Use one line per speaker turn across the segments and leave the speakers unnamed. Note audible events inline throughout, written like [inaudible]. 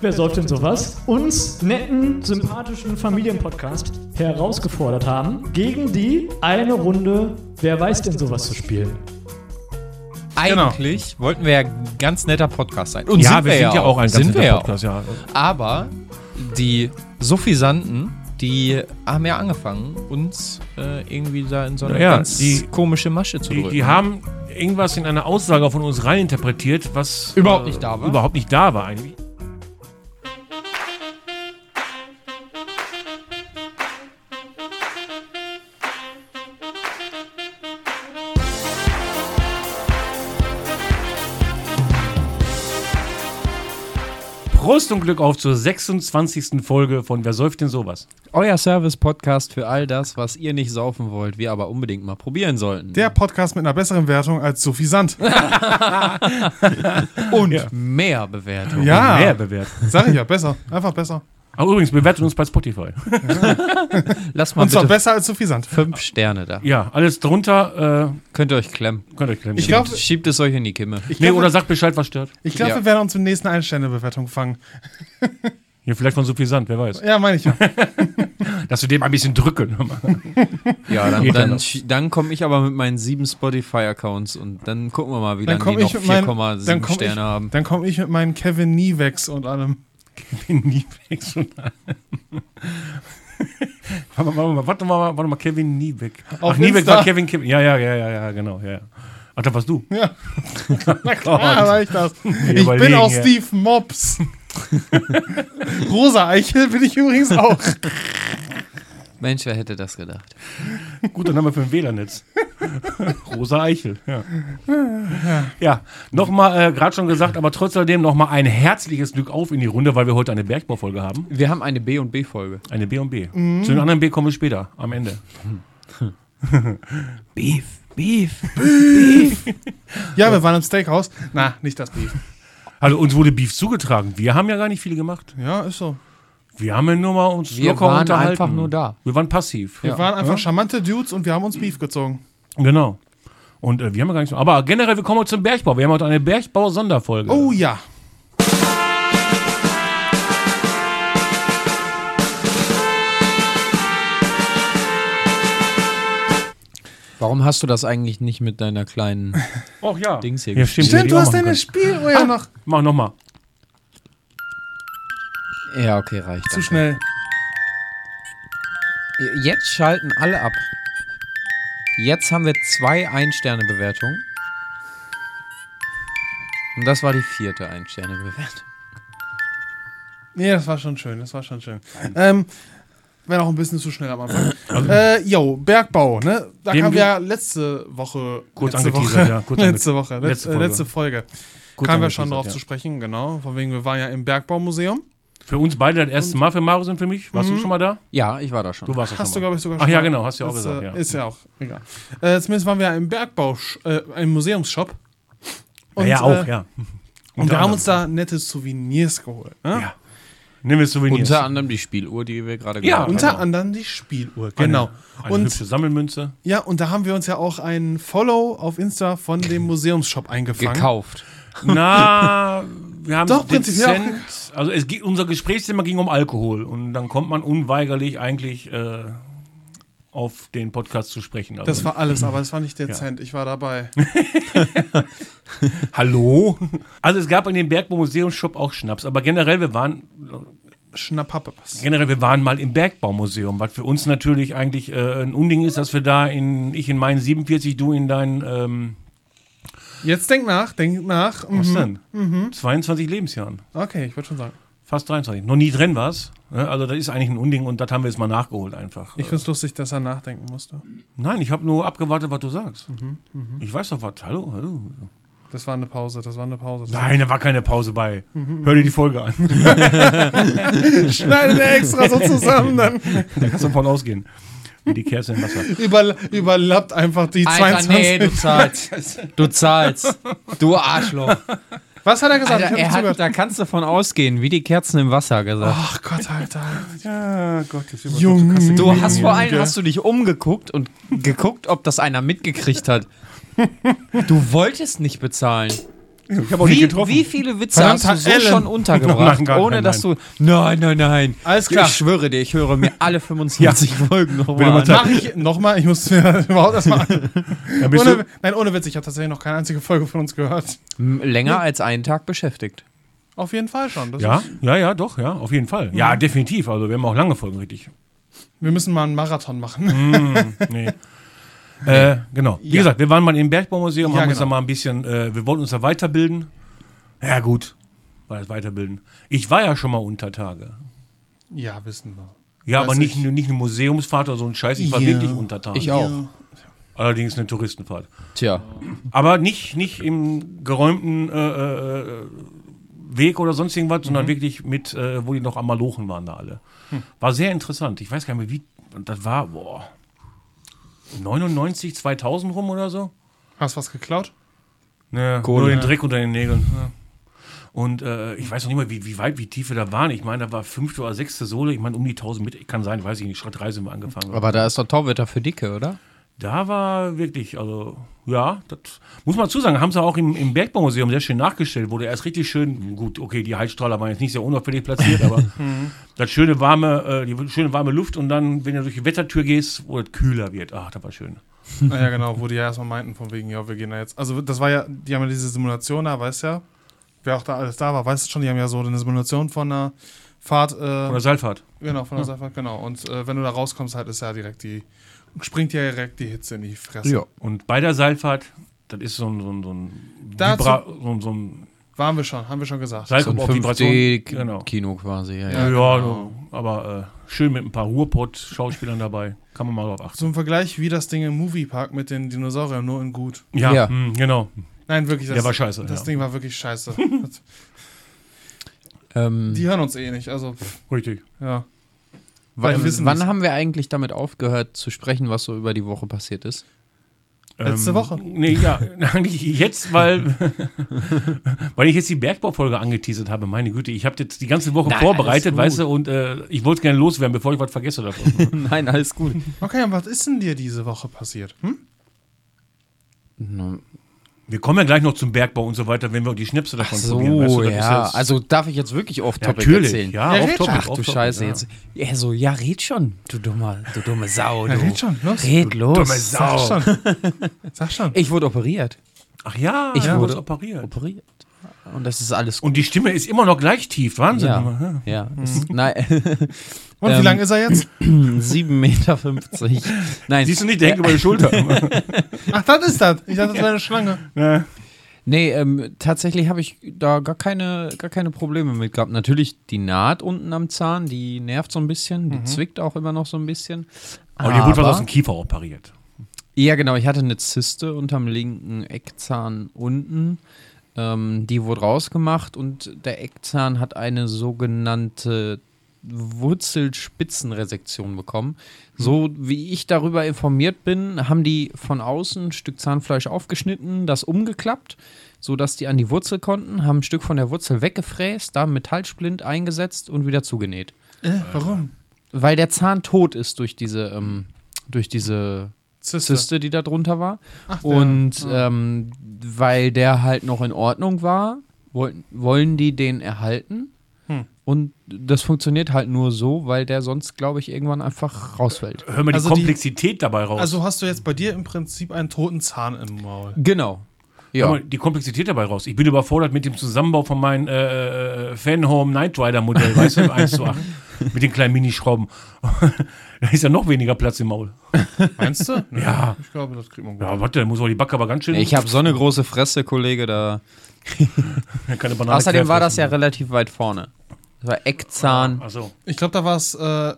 Wer säuft denn sowas? Uns netten, sympathischen Familienpodcast herausgefordert haben, gegen die eine Runde Wer weiß denn sowas zu spielen.
Eigentlich wollten wir ja ein ganz netter Podcast sein. Genau. Und
Ja, wir sind ja auch ein ganz
sind wir
netter
ja
Podcast, ja.
Auch. Aber die Suffisanten, die haben ja angefangen, uns äh, irgendwie da in so eine
Naja,
ganz
die-
komische Masche zu
Die,
drücken.
die haben irgendwas in einer Aussage von uns reininterpretiert, was äh,
Überhaupt nicht da war.
überhaupt nicht da war eigentlich. Prost und Glück auf zur 26. Folge von Wer säuft denn sowas?
Euer Service-Podcast für all das, was ihr nicht saufen wollt, wir aber unbedingt mal probieren sollten.
Der Podcast mit einer besseren Wertung als
[laughs]
Sophie Sand.
und mehr Bewertung.
Mehr
Ja,
bewertet.
sag ich ja, besser. Einfach besser.
Aber übrigens, bewertet uns bei Spotify.
Lass mal
Und zwar
bitte
besser als Sophie Sand.
fünf Sterne da.
Ja, alles drunter
Könnt ihr euch klemmen.
äh, könnt ihr euch klemmen.
Ich glaub-
Schiebt, schiebt es euch in die Kimme.
Ich
nee,
glaube,
oder sagt Bescheid, was stört.
ich glaub,
Ja.
wir werden uns im nächsten Einsterne-Bewertung fangen.
Hier vielleicht von Sophie Sand, wer weiß.
Ja, meine ich ja.
Dass wir dem ein bisschen drücken. [laughs]
Ja, dann,
Geht ja
dann,
noch.
sch- dann komme ich aber mit meinen sieben Spotify-Accounts und dann gucken wir mal, wie
Dann
lange
komme
die noch
ich, mit meinen- dann
4,7
komm ich,
Sterne haben.
dann komm ich mit meinen Kevin Niewex und allem. [laughs]
Kevin Niebeck. so nah. warte, mal, warte, mal, warte mal, warte mal, Kevin Niebeck.
Auf
Ach, Niebeck
Insta.
war Kevin Kevin. Ja, ja, ja, ja, ja, genau. Ja. ja. Ach, da warst du. [laughs]
Ja. Na klar, war ich das. Ich bin
also überlegen,
auch
ja.
Steve Mobs. [laughs] Rosa Eichel bin ich übrigens auch.
Mensch, wer hätte das gedacht?
Guter Name für ein WLAN-Netz. Rosa Eichel. Ja, ja nochmal, äh, gerade schon gesagt, aber trotz alledem nochmal ein herzliches Glück auf in die Runde, weil wir heute eine Bergbaufolge haben.
Wir haben eine B- und B-Folge.
Eine B und B. Zu den anderen B kommen wir später, am Ende. [laughs]
Beef, Beef.
Ja, wir waren im Steakhouse. Na, nicht das Beef.
Also uns wurde Beef zugetragen. Wir haben ja gar nicht viel gemacht.
Ja, ist so.
Wir haben ja nur mal uns
Wir
locker
waren
unterhalten.
einfach nur da.
Wir waren passiv.
Wir waren einfach charmante Dudes und wir haben uns Beef gezogen.
Genau. Und äh, wir haben ja gar nichts. Aber generell, wir kommen heute zum Bergbau. Wir haben heute eine Bergbau-Sonderfolge.
Oh ja.
Warum hast du das eigentlich nicht mit deiner kleinen
Och ja.
Dings hier
ja stimmt, hätte
Stimmt,
ich
du
auch
hast
machen
deine
können. Ah.
Spieluhr ja noch.
Mach nochmal.
Ja, okay, reicht.
Zu
danke.
schnell.
Jetzt schalten alle ab. Jetzt haben wir zwei Ein-Sterne-Bewertungen. Und das war die vierte Ein-Sterne-Bewertung.
Nee, das war schon schön, das war schon schön. Ähm, Wäre auch ein bisschen zu schnell am
[clears throat]
Anfang. äh, yo, Bergbau, ne? Da
Also Dem
kamen wir
wir-
ja letzte Woche.
Kurz
letzte
angeteasert,
Woche,
ja,
[laughs]
kurz
letzte Woche, letzte,
letzte
letzte Folge.
Folge.
Letzte Folge.
Kurz
kamen wir schon drauf zu
angeteasert,
sprechen, genau. Von wegen, wir waren ja im Bergbaumuseum.
ja. Für uns beide das erste Mal, für Marius und für mich. Warst du schon mal da?
Ja, ich war da schon.
Du warst ja
Mhm. Hast du,
schon mal.
glaube ich, sogar
Ach ja,
mal-
genau, hast du ja auch
ist,
gesagt,
äh,
ja.
Ist ja auch, egal. Äh, zumindest waren wir ja im Bergbau, äh, im Museumsshop. Und,
ja, ja, auch,
äh,
ja.
Und wir haben uns da nette Souvenirs geholt. Ne?
Ja. Nehmen wir Souvenirs.
Unter anderem die Spieluhr, die wir gerade
Ja,
gehört
Unter
haben.
anderem die Spieluhr,
Eine-
genau.
Eine
und
hübsche Sammelmünze.
Ja, und da haben wir uns ja auch einen Follow auf Insta von
[laughs]
dem Museumsshop eingefangen.
Gekauft.
[laughs]
Na, wir haben
Doch,
es
prinzipiell auch-
dezent. Also es geht, unser Gesprächsthema ging um Alkohol und dann kommt man unweigerlich eigentlich äh, auf den Podcast zu sprechen. Also,
Das war alles, aber es war nicht dezent. Ich war
[laughs]
dabei.
Hallo? [laughs] Also es gab in dem Bergbau Museumsshop auch Schnaps, aber generell wir waren
Schnapphappe.
generell wir waren mal im Bergbaumuseum, was für uns natürlich eigentlich äh, ein Unding ist, dass wir da in ich in meinen 47, du in deinen ähm,
Jetzt denk nach, denk nach.
was
Mhm.
denn? 22 Lebensjahren.
Okay, ich würde schon sagen.
Fast 23. Noch nie drin war's. ne? Also das ist eigentlich ein Unding und das haben wir jetzt mal nachgeholt einfach.
Ich find's lustig, dass er nachdenken musste.
Nein, ich habe nur abgewartet, was du sagst. Ich weiß doch was. Hallo, hallo.
Das war eine Pause, das war eine Pause.
Nein, da war keine Pause bei. Hör dir die Folge an. [laughs]
Schneide der extra so zusammen, dann
da kannst du davon ausgehen. Wie die Kerze im Wasser.
überla überlappt einfach die
Alter,
22.
nee, du
[laughs]
zahlst. Du zahlst. Du Arschloch.
Was hat er gesagt?
Alter,
ich
er
hab nicht
hat,
zugehört.
da kannst du von ausgehen, wie die Kerzen im Wasser gesagt.
Ach Gott,
[laughs]
Alter.
Ja, Gott, das ist
Junge.
Du hast vor allem
Junge.
hast du dich umgeguckt und [laughs] geguckt, ob das einer mitgekriegt hat. Du wolltest nicht bezahlen.
Ich habe auch nicht
Wie,
getroffen.
wie viele Witze
Verdammt,
hast du so
Ellen.
schon untergebracht,
[laughs] Nein, gar
ohne
keinen,
dass du. Nein, nein, nein.
Alles klar.
Ich schwöre dir, ich höre
[laughs]
mir alle 25 [laughs] Folgen
Will mal
nochmal an.
zeigen.
Mach ich nochmal, ich muss [laughs] mir überhaupt erstmal.
Dann bist
Ohne,
du,
nein, ohne Witz, ich habe tatsächlich noch keine einzige Folge von uns gehört.
M- Länger als einen Tag beschäftigt.
Auf jeden Fall schon. Das
ja,
ist,
ja, ja, doch, ja, auf jeden Fall. Ja, definitiv. Also wir haben auch lange Folgen, [laughs] richtig.
wir müssen mal einen Marathon machen. [laughs]
Nee. Äh, genau. Wie
Ja.
gesagt, wir waren mal im Bergbaumuseum,
Ja,
haben uns
genau.
da mal ein bisschen, äh, wir wollten uns da weiterbilden. Ja, gut, war das Weiterbilden. Ich war ja schon mal unter Tage.
Ja, wissen wir.
Ja,
Weiß
aber nicht,
ich.
nur- nicht eine Museumsfahrt oder so ein Scheiß. Ich war
Ja.
wirklich unter Tage.
Ich auch.
Allerdings eine Touristenfahrt.
Tja.
Aber nicht, nicht im geräumten äh, äh, äh, Weg oder sonst irgendwas, sondern wirklich mit, äh, wo die noch am Malochen waren da alle. War sehr interessant. Ich weiß gar nicht mehr, wie. und Das war, boah. 99, 2000 rum oder so?
Hast du was
[laughs]
geklaut?
Ja,
Kohle.
nur den Dreck unter den Nägeln. Ja. Und äh, ich weiß noch nicht mal, wie, wie weit, wie tief wir da waren. Ich meine, da war fünfte oder sechste Sohle. Ich meine, um die 1000 Meter. Kann sein, weiß ich nicht. Schritt 3 sind wir angefangen.
Aber da ist doch Tauwetter für Dicke, oder?
Da war wirklich, also ja, das muss man zusagen, haben sie auch im, im Bergbaumuseum sehr schön nachgestellt, wurde erst richtig schön, gut, okay, die Heizstrahler waren jetzt nicht sehr unauffällig platziert, aber das schöne warme, äh, die schöne warme Luft und dann, wenn du durch die Wettertür gehst, wo es kühler wird. Ach, das war schön.
Ah, ja, genau, wo die ja erstmal meinten, von wegen, ja, wir gehen da jetzt. Also, das war ja, die haben ja diese Simulation da, weißt ja. Wer auch da alles da war, weißt du schon, die haben ja so eine Simulation von einer Fahrt. Äh,
Von der Salfahrt.
genau, von der Seifert, genau. Und äh, wenn du da rauskommst, halt ist ja direkt die. Springt ja direkt die Hitze in die Fresse.
Und bei der Salfahrt, das ist so ein, so ein, so ein,
Dazu-
Vibra- so ein, so ein
Waren wir schon, haben wir schon gesagt.
So ein
Salfahrt
5D-Kino
Genau.
quasi. Ja, ja.
Ja, ja,
genau.
aber äh, schön mit ein paar Ruhrpott-Schauspielern dabei. Kann man mal drauf achten.
Zum Vergleich wie das Ding im Moviepark mit den Dinosauriern, nur in gut.
Ja,
Ja.
Mh, genau.
Nein, wirklich, das,
Der war scheiße,
das
ja.
Ding war wirklich scheiße.
[laughs]
Das-
Ähm,
die hören uns eh nicht, also pff,
Richtig.
ja.
wann
wir wissen
wann
das.
haben wir eigentlich damit aufgehört zu sprechen, was so über die Woche passiert ist?
Letzte Woche.
Ähm, Nee, ja, [laughs] eigentlich jetzt, weil, [laughs] weil ich jetzt die Bergbaufolge angeteasert habe. Meine Güte, ich habe jetzt die ganze Woche
Nein, alles
vorbereitet,
gut.
weißt du, und äh, ich wollte es gerne loswerden, bevor ich was vergesse davon.
[laughs] Nein, alles gut.
Okay, aber was ist denn dir diese Woche passiert? Hm?
[laughs] wir kommen ja gleich noch zum Bergbau und so weiter, wenn wir die Schnipse davon probieren.
So,
das
ja.
ist jetzt-
Also darf ich jetzt wirklich off topic
natürlich,
erzählen?
ja,
Ja,
auf
red
Topic.
schon.
Ach
off
du
Topic,
Scheiße,
ja.
jetzt. Er so, ja, red schon, du dummer, du dumme Sau. Du.
Ja, red schon, los.
Red los.
Dumme Sau.
Sag schon. Sag schon.
Ich wurde operiert.
Ach ja,
Ich
ich ja,
wurde-
wurde operiert.
Operiert. Und das ist alles gut.
Und die Stimme ist immer noch gleich tief, Wahnsinn.
Ja, ja.
Mhm.
Ist, nein, [laughs]
Und
Ähm,
wie lang ist er jetzt?
7,50 Meter. Nein,
Siehst du nicht, der hängt über die
[laughs]
Schulter.
Ach, das ist das. Ich dachte, das wäre eine Schlange.
Nee, ähm, tatsächlich habe ich da gar keine, gar keine Probleme mit gehabt. Natürlich die Naht unten am Zahn, die nervt so ein bisschen, die zwickt auch immer noch so ein bisschen.
Aber dir wurde was aus dem Kiefer operiert.
ja, genau, ich hatte eine Zyste unterm linken Eckzahn unten. Ähm, die wurde rausgemacht und der Eckzahn hat eine sogenannte Wurzelspitzenresektion bekommen. So wie ich darüber informiert bin, haben die von außen ein Stück Zahnfleisch aufgeschnitten, das umgeklappt, sodass die an die Wurzel konnten, haben ein Stück von der Wurzel weggefräst, da einen Metallsplint eingesetzt und wieder zugenäht.
Äh, warum?
Weil der Zahn tot ist durch diese, ähm, durch diese
Zyste.
Zyste, die da drunter war.
Ach, der-
Und ähm, weil der halt noch in Ordnung war, wollten, wollen die den erhalten.
Hm.
Und das funktioniert halt nur so, weil der sonst, glaube ich, irgendwann einfach rausfällt.
Hör mal
Also
die
die-
Komplexität dabei raus.
Also hast du jetzt bei dir im Prinzip einen toten Zahn im Maul.
Genau.
Guck
Ja.
mal, die Komplexität dabei raus. Ich bin überfordert mit dem Zusammenbau von meinem äh, äh, Fanhome Knight Rider Modell, weißt du, 1 zu
[laughs]
8. Mit den kleinen Minischrauben. [laughs] da ist ja noch weniger Platz im Maul.
Meinst du?
Ja.
Ich glaube, das kriegt man gut.
Ja, warte, da muss auch die Backe aber ganz schön.
Ich habe so eine große Fresse, Kollege, da.
keine Banane
Außerdem war das ja
querfressen.
relativ weit vorne. Das war Eckzahn.
Ach so.
Ich glaube, da war es, äh,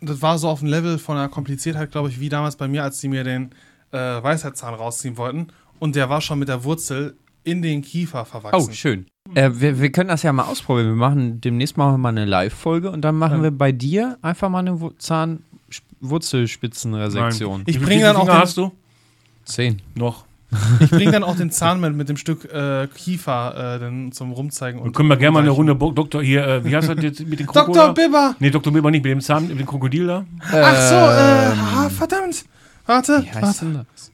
das war so auf dem Level von der Kompliziertheit, glaube ich, wie damals bei mir, als die mir den äh, Weisheitszahn rausziehen wollten. Und der war schon mit der Wurzel in den Kiefer verwachsen.
Oh, schön. Äh, wir, wir können das ja mal ausprobieren. Wir machen demnächst machen wir mal eine Live-Folge und dann machen wir bei dir einfach mal eine Wu- Zahn Wurzelspitzenresektion.
Ich
Wie
bringe
viele
dann auch
Finger
den-
hast du?
Zehn.
Noch.
Ich bringe dann auch den Zahn mit, mit dem Stück äh, Kiefer äh, dann zum Rumzeigen.
Wir
Und
können wir gerne mal eine Runde Bo Doktor hier, äh, wie heißt das
[laughs]
jetzt mit dem Krokodil?
Dr. Bibber!
Nee, Dr. Bieber nicht, mit dem Zahn, mit dem Krokodil da.
Ach so, äh, ah, verdammt! Warte,
Ähm. Wie heißt
warte.
denn das?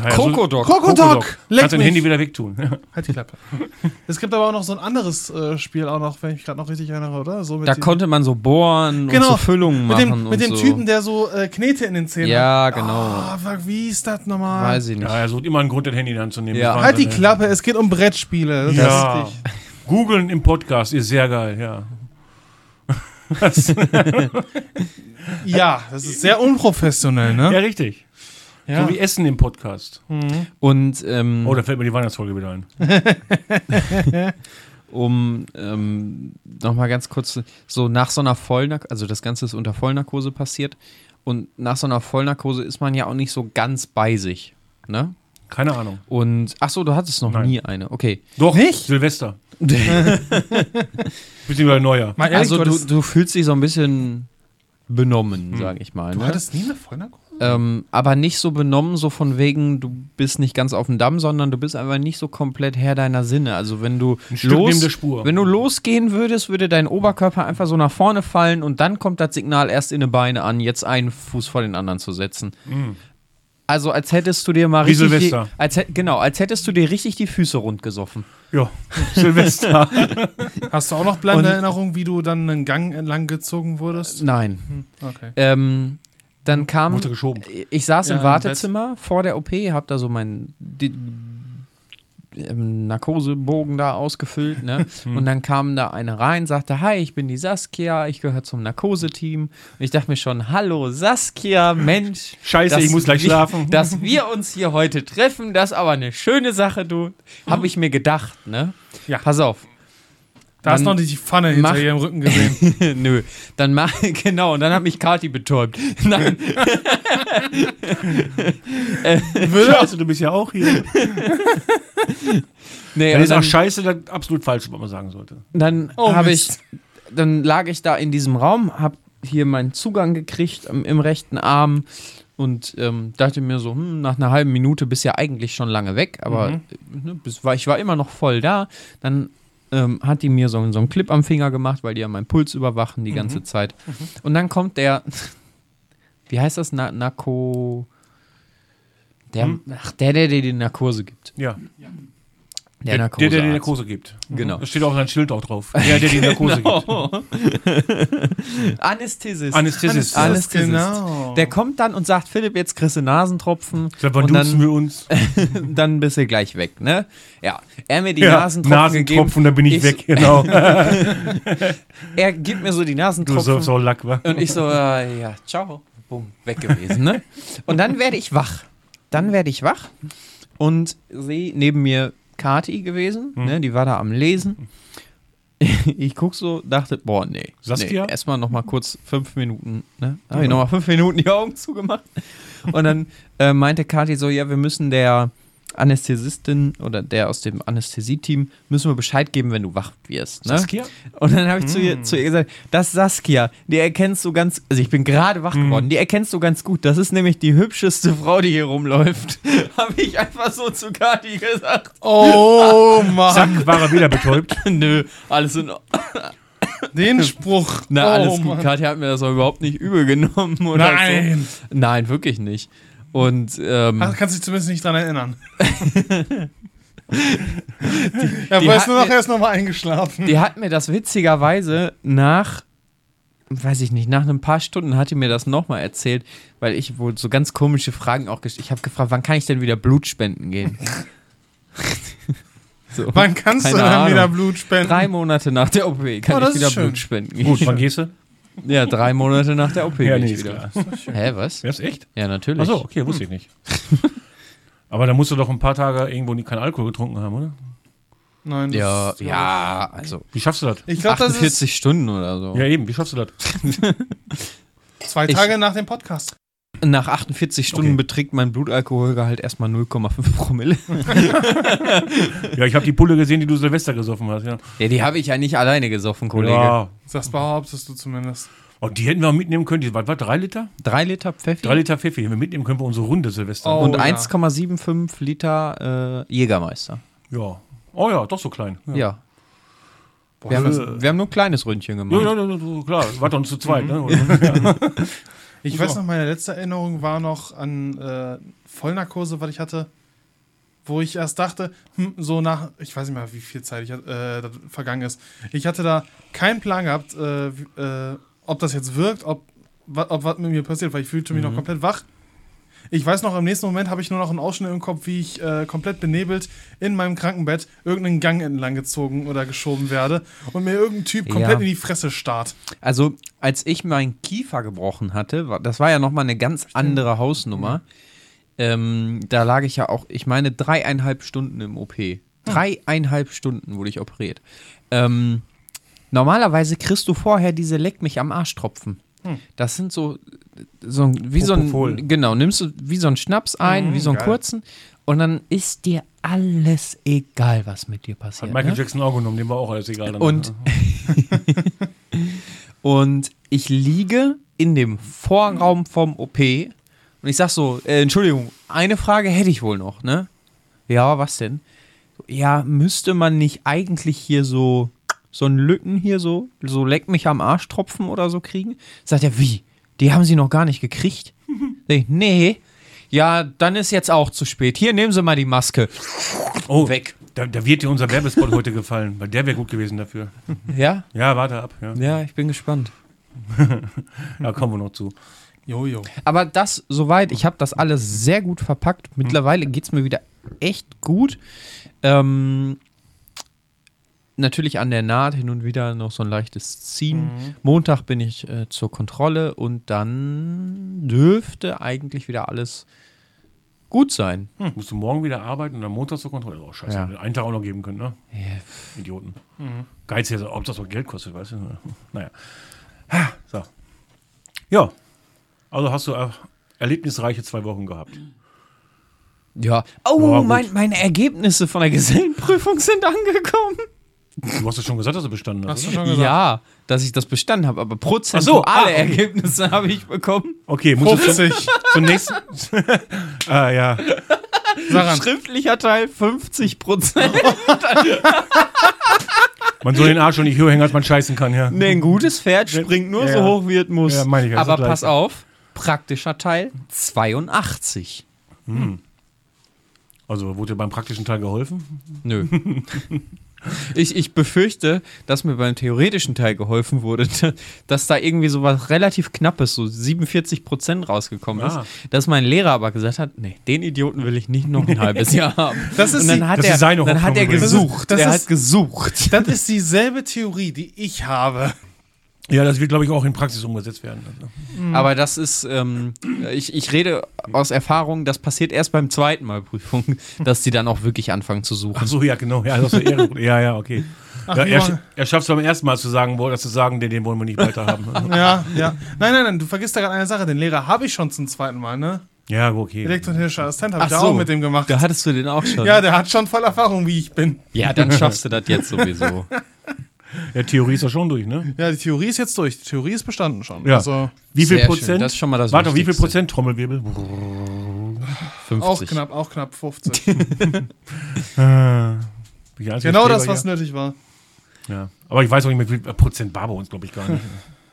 Ja, so-
Kokodok.
Kokodok, leck
Kannst dein
mich.
Handy wieder wegtun. [laughs] Ja.
Halt die Klappe. [laughs] es gibt aber auch noch so ein anderes äh, Spiel, auch noch, wenn ich mich gerade noch richtig erinnere, oder? So mit
Da
den-
konnte man so bohren und
Genau,
so Füllungen
mit
machen.
dem,
und
mit dem
so.
Typen, der so äh, Knete in den Zähnen
Ja,
hat.
genau.
Ah, fuck, wie ist das nochmal?
Weiß ich nicht.
ja, er sucht immer einen Grund, das Handy in die Hand zu nehmen. äh,
Ja.
Das
halt die
Wahnsinn,
Klappe, es geht um Brettspiele. Das
Ja.
ist richtig.
ja. Googeln im Podcast ist sehr geil, ja.
ja, das ist sehr unprofessionell,
Ja,
ne?
richtig.
Ja. Mhm.
So wie Essen im Podcast.
Und ähm,
Oh, da fällt mir die Weihnachtsfolge wieder ein.
um ähm, nochmal ganz kurz, so nach so einer Vollnarkose, also das Ganze ist unter Vollnarkose passiert. Und nach so einer Vollnarkose ist man ja auch nicht so ganz bei sich. Ne?
Keine Ahnung.
Und, ach so, du hattest noch
Nein.
nie eine. Okay.
Doch,
Nicht?
Silvester. [laughs] Beziehungsweise Neujahr.
Mal ehrlich,
also
du,
du,
hattest,
du fühlst dich so ein bisschen benommen, sage ich mal.
du
ne?
hattest nie eine Freundergruppe?
Ähm, aber nicht so benommen, so von wegen, du bist nicht ganz auf dem Damm, sondern du bist einfach nicht so komplett Herr deiner Sinne. Also wenn du
Stück neben der Spur.
wenn du losgehen würdest, würde dein Oberkörper einfach so nach vorne fallen und dann kommt das Signal erst in die Beine an, jetzt einen Fuß vor den anderen zu setzen. Also als hättest du dir mal
Mhm. Wie
richtig
Silvester.
Die, als, hä- genau, als hättest du dir richtig die Füße rund gesoffen.
Ja, Silvester.
Hast du auch noch bleibende
Und- Äh,
Erinnerung, wie du dann einen Gang entlang gezogen wurdest?
Nein.
Okay.
Ähm, dann kam
Wurde geschoben.
ich saß
Ja,
im
im
Wartezimmer vor der OP, hab da so meinen Di- ähm, Narkosebogen da ausgefüllt, ne? und dann kam da eine rein, sagte, hi, ich bin die Saskia, ich gehöre zum Narkoseteam. Und ich dachte mir schon, hallo Saskia, Mensch.
Scheiße,
dass
ich muss gleich
wir- [laughs]
schlafen.
Dass wir uns hier heute treffen, das ist aber eine schöne Sache, du. Habe ich mir gedacht, ne?
Ja.
Pass auf.
Da hast du
Dann
noch nicht die Pfanne hinter
mach-
ihrem Rücken gesehen.
[laughs] Nö. Dann mach, [laughs] genau, und dann hat mich Kati betäubt. [laughs] Nein, [laughs] Äh,
Scheiße, du bist ja auch hier.
nee,
Ja,
und
ist auch
dann-
scheiße, dann absolut falsch, was man sagen sollte.
dann
Oh,
habe ich,
Mist.
dann lag ich da in diesem Raum, habe hier meinen Zugang gekriegt im, im rechten Arm und ähm, dachte mir so, hm, nach einer halben Minute bist ja eigentlich schon lange weg, aber äh, ne, bis, war, ich war immer noch voll da. Dann ähm, hat die mir so, so einen Clip am Finger gemacht, weil die ja meinen Puls überwachen die ganze Zeit. Und dann kommt der, [laughs] wie heißt das, Na, Narko, der, ach, der, der dir die Narkose gibt.
Ja,
Der,
der, der, der die
Narkosearzt.
Narkose gibt.
Genau.
Da steht auch sein Schild auch drauf. Der, der die Narkose gibt.
[laughs] Anästhesist.
Anästhesist.
Anästhesist.
Das genau.
Der kommt dann und sagt, Philipp, jetzt kriegst du Nasentropfen
Wann
und
duzen
dann,
wir uns?
[laughs] dann bist du gleich weg, ne? Ja, er mir die Nasentropfen, gegeben.
Nasentropfen, dann bin ich,
Ich-
weg, genau.
Er gibt mir so die
Du
Nasentropfen
sollst auch Lack, wa?
und ich so, äh, ja, ciao, bumm, weg gewesen, ne? Und dann werde ich wach. Dann werde ich wach und sehe neben mir Kati gewesen, ne? Die war da am Lesen. Ich guck so, dachte, boah, nee.
Saskia?
Nee, erstmal nochmal kurz fünf Minuten, ne? Hab ich nochmal fünf Minuten die Augen zugemacht. Und dann äh, meinte Kathi so, ja, wir müssen der Anästhesistin oder der aus dem Anästhesieteam müssen wir Bescheid geben, wenn du wach wirst. Ne?
Saskia?
Und dann habe ich zu, ihr, zu ihr gesagt, das ist Saskia, die erkennst du ganz, also ich bin gerade wach geworden, die erkennst du ganz gut. Das ist nämlich die hübscheste Frau, die hier rumläuft. [laughs] habe ich einfach so zu Kathi gesagt.
Oh Mann,
Zack, war er wieder betäubt.
[laughs] Nö, alles in Ordnung.
den Spruch.
Na,
oh,
alles gut.
Mann.
Katja hat mir das auch überhaupt nicht übel genommen. Oder
Nein.
So. Nein, wirklich nicht. Und ähm,
Ach, kannst dich zumindest nicht dran erinnern.
[laughs]
Er
die
war
hat
jetzt nur noch
mir-
erst nochmal eingeschlafen.
die hat mir das witzigerweise nach, weiß ich nicht, nach ein paar Stunden hat die mir das nochmal erzählt, weil ich wohl so ganz komische Fragen auch gestellt Ich habe gefragt, wann kann ich denn wieder Blut spenden
[laughs]
gehen? so.
Wann kannst du
Keine
dann wieder
Ahnung.
Blut spenden?
Drei Monate nach der OP
Oh,
kann
das
ich
ist
wieder
schön.
Blut spenden gehen.
Gut, wann gehst du?
Ja, drei Monate nach der OP gehe ich
ist
wieder.
klar.
Hä, was?
Ja, ist echt?
Ja, natürlich.
Achso, okay, wusste ich nicht. [laughs] Aber da musst du doch ein paar Tage irgendwo nie- keinen Alkohol getrunken haben, oder?
Nein, das
Ja,
ist-
ja, also
Wie schaffst du das?
Ich glaube, das ist
48 Stunden oder so.
Ja, eben, wie schaffst du das?
zwei
Ich-
Tage nach dem Podcast.
Nach 48 Stunden
Okay.
beträgt mein Blutalkoholgehalt erstmal 0,5 Promille.
Ja, ich habe die Pulle gesehen, die du Silvester gesoffen hast, ja.
Ja, die habe ich ja nicht alleine gesoffen, Kollege.
Ja.
Das behauptest du zumindest.
Oh, die hätten wir auch mitnehmen können. Die, was war drei Liter?
Drei Liter Pfeffi
Drei Liter Pfeffi. hätten wir mitnehmen können wir unsere Runde Silvester.
Oh.
und
ja.
1,75 Liter äh, Jägermeister.
Ja. Oh ja, doch so klein.
Ja.
Boah,
Wir,
das-
haben, wir haben nur ein kleines Ründchen
[laughs] Ja,
gemacht.
Mhm. ja, ja, ja, klar, war doch zu zweit, ne? Oder-
Ich weiß noch, meine letzte Erinnerung war noch an äh, Vollnarkose, was ich hatte, wo ich erst dachte, hm, so nach, ich weiß nicht mal, wie viel Zeit ich, hat- äh, da vergangen ist. Ich hatte da keinen Plan gehabt, äh, wie- äh, ob das jetzt wirkt, ob, wa- ob was mit mir passiert, weil ich fühlte mich noch komplett wach. Ich weiß noch, im nächsten Moment habe ich nur noch einen Ausschnitt im Kopf, wie ich äh, komplett benebelt in meinem Krankenbett irgendeinen Gang entlang gezogen oder geschoben werde und mir irgendein Typ
Ja.
komplett in die Fresse starrt.
Also, als ich meinen Kiefer gebrochen hatte, war- das war ja nochmal eine ganz andere Hausnummer. Ähm, da lag ich ja auch, ich meine, dreieinhalb Stunden im OP.
Hm.
Dreieinhalb Stunden wurde ich operiert. Ähm, normalerweise kriegst du vorher diese Leck mich am Arsch Tropfen. Das sind so, so ein- wie so
Hm. Propofol. Hm,
ein, genau, nimmst du wie so einen Schnaps ein, wie so einen
geil.
kurzen und dann ist dir alles egal, was mit dir passiert.
Hat Michael
ne?
Jackson auch genommen, dem war auch alles egal. danach.
Und, [laughs] und ich liege in dem Vorraum vom OP und ich sag so, äh, Entschuldigung, eine Frage hätte ich wohl noch, ne? Ja, was denn? Ja, müsste man nicht eigentlich hier so so ein Lücken hier so, so leck mich am Arsch tropfen oder so kriegen? Sagt er, wie? Die haben sie noch gar nicht [laughs] gekriegt? Sag ich, nee. Ja, dann ist jetzt auch zu spät. Hier nehmen Sie mal die Maske.
oh,
weg.
Da, da wird dir unser Werbespot heute gefallen, weil der wäre gut gewesen dafür.
Ja?
Ja, warte ab. Ja,
Ja, ich bin gespannt.
Da kommen wir noch zu.
Jojo.
Aber das soweit, ich habe das alles sehr gut verpackt. Mittlerweile geht es mir wieder echt gut. Ähm, natürlich an der Naht hin und wieder noch so ein leichtes Ziehen. Montag bin ich äh, zur Kontrolle und dann dürfte eigentlich wieder alles gut sein.
Hm. Musst du morgen wieder arbeiten und am Montag zur Kontrolle. Oh, scheiße.
Ja.
hätte Einen Tag auch noch geben können, ne?
Ja,
Idioten. Geiz hier, ob das noch Geld kostet, weißt du? Hm, Naja. Ha, So. Ja. Also hast du äh, erlebnisreiche zwei Wochen gehabt.
Ja. Oh,
Ja, gut.
mein, meine Ergebnisse von der Gesellenprüfung sind angekommen.
Du hast ja schon gesagt, dass du bestanden hast.
Hast du
oder?
schon gesagt?
Ja, dass ich das bestanden habe, aber prozentuale
ah, okay.
Ergebnisse [laughs] habe ich bekommen.
Okay, musst du zu,
Witzig.
zum nächsten. [laughs] ah, ja.
Saran,
Schriftlicher Teil 50 Prozent.
Man soll den Arsch schon nicht höher hängen, als man scheißen kann, ja.
[laughs] Nee, ein gutes Pferd springt nur
Ja.
so hoch, wie es muss.
Ja, meine ich, also
Aber
gleich.
pass auf, praktischer Teil 82.
Also wurde dir beim praktischen Teil geholfen?
Nö. [laughs] ich, ich befürchte, dass mir beim theoretischen Teil geholfen wurde, [laughs] dass da irgendwie so was relativ Knappes, so 47 Prozent rausgekommen
Ah.
ist. Dass mein Lehrer aber gesagt hat, nee, den Idioten will ich nicht noch [laughs] ein halbes Jahr haben.
Das ist
Und dann
die-
hat
das
er,
ist seine
dann hat
Hoffnung
er
übrigens.
gesucht.
Das ist-
er
das
hat
ist-
gesucht.
das ist dieselbe Theorie, die ich habe.
Ja, das wird, glaube ich, auch in Praxis umgesetzt werden. Also.
Aber das ist, ähm, ich, ich rede aus Erfahrung, das passiert erst beim zweiten Mal Prüfung, dass die dann auch wirklich anfangen zu suchen.
Hm. Ach so, ja, genau. Ja, das
[laughs]
war Ehrenbruder. ja, ja, okay. ja,
wie
er,
war-
sch- er schafft es beim ersten Mal zu sagen, wo- dass zu sagen, den, den wollen wir nicht
[laughs]
weiter haben.
Ja,
[laughs]
ja. Nein, nein, nein, du vergisst da gerade eine Sache. Den Lehrer habe ich schon zum zweiten Mal, ne?
ja, okay.
Elektrotechnischer Assistent habe
Ach
ich da
so.
auch mit dem gemacht.
Da hattest du den auch schon.
Ja, der hat schon voll Erfahrung, wie ich bin.
Ja, dann schaffst du das jetzt
[laughs]
sowieso.
Ja, Theorie ist ja schon durch, ne?
Ja, die Theorie ist jetzt durch. Die Theorie ist bestanden schon.
Ja.
Also
Wie viel
Sehr schön,
Prozent?
das ist schon mal das
Warte, wie viel
Wichtigste.
Prozent Trommelwirbel?
auch
50.
knapp, auch knapp
[laughs]
50.
Bin ich der einzige
genau das,
Streber
was ne- nötig war.
hier? Ja. Aber ich weiß auch nicht mehr, wie viel Prozent war bei uns, glaube ich, gar nicht.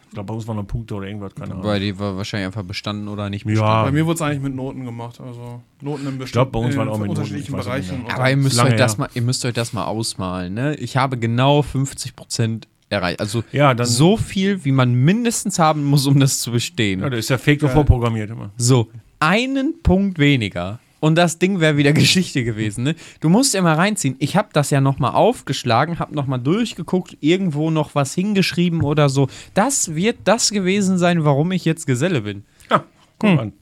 Ich glaube, bei uns waren noch Punkte oder irgendwas, keine Ahnung.
Weil die war wahrscheinlich einfach bestanden oder nicht bestanden.
Ja,
Bei mir wurde es eigentlich mit Noten gemacht. Also Noten im bestimmten
Ah. glaub, bei uns waren auch mit Noten,
unterschiedlichen
ich weiß nicht
Bereichen.
mehr.
Aber ihr müsst,
Lange
euch das
her.
mal, ihr müsst euch das mal ausmalen. Ne? Ich habe genau 50 Prozent erreicht. Also
Ja, dann-
so viel, wie man mindestens haben muss, um das zu bestehen.
ja, da ist der Fake doch vorprogrammiert immer.
So, einen Punkt weniger. Und das Ding wäre wieder [laughs] Geschichte gewesen. Ne? Du musst immer reinziehen. Ich habe das ja nochmal aufgeschlagen, habe nochmal durchgeguckt, irgendwo noch was hingeschrieben oder so. Das wird das gewesen sein, warum ich jetzt Geselle bin.
Ja,
Hm.
guck an.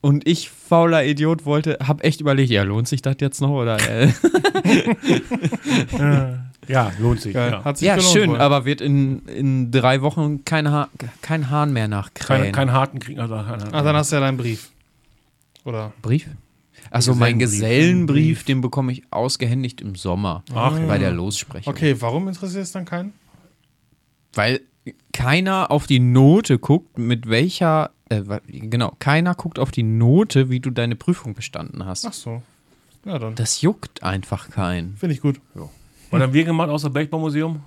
Und ich, fauler Idiot, wollte, habe echt überlegt, ja, lohnt sich das jetzt noch? Oder, äh?
Ja, lohnt sich.
Geil.
Ja.
Hat
[laughs] [laughs]
sich
Ja,
gelohnt
schön,
wohl.
aber wird in, in drei Wochen kein, ha kein Hahn mehr
Keine,
nachkrähen.
keinen harten Krieg. Also, keinen harten.
Ah, dann hast du ja deinen Brief. Oder?
Brief? Also mein
Gesellenbrief.
Gesellenbrief, den bekomme ich ausgehändigt im Sommer
Ach,
bei der Lossprechung.
Okay, warum interessiert es dann keinen?
Weil keiner auf die Note guckt, mit welcher, äh, wa- genau, keiner guckt auf die Note, wie du deine Prüfung bestanden hast.
Ach so. Ja, dann.
Das juckt einfach keinen.
Finde ich gut.
Was haben wir gemacht außer Bergbaumuseum?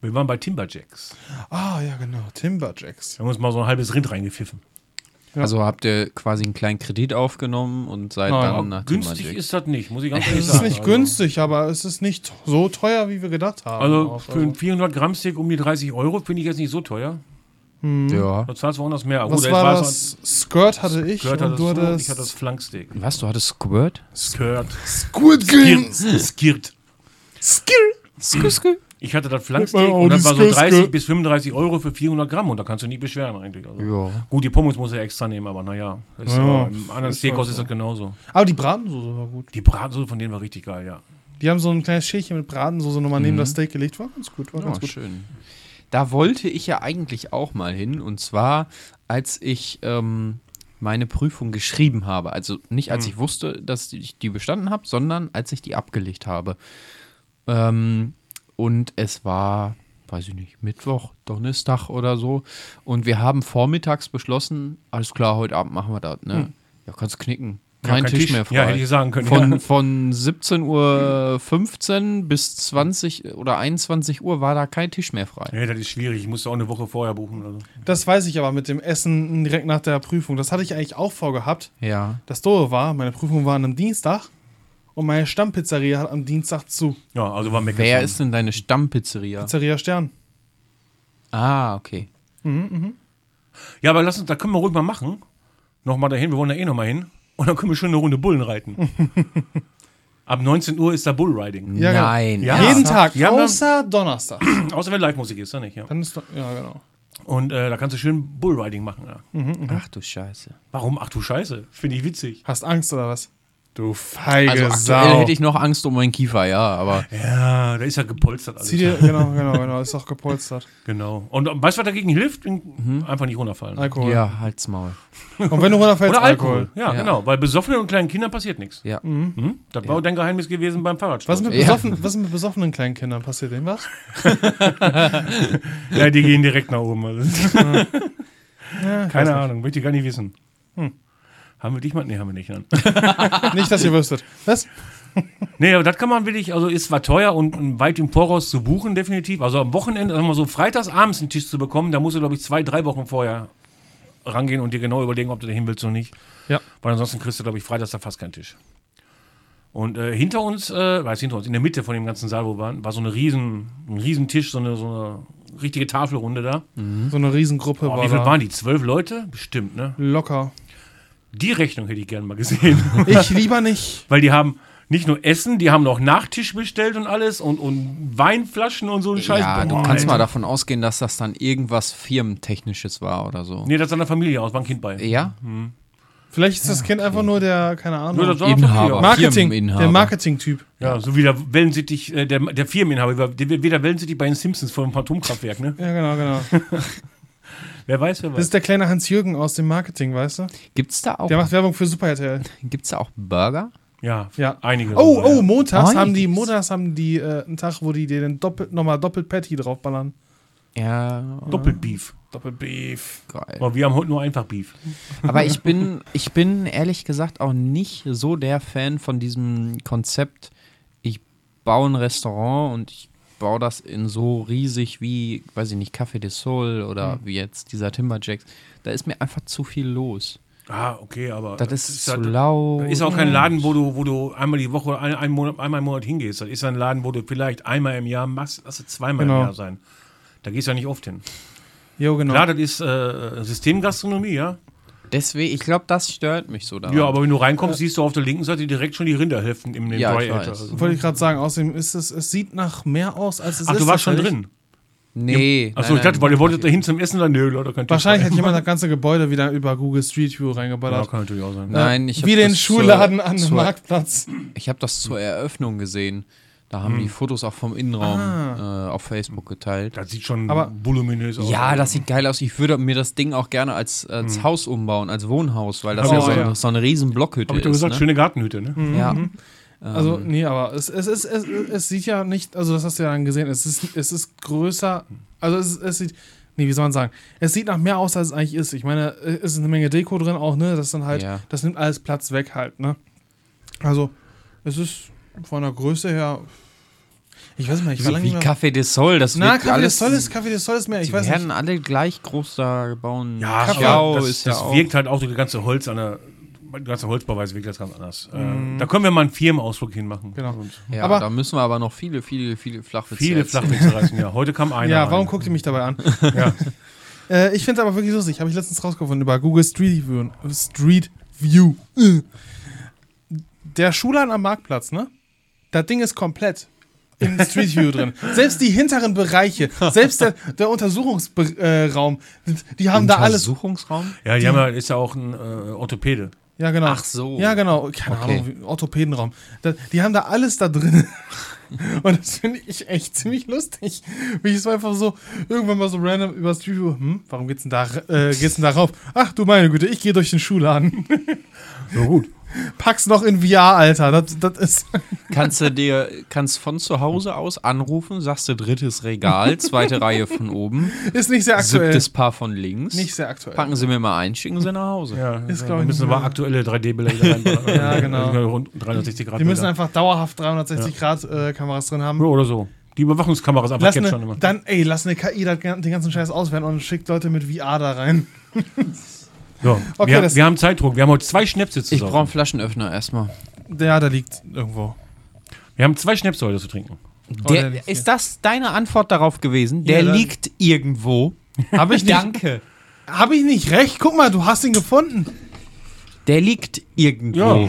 Wir waren bei Timberjacks.
Ah, ja, genau. Timberjacks.
Wir haben uns mal so ein halbes Rind reingepfiffen.
Also habt ihr quasi einen kleinen Kredit aufgenommen und seid
Nein,
dann nach
günstig
Timberjacks.
ist das nicht, muss ich ganz ehrlich
Es
sagen.
ist nicht
Also-
günstig, aber es ist nicht so teuer, wie wir gedacht haben.
Also
Auch,
für einen 400 Gramm Steak um die 30 Euro finde ich jetzt nicht so teuer.
Ja.
Da zahlst du woanders mehr.
was
Gut,
war
jetzt war's-
das? Skirt hatte ich
Gehört
und
hat
du
das so,
hattest.
ich hatte das Flanksteak.
Was, du hattest Squirt?
Skirt.
Squid
Skirt. Skirt. Ich hatte das Flanksteak
Mit meinem
und das war so
Audi-Skirt,
30
Skirt.
bis 35 Euro für 400 Gramm und da kannst du nicht beschweren eigentlich. Also.
Ja.
Gut, die Pommes muss er extra nehmen, aber naja. Ist
Ja,
aber Im anderen
ist
Steakhouse
halt
ist
so.
das genauso.
Aber die Bratensoße war gut.
Die Bratensoße von denen war richtig geil, ja.
Die haben so ein kleines Schälchen mit Bratensoße nochmal
Mhm.
neben das Steak gelegt. War ganz gut, war
Ja,
ganz gut.
Oh, schön. Da wollte ich ja eigentlich auch mal hin. Und zwar, als ich ähm, meine Prüfung geschrieben habe. Also nicht,
Mhm.
als ich wusste, dass ich die bestanden habe, sondern als ich die abgelegt habe. Ähm, und es war, weiß ich nicht, Mittwoch, Donnerstag oder so. Und wir haben vormittags beschlossen, alles klar, heute Abend machen wir das. Ne? Ja, kannst knicken.
Mhm. Ja,
Kein
kein
Tisch,
Tisch.
mehr frei.
Ja, hätte ich sagen können,
Von,
ja.
von 17.15 Uhr bis 20 oder 21 Uhr war da kein Tisch mehr frei.
Nee, das ist schwierig. Ich musste auch eine Woche vorher buchen. Also.
Das weiß ich aber mit dem Essen direkt nach der Prüfung. Das hatte ich eigentlich auch vorgehabt.
Ja.
Das Doofe war, meine Prüfung war an einem Dienstag und meine Stammpizzeria hat am Dienstag zu.
Ja, also war meckern.
Wer ist denn deine Stammpizzeria?
Pizzeria Stern.
Ah, okay.
Ja, aber lass uns, da können wir ruhig mal machen. Nochmal dahin, wir wollen da eh nochmal hin. Und dann können wir schön eine Runde Bullen [laughs] reiten. Ab 19 Uhr ist da Bullriding.
Ja, genau.
Nein.
Ja.
Jeden Tag,
Die haben dann-
außer Donnerstag.
Außer wenn Live-Musik ist, dann nicht, ja.
Dann ist doch, ja, genau.
Und äh, da kannst du schön Bullriding machen. Ja.
Ach du Scheiße.
Warum? Ach du Scheiße. Finde ich witzig.
Hast Angst oder was? Du feige
Also aktuell hätte ich noch Angst um meinen Kiefer, ja, aber
Ja, da ist ja gepolstert alles.
Zieh dir, genau, genau, genau, ist auch gepolstert.
Genau. Und äh, weißt du, was dagegen hilft? Einfach nicht runterfallen.
Alkohol.
ja, halt's Maul.
Und wenn du runterfällst,
Oder Alkohol.
Alkohol.
Ja,
Ja.
genau. Weil besoffenen und kleinen Kindern passiert nichts.
Ja.
Hm? Das war dein Geheimnis gewesen beim Fahrradsturz.
Was ist mit,
Ja.
besoffen, was ist mit besoffenen kleinen Kindern? Passiert denen was?
Ja, die gehen direkt nach oben. Also.
Ja, ich
Keine Ahnung, möchte ich gar nicht wissen. Hm. Haben wir dich mal? Nee, haben wir nicht. Nein. [laughs]
weiß Nicht, dass ihr wüsstet. Was?
Nee, aber das kann man wirklich, also es war teuer und ähm, weit im Voraus zu buchen, definitiv. Also am Wochenende, sagen wir mal so, freitags abends einen Tisch zu bekommen, da musst du, glaube ich, zwei, drei Wochen vorher rangehen und dir genau überlegen, ob du da hin willst oder nicht.
Ja.
Weil ansonsten kriegst du, glaube ich, freitags da fast keinen Tisch. Und äh, hinter uns, äh, weiß hinter uns, in der Mitte von dem ganzen Saal, wo wir waren, war so eine riesen, ein riesen Tisch, so eine, so eine richtige Tafelrunde da.
So eine Riesengruppe
Boah,
war
wie viel
da.
waren die? Zwölf Leute? Bestimmt, ne?
Locker.
Die Rechnung hätte ich gerne mal gesehen. [laughs]
Ich lieber nicht.
Weil die haben nicht nur Essen, die haben noch Nachtisch bestellt und alles und, und Weinflaschen und so ein Scheiß.
ja, du
Boah,
kannst
Alter.
mal davon ausgehen, dass das dann irgendwas firmentechnisches war oder so.
Nee, das ist an der Familie aus, war ein Kind bei.
Ja?
Vielleicht ist das Kind einfach nur der, keine
Nur
Ahnung,
das war eine
Inhaber.
Familie aus.
Marketing,
Firmeninhaber.
der Marketing-Typ.
Ja, so wie der Wellensittich, äh, der, der Firmeninhaber, wie der- wie der Wellensittich bei den Simpsons vor dem Atomkraftwerk, ne?
Ja, genau, genau.
Wer weiß, wer
Das
weiß.
ist der kleine Hans-Jürgen aus dem Marketing, weißt du?
Gibt's da auch,
Der macht Werbung für Super RTL.
gibt's da auch Burger?
Ah, Ja,
Ja.
einige.
Oh,
sogar,
oh, montags
Oh,
haben die,
nice.
montags haben die äh, einen Tag, wo die dir den doppelt, nochmal doppelt Patty draufballern.
Ja,
Ja. Doppelbeef.
Doppelbeef.
geil.
Aber wir haben heute nur einfach Beef.
Aber ich
[laughs]
bin, ich bin ehrlich gesagt auch nicht so der Fan von diesem Konzept, ich baue ein Restaurant und ich baue das in so riesig wie, weiß ich nicht, Café de Sol oder
Hm.
wie jetzt dieser Timberjacks. Da ist mir einfach zu viel los.
Ah, okay, aber.
Das ist, zu
halt-
laut.
Ist auch kein Laden, wo du, wo du einmal die Woche, ein, ein Monat, einmal im Monat hingehst. Das ist ein Laden, wo du vielleicht einmal im Jahr machst, lass es zweimal
Genau.
im Jahr sein. Da gehst du ja nicht oft hin.
Jo, genau.
Klar, das ist äh, Systemgastronomie, ja.
Deswegen, ich glaube, das stört mich so daran.
Ja, aber wenn du reinkommst, siehst du auf der linken Seite direkt schon die Rinderhälften im
Ja,
Dry
ich
Age.
weiß.
Also.
Wollte ich gerade sagen, außerdem ist es, es sieht nach mehr aus, als es
Ach,
ist.
du warst schon
tatsächlich.
drin.
Nee.
Achso,
nein,
also ich dachte,
nein,
weil ihr
nein,
wolltet da
nein.
hin zum Essen, dann nö, Leute, kein Tisch
Wahrscheinlich hat
frei.
jemand das ganze Gebäude wieder über Google Street View
Ja,
reingeballert.
kann natürlich auch sein.
Nein, ich hab
Wie den
das
Schulladen
zur,
an dem
zur, Ähm.
Marktplatz.
Ich habe das
Hm.
zur Eröffnung gesehen. Da haben die Fotos auch vom Innenraum
Ah.
äh, auf Facebook geteilt.
Das sieht schon
Aber-
voluminös aus.
Ja, das sieht geil aus. Ich würde mir das Ding auch gerne als, als Haus umbauen, als Wohnhaus, weil das
Hab
Hm. Oh, ja,
ich
so,
auch,
ja.
Eine, so eine riesen Blockhütte
Hab ich doch
ist.
gesagt,
ne?
schöne Gartenhütte, ne?
Ja.
Also, nee, aber es, es, ist, es, es sieht ja nicht, also das hast du ja dann gesehen, es ist, es ist größer, also es, es sieht, nee, wie soll man sagen, es sieht nach mehr aus, als es eigentlich ist. Ich meine, äh, es ist eine Menge Deko drin auch, ne, das dann halt,
Ja.
das nimmt alles Platz weg halt, ne. Also, es ist von der Größe her, Ich weiß mal, ich war
Wie,
lange
wie
nicht mehr-
Café de Sol, das
Na,
wirkt
Café des
alles,
Solles, Café des Solles mehr. Ich
Die
weiß
werden
nicht.
alle gleich groß da bauen.
Ja,
Kaffee.
aber
Chiao
das,
ist ja
das
auch.
wirkt halt auch durch die ganze Holz an der die ganze Holzbauweise wirkt das ganz anders. Äh, da können wir mal einen Firmenausflug hinmachen.
Mhm. Genau.
Und
ja,
aber-
da müssen wir aber noch viele, viele, viele Flachwitze
viele
erzählen.
Flachwitze reißen, ja.
[laughs]
Heute kam einer.
Ja, warum
rein.
guckt ihr mich dabei an? [laughs]
Ja.
Äh, ich finde es aber wirklich lustig. Habe ich letztens rausgefunden über Google Street View. Street View. Äh. Der Schulan am Marktplatz, ne? Das Ding ist komplett in Street View
[laughs]
drin. Selbst die hinteren Bereiche, selbst der, der Untersuchungsraum, äh, Raum, die haben da alles.
Untersuchungsraum?
Ja, die haben ja, ist ja auch ein äh, Orthopäde.
Ja, genau.
Ach so.
Ja, genau. Keine
Okay.
Ahnung, wie- Orthopädenraum. Da, die haben da alles
[laughs]
da drin. Und das finde ich echt ziemlich lustig. Wie ich so einfach so irgendwann mal so random über Street View, hm, warum geht's denn da, äh, geht's denn da rauf? Ach du meine Güte, ich gehe durch den Schuhladen.
So gut.
Pack's noch in VR, Alter. Das, das ist.
Kannst du dir, kannst von zu Hause aus anrufen, sagst du drittes Regal, zweite Reihe von oben,
Ist nicht sehr [laughs] aktuell.
siebtes Paar von links.
Nicht sehr aktuell.
Packen sie mir mal ein, schicken sie nach Hause.
Ja,
Ist, glaub
wir
ich,
müssen
nicht
aber
mehr-
aktuelle 3D-Bilder
[laughs]
wieder reinbauen.
Ja, genau.
Also Rund 360 Grad.
Die müssen
Bilder.
einfach dauerhaft 360-Grad-Kameras drin haben.
Ja, oder so. Die Überwachungskameras einfach
Lass
jetzt
ne,
schon immer.
dann, ey, lass eine KI das gan- den ganzen Scheiß auswerten und schickt Leute mit VR da rein.
So,
Okay,
wir,
das-
wir haben Zeitdruck. Wir haben heute zwei Schnäpse zu
Ich brauche einen
saufen.
Flaschenöffner erstmal.
Ja, da liegt irgendwo.
Wir haben zwei Schnäpse heute zu trinken.
der
Der,
liegt
ist das deine Antwort darauf gewesen?
Ja,
Der
dann-
liegt irgendwo.
Hab ich nicht,
Danke.
hab ich nicht recht? Guck mal, du hast ihn gefunden.
Der liegt
Ja.
irgendwo.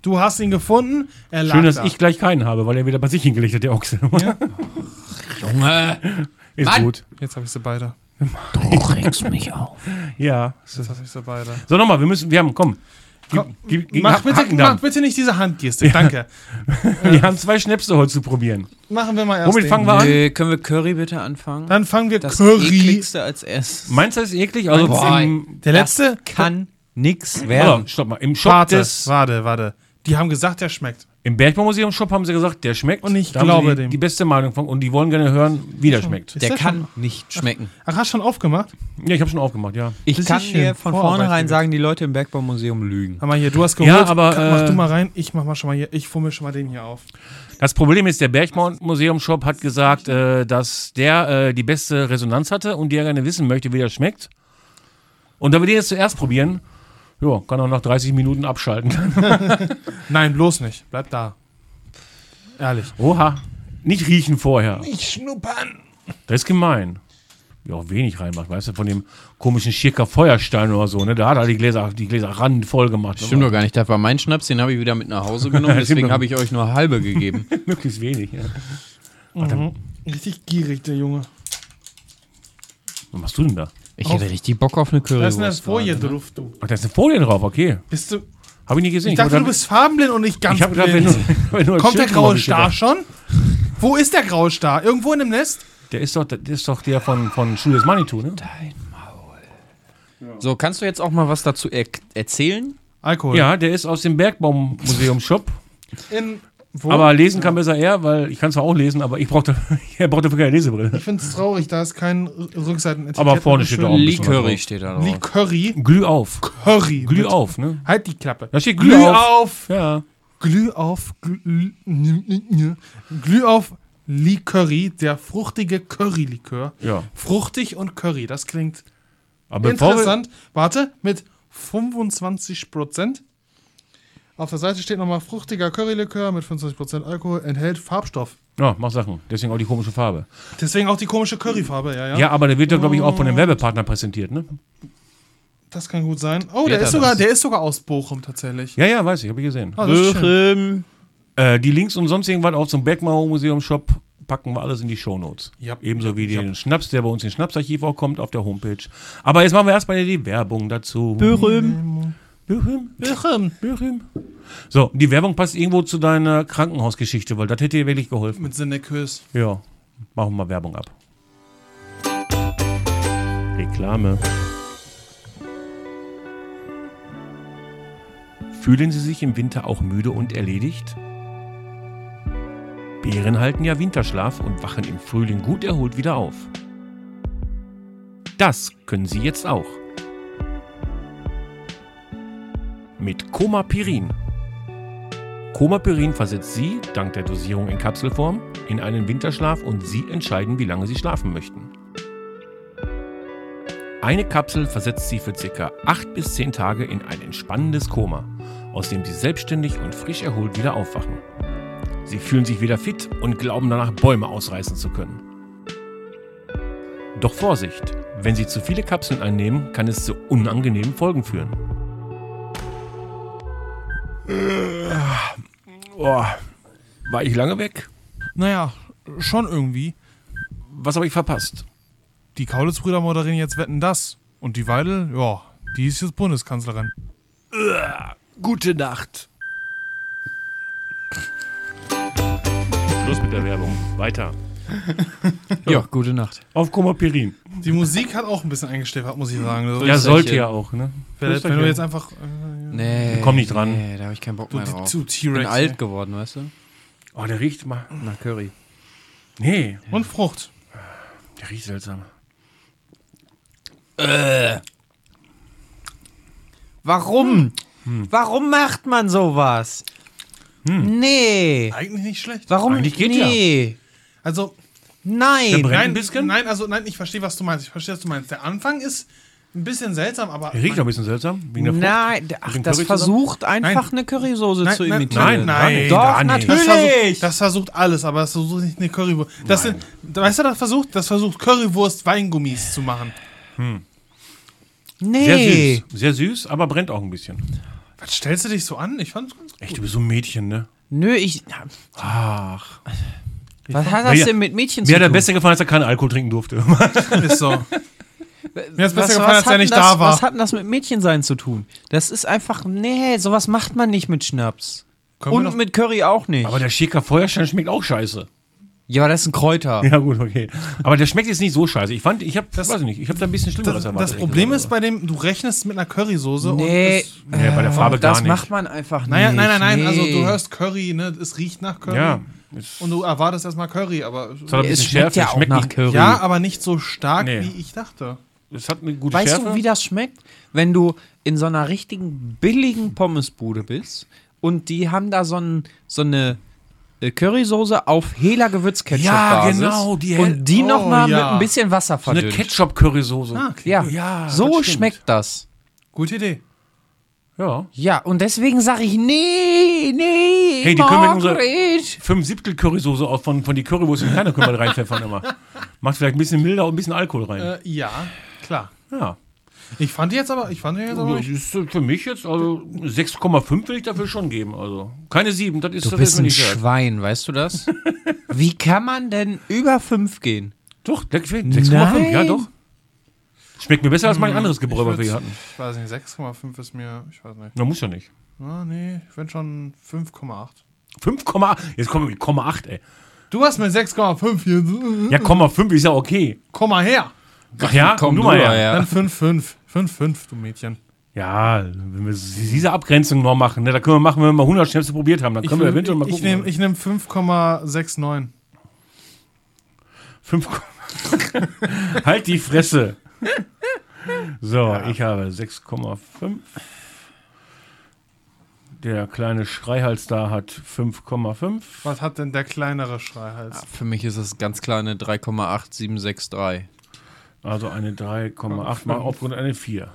Du hast ihn gefunden. Er lag
Schön, dass
da.
ich gleich keinen habe, weil er wieder bei sich hingelegt hat, der Ochse. [laughs]
Junge,
Ist
Mann.
gut.
Jetzt habe ich sie beide.
du regst mich
[laughs]
auf.
Ja.
Jetzt habe ich sie beide.
So, nochmal, wir müssen, wir haben, komm.
Komm,
Gib- gib-
mach,
Hack-
bitte,
Hackendampf.
mach bitte nicht diese Handgeste. Danke.
Wir haben zwei Schnäpse heute zu probieren.
Machen wir mal erst.
Womit
den.
fangen wir an?
Nö, können wir Curry bitte anfangen?
Dann fangen wir
das
Curry.
ekligste als erstes.
Meinst du, das ist eklig? Also,
Boah,
im,
Der letzte?
Das kann nix
also,
werden.
stopp mal. Im Shop
Warte,
des,
warte, warte. Die haben gesagt, der schmeckt.
im Bergbaumuseum-Shop haben sie gesagt, der schmeckt.
Und ich
da haben
glaube
sie die,
dem.
Die beste Meinung von, und die wollen gerne hören, wie der schmeckt.
Ist
Der
das
kann nicht schmecken.
Ach, hast schon aufgemacht?
Ja, ich habe schon aufgemacht, ja.
Ich
Das
kann
ist schön.
dir von
Vorarbeit
vornherein
gewesen.
sagen, die Leute im Bergbaumuseum lügen.
Hör mal hier, du hast geholt.
Ja, aber,
Ka- mach
äh,
du mal rein. Ich mach mal schon mal hier. Ich fummel schon mal den hier auf.
Das Problem ist, der Bergbaumuseum-Shop hat gesagt, äh, dass der äh, die beste Resonanz hatte und der gerne wissen möchte, wie der schmeckt. Und da wir den jetzt zuerst probieren, ja, kann auch nach 30 Minuten abschalten.
Nein, bloß nicht. Bleib da. Ehrlich.
Oha. Nicht riechen vorher.
Ich schnuppern.
Das ist gemein. Ja, auch wenig reinmacht, weißt du, von dem komischen Schirker Feuerstein oder so, ne? Da hat er die Gläser, die Gläser ran voll gemacht.
Stimmt doch gar nicht. Das war mein Schnaps, den habe ich wieder mit nach
[laughs]
Hause genommen. Deswegen
genau.
habe ich euch nur halbe [laughs] gegeben.
möglichst wenig, ja.
Richtig gierig, der Junge.
Was machst du denn da?
Ich hätte richtig Bock auf eine
Da ist eine
Currywurst.
Folie
gerade, ne?
drauf, du.
Ach, da ist eine Folie drauf, okay.
Bist du.
Hab ich nie gesehen.
Ich dachte,
wollte-
du bist farbenblind und nicht ganz
ich hab gedacht, wenn
blind.
du, [laughs] wenn du als
Kommt der
Schild
graue
drauf
Star
steht,
schon? Wo ist der graue Star? Irgendwo in dem Nest?
Der ist doch, der ist doch der von, von Julius Manitou, ne?
So, kannst du jetzt auch mal was dazu er erzählen?
Alkohol.
Ja, der ist aus dem Bergbaumuseum-Shop.
In, wo?
Aber lesen kann besser er, weil ich kann zwar auch lesen, aber ich brauchte, [laughs] er brauchte keine Lesebrille.
ich finde es traurig, da ist kein Rückseiten.
Aber vorne steht auch ein
Lee
bisschen was
Curry
drauf.
steht da
Lee
drauf.
Curry.
Glüh auf.
Curry.
Glüh
mit-
auf, ne?
Halt die Klappe.
Da steht
Glüh
Glüh auf.
auf.
Ja.
Glüh auf. Glüh, Glüh auf. Lee Curry, der fruchtige Currylikör.
Ja.
Fruchtig und Curry, das klingt
Aber bevor wir,
Interessant. Warte, mit 25%. Auf der Seite steht nochmal fruchtiger Currylikör mit 25% Alkohol, enthält Farbstoff.
Ja, mach Sachen. Deswegen auch die komische Farbe.
Deswegen auch die komische Curryfarbe, ja, ja.
Ja, aber der wird ja, glaube ich, auch von dem Werbepartner präsentiert, ne?
Das kann gut sein. Oh, der
Blätter
ist, sogar,
das.
der ist sogar aus Bochum tatsächlich.
Ja, ja, weiß ich, habe ich gesehen.
Ah, das ist schön.
Äh, die Links und sonst irgendwas auch zum Bergmauer-Museum-Shop packen wir alles in die Shownotes.
Jap.
Ebenso wie den Schnaps, der bei uns im Schnapsarchiv auch kommt, auf der Homepage. Aber jetzt machen wir erstmal die Werbung dazu.
Berühm.
Berühm.
Bochum.
Berühm. So, die Werbung passt irgendwo zu deiner Krankenhausgeschichte, weil das hätte dir wirklich geholfen.
Mit Sennekös.
Ja, machen wir mal Werbung ab. Reklame. Fühlen Sie sich im Winter auch müde und erledigt? Bären halten ja Winterschlaf und wachen im Frühling gut erholt wieder auf. Das können Sie jetzt auch. Mit Comapirin. Comapyrin versetzt Sie, dank der Dosierung in Kapselform, in einen Winterschlaf und Sie entscheiden, wie lange Sie schlafen möchten. Eine Kapsel versetzt Sie für ca. 8 bis 10 Tage in ein entspannendes Koma, aus dem Sie selbstständig und frisch erholt wieder aufwachen. Sie fühlen sich wieder fit und glauben danach Bäume ausreißen zu können. Doch Vorsicht, wenn Sie zu viele Kapseln einnehmen, kann es zu unangenehmen Folgen führen. Oh, war ich lange weg?
Naja, schon irgendwie.
Was habe ich verpasst?
Die Kaulitz-Brüder moderieren jetzt Wetten das. Und die Weidel, ja, die ist jetzt Bundeskanzlerin.
Gute Nacht. Schluss mit der Werbung. Weiter.
Ja, gute Nacht.
Auf Komapirin.
Die Musik hat auch ein bisschen eingeschläfert, muss ich sagen. Also,
Ja,
Grüß
sollte
euch,
ja auch, ne?
wenn,
Grüß euch,
wenn du
ja.
jetzt einfach äh,
Nee.
Komm nicht dran.
Nee, da habe ich keinen Bock mehr
du,
drauf.
zu
Ich bin
T-Rex.
alt geworden, weißt du?
Oh, der riecht mal.
Nach Curry.
Nee,
ey. Und Frucht.
der riecht seltsam.
Warum? Hm. Warum macht man sowas? Nee.
Eigentlich nicht schlecht.
Warum?
Eigentlich geht
nee.
Also,
Nein.
Brennt ein
nein,
bisschen?
nein, also, nein, ich verstehe, was du meinst. Ich verstehe, was du meinst. Der Anfang ist ein bisschen seltsam, aber.
Der riecht auch ein bisschen seltsam. Wegen der Frucht.
Nein, d- ach,
dem
das
Curry
versucht einfach
Nein.
eine Currysoße
Nein,
zu
nein,
imitieren.
nein, nein,
Doch,
gar nicht.
natürlich.
Das versucht, das versucht alles, aber das versucht nicht eine Currywurst. Das sind, weißt du, das versucht, das versucht Currywurst Weingummis zu machen.
Nee.
Sehr süß. Sehr süß, aber brennt auch ein bisschen.
Was stellst du dich so an? Ich fand's ganz gut.
Echt, du bist so ein Mädchen, ne?
Nö, ich.
Ach.
Was hat
Wer-
das denn mit Mädchen zu
Mir hat der
tun?
Beste gefallen, dass er keinen Alkohol trinken durfte.
Ist so. Mir hat's
was,
besser gefallen,
was
als er
hat denn
nicht
das,
da war.
Was hat denn das mit Mädchensein zu tun? Das ist einfach, nee, sowas macht man nicht mit Schnaps.
Können wir
Und
noch-
mit Curry auch nicht.
[laughs] aber der Schäker Feuerstein schmeckt auch scheiße.
ja, das ist ein Kräuter.
Ja, gut, okay. Aber der schmeckt jetzt nicht so scheiße. Ich fand, ich hab, das weiß ich nicht, ich hab da ein bisschen
Das,
schlimmeres erwartet.
das Problem ist bei dem, du rechnest mit einer Currysoße
Nee, Äh,
und es,
Nee, bei der Farbe gar
das
nicht.
macht man einfach
Naja,
nicht.
nein, nein, nein,
nee.
also du hörst Curry, ne, es riecht nach Curry.
Ja.
Und du erwartest erstmal Curry, aber.
Es hat ein
Es
bisschen
schmeckt
Schärfe.
ja auch
schmeckt
nach
nicht-
Curry.
Ja, aber nicht so stark,
Nee.
wie ich dachte.
Es hat eine gute
weißt
Schärfe.
du, wie das schmeckt? Wenn du in so einer richtigen billigen Pommesbude bist und die haben da so, ein, so eine äh, Currysoße auf Hela Gewürzketchup
Ja, genau, die
Die
hält-
und die noch
Oh,
nochmal mit
ja.
ein bisschen Wasser
So eine
verdünnt.
Ketchup-Currysoße.
ja,
Ah, Ja,
so
das stimmt.
schmeckt das.
Gute Idee.
Ja.
Ja, und deswegen sage ich, nee, nee,
Hey, die können mit unserer-
Margret.
Fünf Siebtel Currysoße auch von, von die Currywurst in die Kleine können wir reinpfeffern immer. Macht vielleicht ein bisschen milder und ein bisschen Alkohol rein.
Äh, ja, klar.
ja.
Ich fand die jetzt aber, ich fand die jetzt aber.
Das Also, ist für mich jetzt, also 6,5 will ich dafür schon geben. Also keine 7, das ist
Du
das
bist
ist mir
ein
nicht wert.
Schwein, weißt du das? Wie kann man denn über fünf gehen?
Doch, 6,5, ja
Nein.
doch. Schmeckt mir besser als mein anderes Gebräu, was wir hier
würd's-
hatten.
Ich weiß nicht, 6,5 ist mir, ich weiß nicht.
Na, muss ja nicht.
Ah, nee, wenn schon 5,8.
5,8, jetzt kommen wir mit 0,8, ey.
Du hast mir 6,5 hier.
Ja, 0,5 ist ja okay.
Komm mal her.
Ach ja,
Komm
nur
du
mal
mal
her.
her.
Dann 5,5. 5,5, du Mädchen.
Ja, wenn wir diese Abgrenzung noch machen, ne, da können wir machen, wenn wir mal 100 Schnäpse probiert haben, dann können wir eventuell mal
ich
gucken. ne?
nehme ich nehm 5,69.
Fünf [laughs] halt die Fresse. So, ich habe 6,5. Der kleine Schreihals da hat 5,5.
Was hat denn der kleinere Schreihals? [laughs]
Für mich ist das ganz kleine 3,8763.
Also eine 3,8 mal aufgrund eine 4.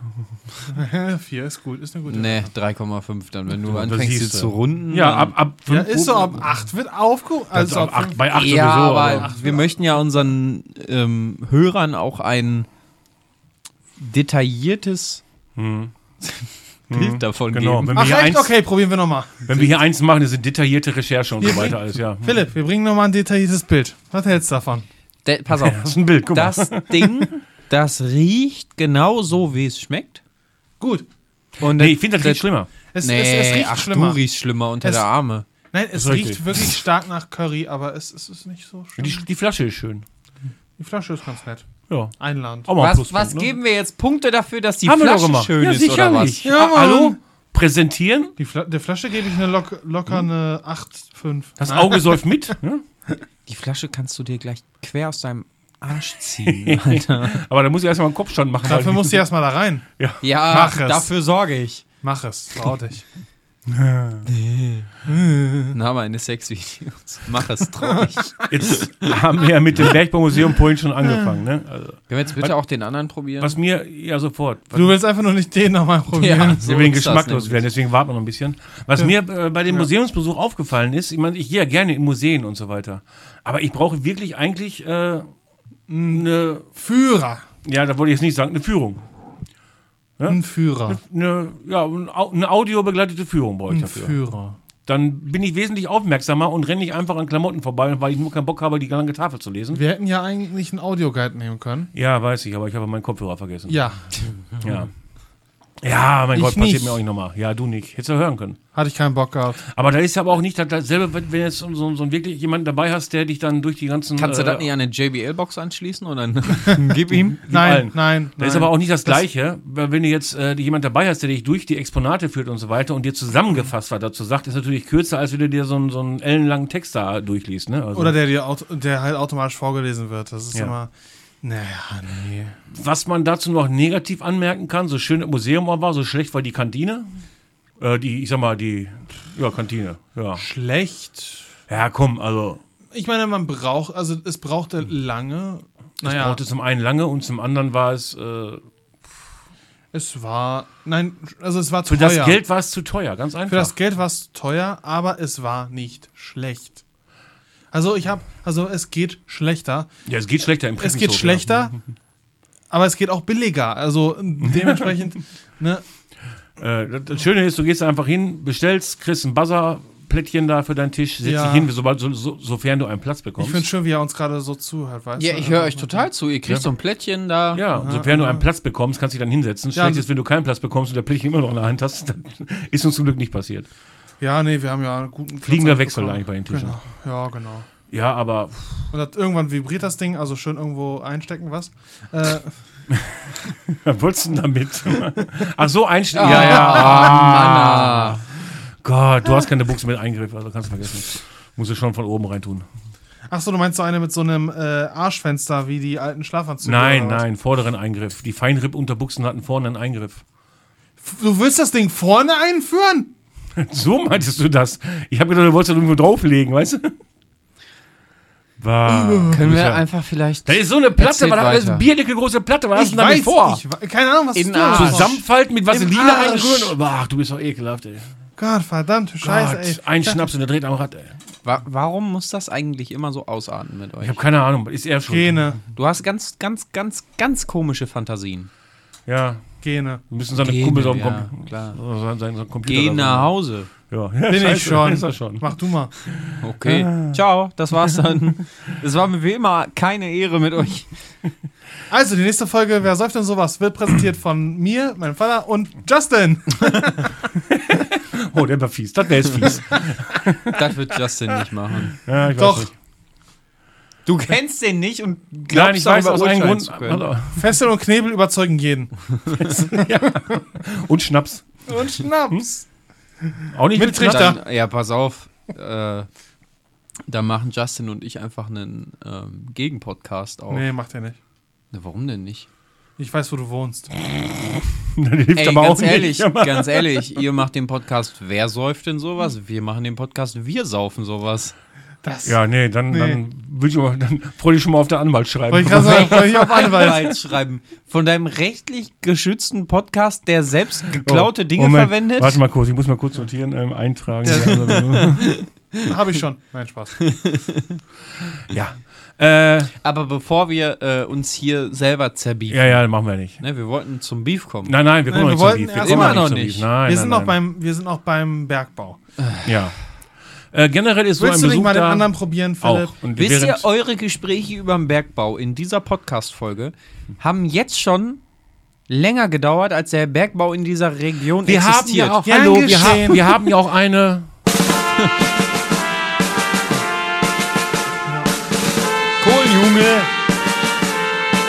4 ist gut, ist eine gute
Nee, 3,5 dann, wenn du
das
anfängst, sie
siehst du.
zu runden.
Ja, ab, ab
Hm. Ja,
5
ist so, ab 8 wird aufgehoben. Also ab
ab
8.
acht, bei 8
ja,
sowieso.
aber wir möchten ja unseren ähm, Hörern auch ein detailliertes [laughs] Bild davon
Hm. genau,
geben.
wenn wir,
Ach
hier
echt?
eins,
Okay, probieren wir nochmal.
wenn wir hier eins machen, das sind detaillierte Recherche und so weiter alles, ja.
Philipp, wir bringen nochmal ein detailliertes Bild. Was hältst du davon?
De pass auf,
Das ist ein Bild, [laughs] guck mal.
das Ding, das riecht genau so, wie es schmeckt.
Gut.
Und
Nee, ich finde das riecht schlimmer.
Es,
Nee,
es, es riecht
ach,
schlimmer.
du riechst schlimmer unter
Es-
der Arme.
Nein, es
ist
riecht
richtig.
wirklich stark nach Curry, aber es, es ist nicht so schlimm.
Die, die Flasche ist schön.
Die Flasche ist ganz nett.
Ja.
Einland.
Auch mal ein
Was,
Pluspunkt,
was
ne?
geben wir jetzt Punkte dafür, dass die
Haben wir doch
Flasche
gemacht.
schön
Ja,
ist oder was?
sicherlich.
Ja, Mann.
Hallo? Präsentieren?
Die Fla der Flasche gebe ich eine lock locker eine 8,5.
Hm? Das
[laughs]
Auge säuft mit. Ne?
Die Flasche kannst du dir gleich quer aus deinem Arsch
[laughs]
ziehen, Alter.
Aber da muss ich erstmal einen Kopfstand machen. [laughs]
Dafür muss sie erstmal da rein.
ja,
Mach es.
dafür sorge ich.
Mach es, trau dich.
Name eines Sexvideos. Mach es
[laughs]
traurig. Können
Jetzt haben wir ja mit dem Bergbaumuseum vorhin schon angefangen. Ne? Also,
wir jetzt bitte auch den anderen probieren?
was mir, ja sofort, was
Du willst einfach nur nicht den nochmal probieren.
Ja.
wir will
ist das
geschmacklos
nämlich.
werden, deswegen warten wir noch ein bisschen. Was mir äh, bei dem Museumsbesuch aufgefallen ist, ich meine, ich gehe ja gerne in Museen und so weiter, aber ich brauche wirklich eigentlich äh,
Äh,
eine,
Führer.
ja, da wollte ich jetzt nicht sagen, eine Führung.
Ein Führer.
Eine, ja, ein Au- eine audiobegleitete Führung brauche ich
Ein
dafür.
Führer.
Dann bin ich wesentlich aufmerksamer und renne nicht einfach an Klamotten vorbei, weil ich nur keinen Bock habe, die lange Tafel zu lesen.
Wir hätten ja eigentlich einen Audioguide nehmen können.
Ja, weiß ich, aber ich habe meinen Kopfhörer vergessen. [laughs]
Ja,
Ja, ja mein
Ich
Gott, passiert
nicht.
mir auch nicht nochmal. Ja, du nicht. Hättest du hören können.
hatte ich keinen Bock gehabt.
Aber da ist ja aber auch nicht das- dasselbe, wenn wenn jetzt so, so, so wirklich jemanden dabei hast, der dich dann durch die ganzen. äh,
Kannst du das nicht an eine JBL-Box anschließen und
[laughs]
dann gib ihm?
Nein,
allen.
nein,
Da
nein.
ist aber auch nicht das Gleiche, weil wenn du jetzt äh, jemand dabei hast, der dich durch die Exponate führt und so weiter und dir zusammengefasst was dazu sagt, ist natürlich kürzer, als wenn du dir so einen, so einen ellenlangen Text da durchliest. Ne? Also,
Oder der, dir auto, der halt automatisch vorgelesen wird. Das ist
Ja.
immer. Naja, nee.
was man dazu noch negativ anmerken kann, so schön das Museum auch war, so schlecht war die Kantine. Äh, die, ich sag mal, die ja, Kantine. Ja.
Schlecht.
ja, komm, also
Ich meine, man braucht, also es brauchte lange.
ich
Naja,
brauchte zum einen lange und zum anderen war es, äh, für
es war. Nein, also es war teuer.
das Geld war es zu teuer, ganz einfach.
Für das Geld war es teuer, aber es war nicht schlecht. Also ich habe, also es geht schlechter.
Ja, es geht schlechter im
Es geht
[laughs]
schlechter, aber es geht auch billiger. Also dementsprechend,
[laughs]
ne,
Ja. Äh, das- das Schöne ist, du gehst einfach hin, bestellst, kriegst ein Buzzer-Plättchen da für deinen Tisch, setzt
Ja.
dich hin, sobald, so, so, sofern du einen Platz bekommst.
ich finde schön, wie er uns gerade so zuhört, weißt
Ja,
du? Also,
ich höre euch total zu. Ihr kriegt so ein Plättchen da.
ja, und sofern du einen Platz bekommst, kannst du dich dann hinsetzen.
Ja,
Schlecht
und-
ist, wenn du keinen Platz bekommst und der Plättchen immer noch in der Hand hast, [laughs] dann ist uns zum Glück nicht passiert.
Ja, nee, wir haben ja einen guten Platz
Fliegender
einfach
Wechsel
bekommen.
eigentlich bei den Tischen.
Genau. Ja, genau.
Ja, aber [laughs]
Und das, irgendwann vibriert das Ding, also schön irgendwo einstecken, was?
[laughs]
Äh,
was wolltest du
[laughs]
denn damit? Ach so,
Ah,
einstellen. ja, Ah. ja.
ja.
Gott, du hast keine Buchse mit Eingriff, also kannst du vergessen. Musst du schon von oben reintun.
ach so, du meinst so eine mit so einem äh, Arschfenster wie die alten Schlafanzüge?
Nein,
oder was?
nein, vorderen Eingriff. Die Feinripp-Unterbuchsen hatten vorne einen Eingriff.
Du willst das Ding vorne einführen?
So meintest du das? Ich habe gedacht, du wolltest das irgendwo drauflegen, weißt du? Bah.
Können wir
Ja.
einfach vielleicht
Da ist so eine Platte,
Erzählt
war da ist
weiter.
eine bierdicke große Platte, was hast du denn damit vor?
ich we- keine Ahnung, was
In
du da
Arsch.
Zusammenfalten mit
Im
Vaseline
Arsch.
einrühren. Ach, du bist doch ekelhaft, ey.
Gott, verdammt, scheiße,
Gott,
ey.
ein Schnaps und der dreht am Rad, ey.
Wa warum muss das eigentlich immer so ausarten mit
Ich
euch?
habe keine Ahnung, ist er schon.
Gene,
Du hast ganz, ganz, ganz, ganz komische Fantasien.
Ja,
Gene.
wir müssen seine Kumpel so am
ja,
Kom-
klar.
so seinen- seinen Computer.
Geh nach
da
Hause.
so- Ja,
Bin ich
scheiße,
schon.
Ist er schon.
Mach du mal.
Okay.
Ah.
Ciao, das war's dann. Es war mir wie immer keine Ehre mit euch.
Also, die nächste Folge, wer säuft denn sowas, wird präsentiert von mir, meinem Vater und Justin.
Oh, der war fies. Das wäre jetzt
[laughs]
fies.
Das wird Justin nicht machen.
Ja, ich weiß
Doch.
nicht.
Du kennst den nicht und
Nein,
glaubst
ich weiß
darüber
aus einem
urteilen
Grund.
zu können.
Fesseln und Knebel überzeugen jeden.
Und Schnaps.
Und Schnaps.
Auch nicht
Mit
Schnaps. [laughs]
Trichter.
Dann, ja, pass auf. Äh, dann machen Justin und ich einfach einen ähm, Gegenpodcast auf.
Hm? Nee, macht er nicht.
Na, warum denn nicht?
Ich weiß, wo du wohnst.
Das hilft
Ey,
aber
ganz
auch nicht. [laughs]
ehrlich,
Aber-
ganz ehrlich, ihr macht den Podcast Wer säuft denn sowas? Wir machen den Podcast Wir saufen sowas.
Das.
Ja, nee, dann,
Nee.
dann würde ich aber, dann freue ich schon mal auf der Anwalt schreiben.
Wollte ich gerade sagen, wollte ich auf Anwalt.
Anwalt schreiben. Von deinem rechtlich geschützten Podcast, der selbst geklaute Dinge verwendet.
Oh, Warte mal kurz, ich muss mal kurz notieren, ähm, eintragen. also,
Habe ich schon. Nein, Spaß.
[laughs] ja. Äh,
Aber bevor wir äh, uns hier selber zerbieten,
ja, ja, machen wir nicht.
ne, wir wollten zum Beef kommen.
Nein, nein, wir kommen
Nein,
noch
wir wollten
nicht zum Beef.
erst
Wir
mal-
kommen noch
Immer noch
zum
nicht.
Beef. Nein,
Wir
nein,
sind,
nein.
noch beim, wir sind noch beim Bergbau.
Ja. Äh, generell ist
Willst du
so
nicht
ein Besuch
mal den
da
anderen probieren, Philipp?
auch. Und
Wisst ihr,
während-
oh,
eure Gespräche über den Bergbau in dieser Podcast-Folge haben jetzt schon länger gedauert, als der Bergbau in dieser Region
wir haben
existiert.
ja auch,
Gern
hallo, wir,
geschehen.
haben, wir haben ja auch eine
Kohlenjunge!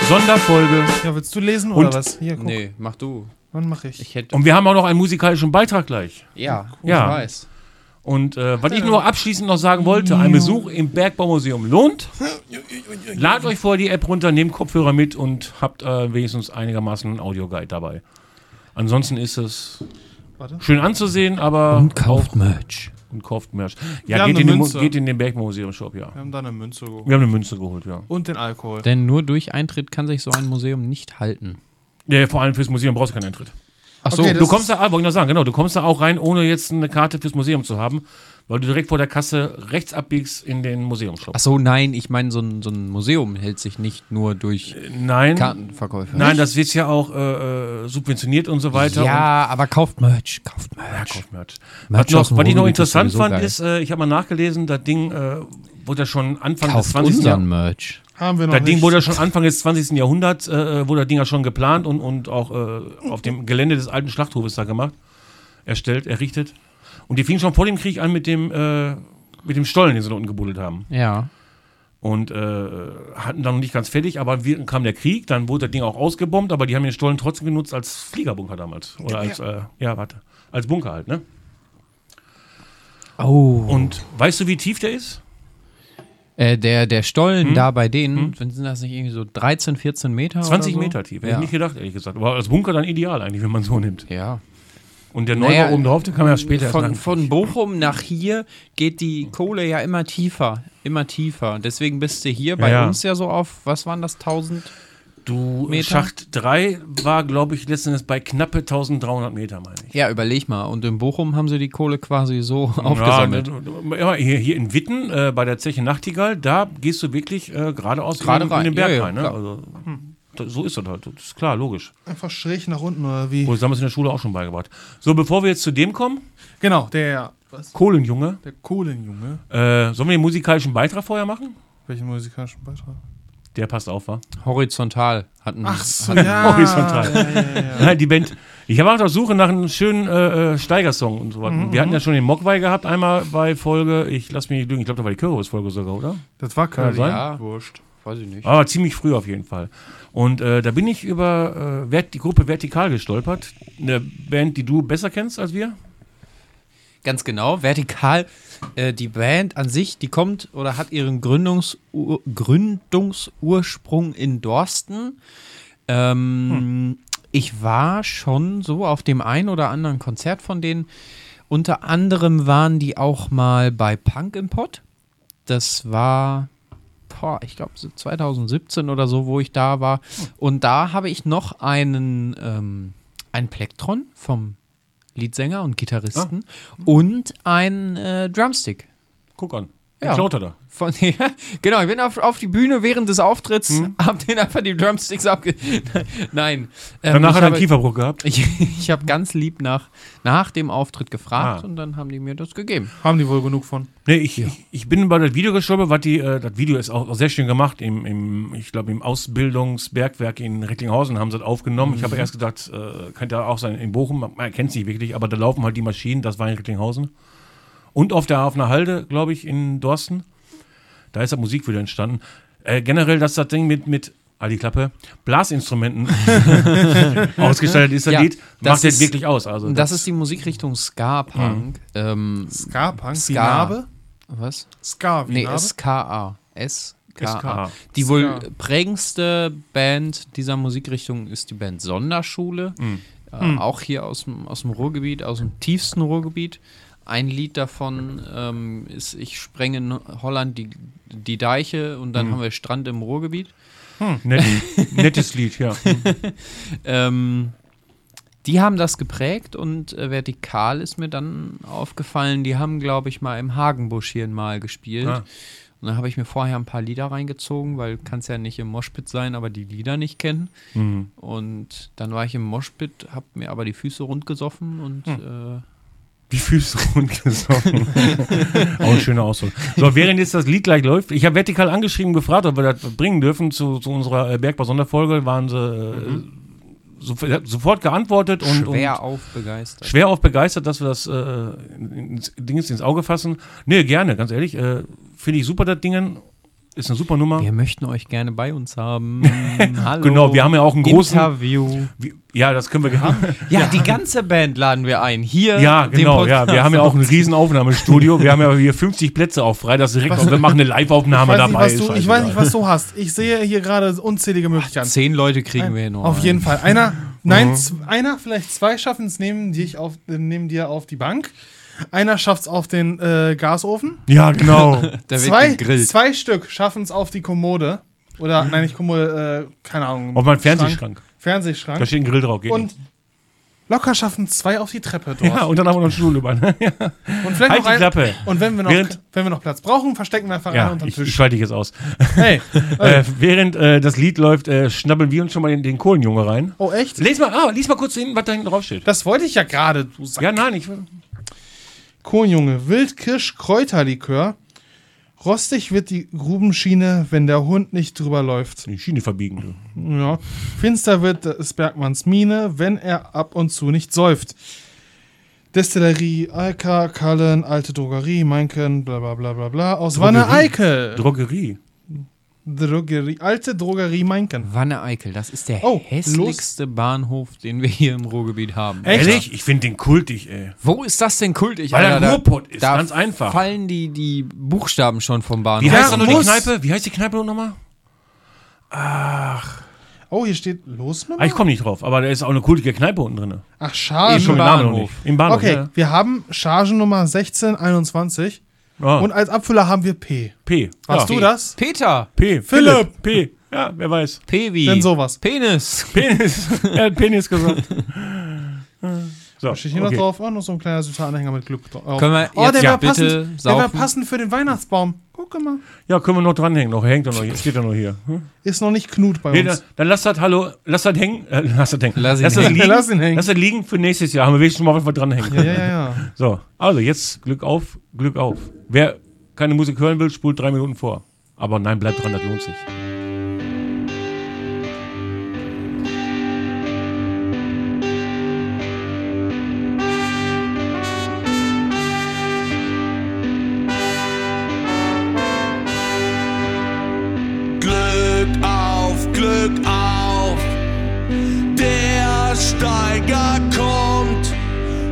Sonderfolge
Ja, willst du lesen oder
Und-
was? Hier, guck.
Nee, mach du.
Dann mache ich.
Ich hätte.
und wir haben auch noch einen musikalischen Beitrag gleich.
ja,
Um- Ja.
ich weiß.
Und äh, was ich nur abschließend noch sagen wollte, ein Besuch im Bergbaumuseum lohnt. Ladet euch vorher die App runter, nehmt Kopfhörer mit und habt äh, wenigstens einigermaßen einen Audioguide dabei. Ansonsten ist es
Warte. Hm?
Schön anzusehen, aber
Und kauft Merch.
und kauft Merch.
Wir
Ja,
haben
geht
eine
in, den, Mu-
Münze.
geht in den Bergmuseum-Shop, ja.
Wir haben da eine Münze geholt.
Wir haben eine Münze geholt, ja.
Und den Alkohol.
Denn nur durch Eintritt kann sich so ein Museum nicht halten.
ja. Vor allem fürs Museum brauchst du keinen Eintritt.
Achso,
Okay,
so,
das-
Du kommst da, ah, wollte ich noch sagen, genau, du kommst da auch rein, ohne jetzt eine Karte fürs Museum zu haben, weil du direkt vor der Kasse rechts abbiegst in den Museumshop.
ach so, nein, ich meine, so ein, so ein Museum hält sich nicht nur durch
Nein,
Kartenverkäufe.
Äh, nein, das wird ja auch äh, äh, subventioniert und so weiter. Und
Ja, aber kauft Merch, kauft
ja,
Merch.
kauft Merch.
Merch
Was, noch,
aus dem
was ich noch
Ruhrgebiet
interessant
ist sowieso
fand,
geil.
ist, äh, ich habe mal nachgelesen, das Ding äh, wurde ja schon Anfang des
kauft
20.
unseren
Jahrhunderts.
Merch.
Haben wir noch
Das Ding
nicht.
wurde ja schon Anfang des 20. Jahrhunderts, äh, wurde das Ding ja schon geplant und, und auch äh, auf dem Gelände des alten Schlachthofes da gemacht, erstellt, errichtet. Und die fingen schon vor dem Krieg an mit dem, äh, mit dem Stollen, den sie da unten gebuddelt haben.
Ja.
Und äh, hatten dann noch nicht ganz fertig, aber wir- kam der Krieg, dann wurde das Ding auch ausgebombt, aber die haben den Stollen trotzdem genutzt als Fliegerbunker damals. Oder als, äh, ja, warte, als Bunker halt, ne?
Oh.
Und weißt du, wie tief der ist?
Äh, der, der
Hm?
Stollen da bei denen, sind das nicht irgendwie so 13, 14 Meter?
20
oder so?
Meter tief, hätte
Ja.
ich nicht gedacht, ehrlich gesagt. Aber als Bunker dann ideal eigentlich, wenn man so nimmt.
ja.
Und der Neubau
Naja,
oben drauf, der kam ja später erst
Von,
nach-
von Bochum nach hier geht die Kohle ja immer tiefer, immer tiefer. Deswegen bist du hier bei
Ja.
uns ja so auf, was waren das, 1000?
Du,
Meter?
Schacht 3 war, glaube ich, letztens bei knappe 1300 Meter, meine ich.
Ja, überleg mal. Und in Bochum haben sie die Kohle quasi so aufgesammelt.
Ja, ne, ja, hier, hier in Witten, äh, bei der Zeche Nachtigall, da gehst du wirklich äh, geradeaus
Gerade
in,
rein,
in den
ja,
Berg
ja,
rein. Ne?
klar.
Also, da, so ist das halt. Das ist klar, logisch.
Einfach schräg nach unten oder wie?
Wo das haben wir es in der Schule auch schon beigebracht. So, bevor wir jetzt zu dem kommen,
Genau, der. Was?
Kohlenjunge,
Der Kohlenjunge.
äh, sollen wir den musikalischen Beitrag vorher machen?
Welchen musikalischen Beitrag?
Der passt auf, wa?
Horizontal hatten
Ach so,
hatten-
ja.
Horizontal.
Ja, ja, ja, ja.
Nein, [laughs] die Band. Ich war auf der Suche nach einem schönen äh, äh, Steigersong und so weiter.
Mhm,
Wir hatten ja schon den Mogwai gehabt, einmal bei Folge, ich lass mich nicht lügen, ich glaube, da war die Kürbis-Folge sogar, oder?
Das war
Kann
Curry.
sein?
Ja.
Wurscht.
Weiß ich nicht.
Aber Ah, ziemlich früh auf jeden Fall. Und äh, da bin ich über äh, Vert- die Gruppe Vertikal gestolpert. Eine Band, die du besser kennst als wir.
Ganz genau, vertikal. Äh, die Band an sich, die kommt oder hat ihren Gründungs Ur- Gründungsursprung in Dorsten. Ähm, Ich war schon so auf dem einen oder anderen Konzert von denen. Unter anderem waren die auch mal bei Punk im Pott. Das war, boah, ich glaube, 2017 oder so, wo ich da war. Und da habe ich noch einen, ähm, einen Plektron vom Leadsänger und Gitarristen
Ah.
und einen äh, Drumstick.
Guck an.
Ja. Ähm,
Klaut er da.
Von, ja, [laughs] genau, ich bin auf, auf die Bühne während des Auftritts,
Hm.
hab den einfach die Drumsticks abge. [laughs] Nein. ähm,
Danach
ich
hat er einen
habe-
Kieferbruch
[laughs]
gehabt.
Ich, ich habe ganz lieb nach, nach dem Auftritt gefragt
Ah.
und dann haben die mir das gegeben.
Haben die wohl genug von?
Nee, ich, ich, ich bin über das Video gestolpert, was die, äh, das Video ist auch, auch sehr schön gemacht. Im, im, ich glaube, im Ausbildungsbergwerk in Recklinghausen haben sie das aufgenommen. Ich habe
Mhm.
erst gedacht, äh, könnte ja auch sein in Bochum, man erkennt es nicht wirklich, aber da laufen halt die Maschinen, das war in Recklinghausen. Und auf der Hafner Halde, glaube ich, in Dorsten. Da ist das Musikvideo entstanden. Äh, generell, dass das Ding mit, mit ah, die Klappe, Blasinstrumenten [laughs] ausgestaltet ist, das
Ja,
Lied,
das
macht jetzt
ist-
wirklich aus. Also,
Und das ist die Musikrichtung Ska-Punk.
Hm.
Ähm,
Ska Punk? Ska. Wie
Ska.
Narbe?
was?
Ska wie
Nee,
Narbe?
SKA. SKA.
SKA.
Die wohl prägendste Band dieser Musikrichtung ist die Band Sonderschule. Äh, Auch hier aus dem, aus dem Ruhrgebiet, aus dem tiefsten Ruhrgebiet. Ein Lied davon ähm, ist Ich sprenge in Holland die, die Deiche und dann haben wir Strand im Ruhrgebiet.
nett, nettes
[laughs]
Lied, ja.
Ähm, die haben das geprägt und äh, vertikal ist mir dann aufgefallen, die haben, glaube ich, mal im Hagenbusch hier mal gespielt.
Ah.
Und dann habe ich mir vorher ein paar Lieder reingezogen, weil kann es ja nicht im Moshpit sein, aber die Lieder nicht kennen.
Mhm.
Und dann war ich im Moshpit, habe mir aber die Füße rund gesoffen und
Hm.
äh,
Die Füße
[laughs]
rund gesoffen. [laughs] Auch ein schöner Ausdruck. So, während jetzt das Lied gleich läuft, ich habe vertikal angeschrieben und gefragt, ob wir das bringen dürfen zu, zu unserer äh, Bergbau-Sonderfolge, waren sie äh,
Mhm.
so, sofort geantwortet und,
schwer
und
aufbegeistert.
schwer auf begeistert, dass wir das äh, ins, Dings ins Auge fassen. Nee, gerne, ganz ehrlich. Äh, Finde ich super, das Dingen. Ist eine super Nummer.
Wir möchten euch gerne bei uns
[laughs]
haben. Hallo.
Genau, wir haben ja auch einen großen-
Interview.
Wie- Ja,
[laughs]
das können wir gerne.
Ja, die ganze Band laden wir ein. Hier.
[laughs] Ja,
den
genau. Ja,
Podcast
wir haben ja auch ein riesen Aufnahmestudio. Wir haben ja hier 50 Plätze auch frei. Das ist direkt. Und wir machen eine
Ich
Live-Aufnahme
weiß, nicht,
dabei.
was
ist
du, ich weiß
scheißegal.
nicht, was du hast. Ich sehe hier gerade unzählige Möglichkeiten.
Oh
Zehn Leute kriegen wir hin. Oh
Auf jeden Fall. Einer Nein, z- einer, vielleicht zwei schaffen es neben, dich auf, äh, neben dir auf die Bank. Einer schafft es auf den äh, Gasofen.
Ja, genau.
Da
Zwei,
wird gegrillt.
zwei Stück schaffen es auf die Kommode. Oder, nein, nicht Kommode, äh, keine Ahnung.
Hm. Auf meinen
Schrank.
Fernsehschrank. Da
Fernsehschrank.
steht ein Grill drauf. Geht
Und
nicht.
locker schaffen es zwei auf die Treppe dort.
Ja, und dann haben wir noch einen Stuhl über. ne? ja.
Und vielleicht
Halt
noch
die
ein-
Klappe.
Und wenn wir, noch,
Während-
wenn wir noch Platz brauchen, verstecken wir einfach einen
Ja,
unter den
ich, ich
Tisch. Ähm.
schalte dich jetzt aus.
hey,
Äh, während äh, das Lied läuft, äh, schnabbeln wir uns schon mal den, den Kohlenjunge rein.
oh echt?
Lies mal, ah, lies mal kurz hin, was da hinten drauf steht.
Das wollte ich ja gerade, du Sack.
Ja, nein, ich.
Kohnjunge, Wildkirsch-Kräuterlikör. Rostig wird die Grubenschiene, wenn der Hund nicht drüber läuft.
Die Schiene verbiegen, du.
Ja. Finster wird des Bergmanns Mine, wenn er ab und zu nicht säuft. Destillerie, Alka, Kallen, alte Drogerie, Meinken, bla bla bla bla bla. Aus Wanne
Drogerie.
Eickel.
Drogerie.
Drogerie, alte Drogerie Meinken.
Wanne Eickel, das ist der
Oh,
hässlichste Bahnhof, den wir hier im Ruhrgebiet haben.
Echt?
Ehrlich? Ich finde den kultig, ey.
Wo ist das denn kultig?
Weil er
Alter? Da-
Ruhrpott ist,
da
ganz einfach.
fallen die, die Buchstaben schon vom Bahnhof.
Wie
Ja,
heißt da nur die
muss.
Kneipe? Wie heißt die Kneipe nochmal?
Oh, hier steht
Ah,
Losnummer?
ich komme nicht drauf, aber da ist auch eine kultige Kneipe unten drin.
Ach,
Eben
Chargen.
schon.
Namen
Bahnhof.
Im Bahnhof,
Okay,
ja.
wir haben Chargennummer 1621
Ah,
und als Abfüller haben wir P.
P.
Warst
ja.
du das?
Peter!
P.
Philipp.
Philipp. P. Ja, wer weiß.
Pewi!
Denn sowas.
Penis!
Penis. [laughs] er hat Penis gesagt. So,
Steht hier
okay.
noch drauf, auch noch so ein kleiner süßer Anhänger mit Glück drauf.
Können wir
oh,
jetzt
der
ja
wäre
bitte
passend, der wär
saufen?
passend für den Weihnachtsbaum. Guck mal.
Ja, können wir noch dranhängen. Noch hängt er noch hier. Steht er noch hier. Hm?
Ist noch nicht Knut bei
Nee,
uns.
dann, dann lass das, hallo, lass das hängen. Äh, lass das hängen.
Lass ihn
das
hängen.
liegen.
Lass ihn hängen.
Lass das liegen für nächstes Jahr. Haben wir wenigstens mal was dranhängen.
Ja, ja,
[laughs]
ja.
So, also jetzt Glück auf, Glück auf. Wer keine Musik hören will, spult drei Minuten vor. Aber nein, bleibt dran, das lohnt sich.
Glück auf, Glück auf. Der Steiger kommt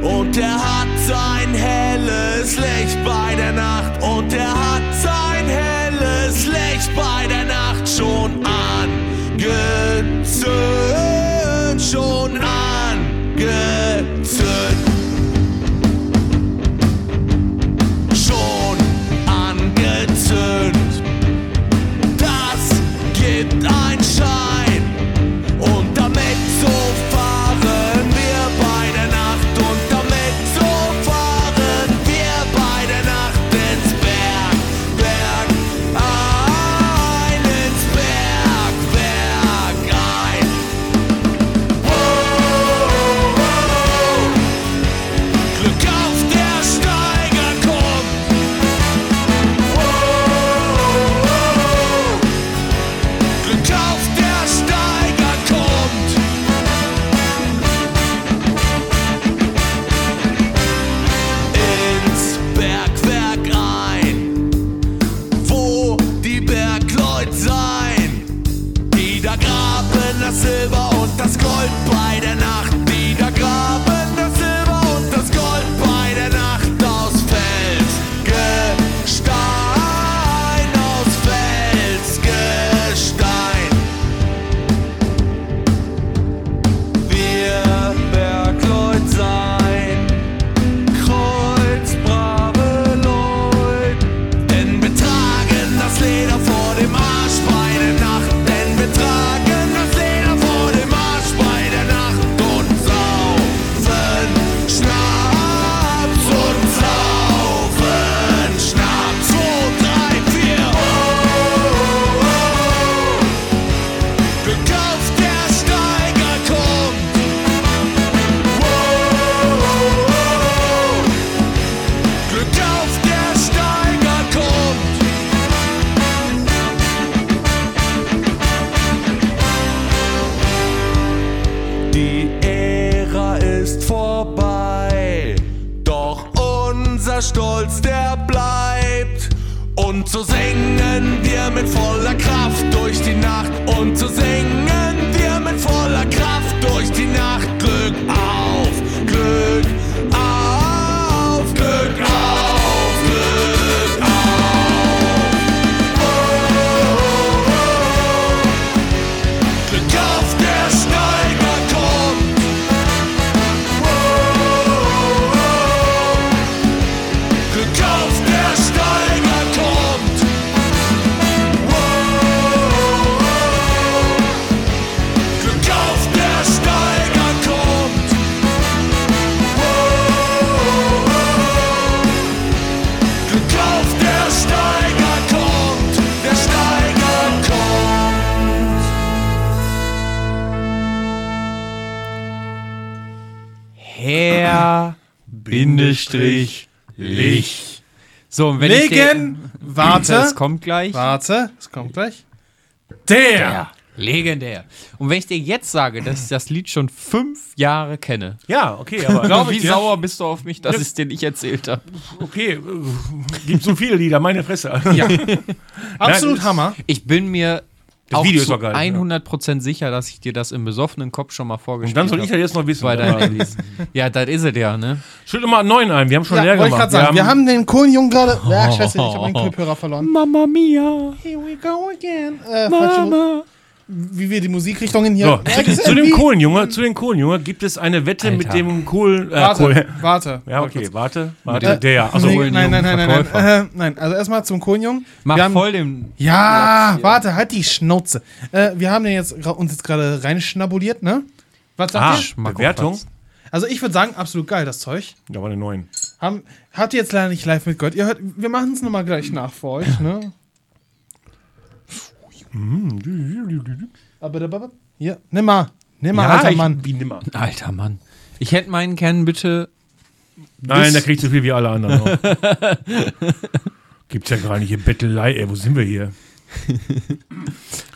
und er hat sein helles Licht bei der Nacht und er hat sein helles Licht bei der Nacht schon angezündet, schon angezündet. Schon angezündet das gibt ein Schein. Und damit so fahren wir bei der Nacht. Und damit so fahren wir bei der Nacht ins Berg, Berg ein, ins Berg, Berg ein. Oh, oh, oh. Glück auf der Steiger kommt. Glück auf der Steiger kommt. Ins Bergwerk ein, wo die Bergleut sein, die da graben das Silber und das Gold bei der Nacht. Die da graben das Silber und das Gold bei der Nacht aus Felsgestein, aus Felsgestein. Wir Bergleut sein, kreuzbrave Leut. Denn wir tragen das Leder vor dem Arsch bei der Nacht. Denn wir tragen das Leder vor dem Arsch bei der Nacht und saufen Schnaps und saufen Schnaps. Zwei, drei, vier. Oh, oh, oh. Glück auf der Steiger kommt. Oh, oh, oh. Glück auf der Steiger kommt. Die Ära ist vorbei, doch unser Stolz, der bleibt. Und so singen wir mit voller Kraft durch die Nacht. Und so singen wir mit voller Kraft durch die Nacht. Glück auf, Glück auf, Glück auf, Glück auf. Oh, oh, oh. Glück auf der Steiger kommt.
Herr Bindestrich Lich. So, und wenn ich den-
Legen, warte,
Das kommt gleich.
warte, es kommt gleich. Der!
Ja, legendär. Und wenn ich dir jetzt sage, dass ich das Lied schon fünf Jahre kenne,
[laughs] Ja, okay, aber
glaub, wie
ich dir.
sauer bist du auf mich, dass ich es dir nicht erzählt habe.
Okay, äh, gibt so viele Lieder, meine [laughs] Fresse.
Ja. Absolut
das-
Hammer.
Ich bin mir
Das
auch
Video ist
zu
doch geil, ja.
100% sicher, dass ich dir das im besoffenen Kopf schon mal
Und
vorgestellt
dann
habe.
soll ich halt ja jetzt noch wissen.
bei deinen
Ja.
Handys. Ja, das ist es ja, ne?
Schüttel mal einen neuen ein, wir haben schon
Ja,
leer
wollte ich
gemacht.
gerade sagen, wir haben, den coolen Jungen gerade. Ja, scheiße, ich habe meinen Cliphörer verloren.
Mamma mia.
Here we go again. Äh, falsche, wie wir die Musikrichtungen hier.
so,
Ja,
zu, zu dem Kohlenjunge, zu dem Kohlenjunge gibt es eine Wette mit
Alter.
dem Kohlen. Äh,
Warte,
Kohl-
warte.
Ja, okay, warte,
Mit
warte.
dem-
Der, ja, also
Also nee, nein, nein, nein, nein,
Verkäufer.
nein, äh, [laughs] nein. Also erstmal zum Kohlenjungen.
Mach
Wir haben-
voll den.
Ja, warte, halt die Schnauze. Äh, wir haben den jetzt ra- uns jetzt gerade reinschnabuliert, ne? Was sagt
ah,
ihr?
Bewertung.
Also ich würde sagen, absolut geil das Zeug.
Da war eine 9.
Haben, habt ihr jetzt leider nicht live mitgehört. Ihr hört, wir machen es nochmal gleich nach für euch, ne?
Mm.
Aber da, hier, nimm mal, nimm mal, alter Mann.
wie nimmer.
Alter Mann. Ich hätte meinen Kern bitte.
Nein, der kriegt so viel wie alle
[laughs]
anderen. Auch. Gibt's ja gar nicht hier Bettelei, ey, wo sind wir hier?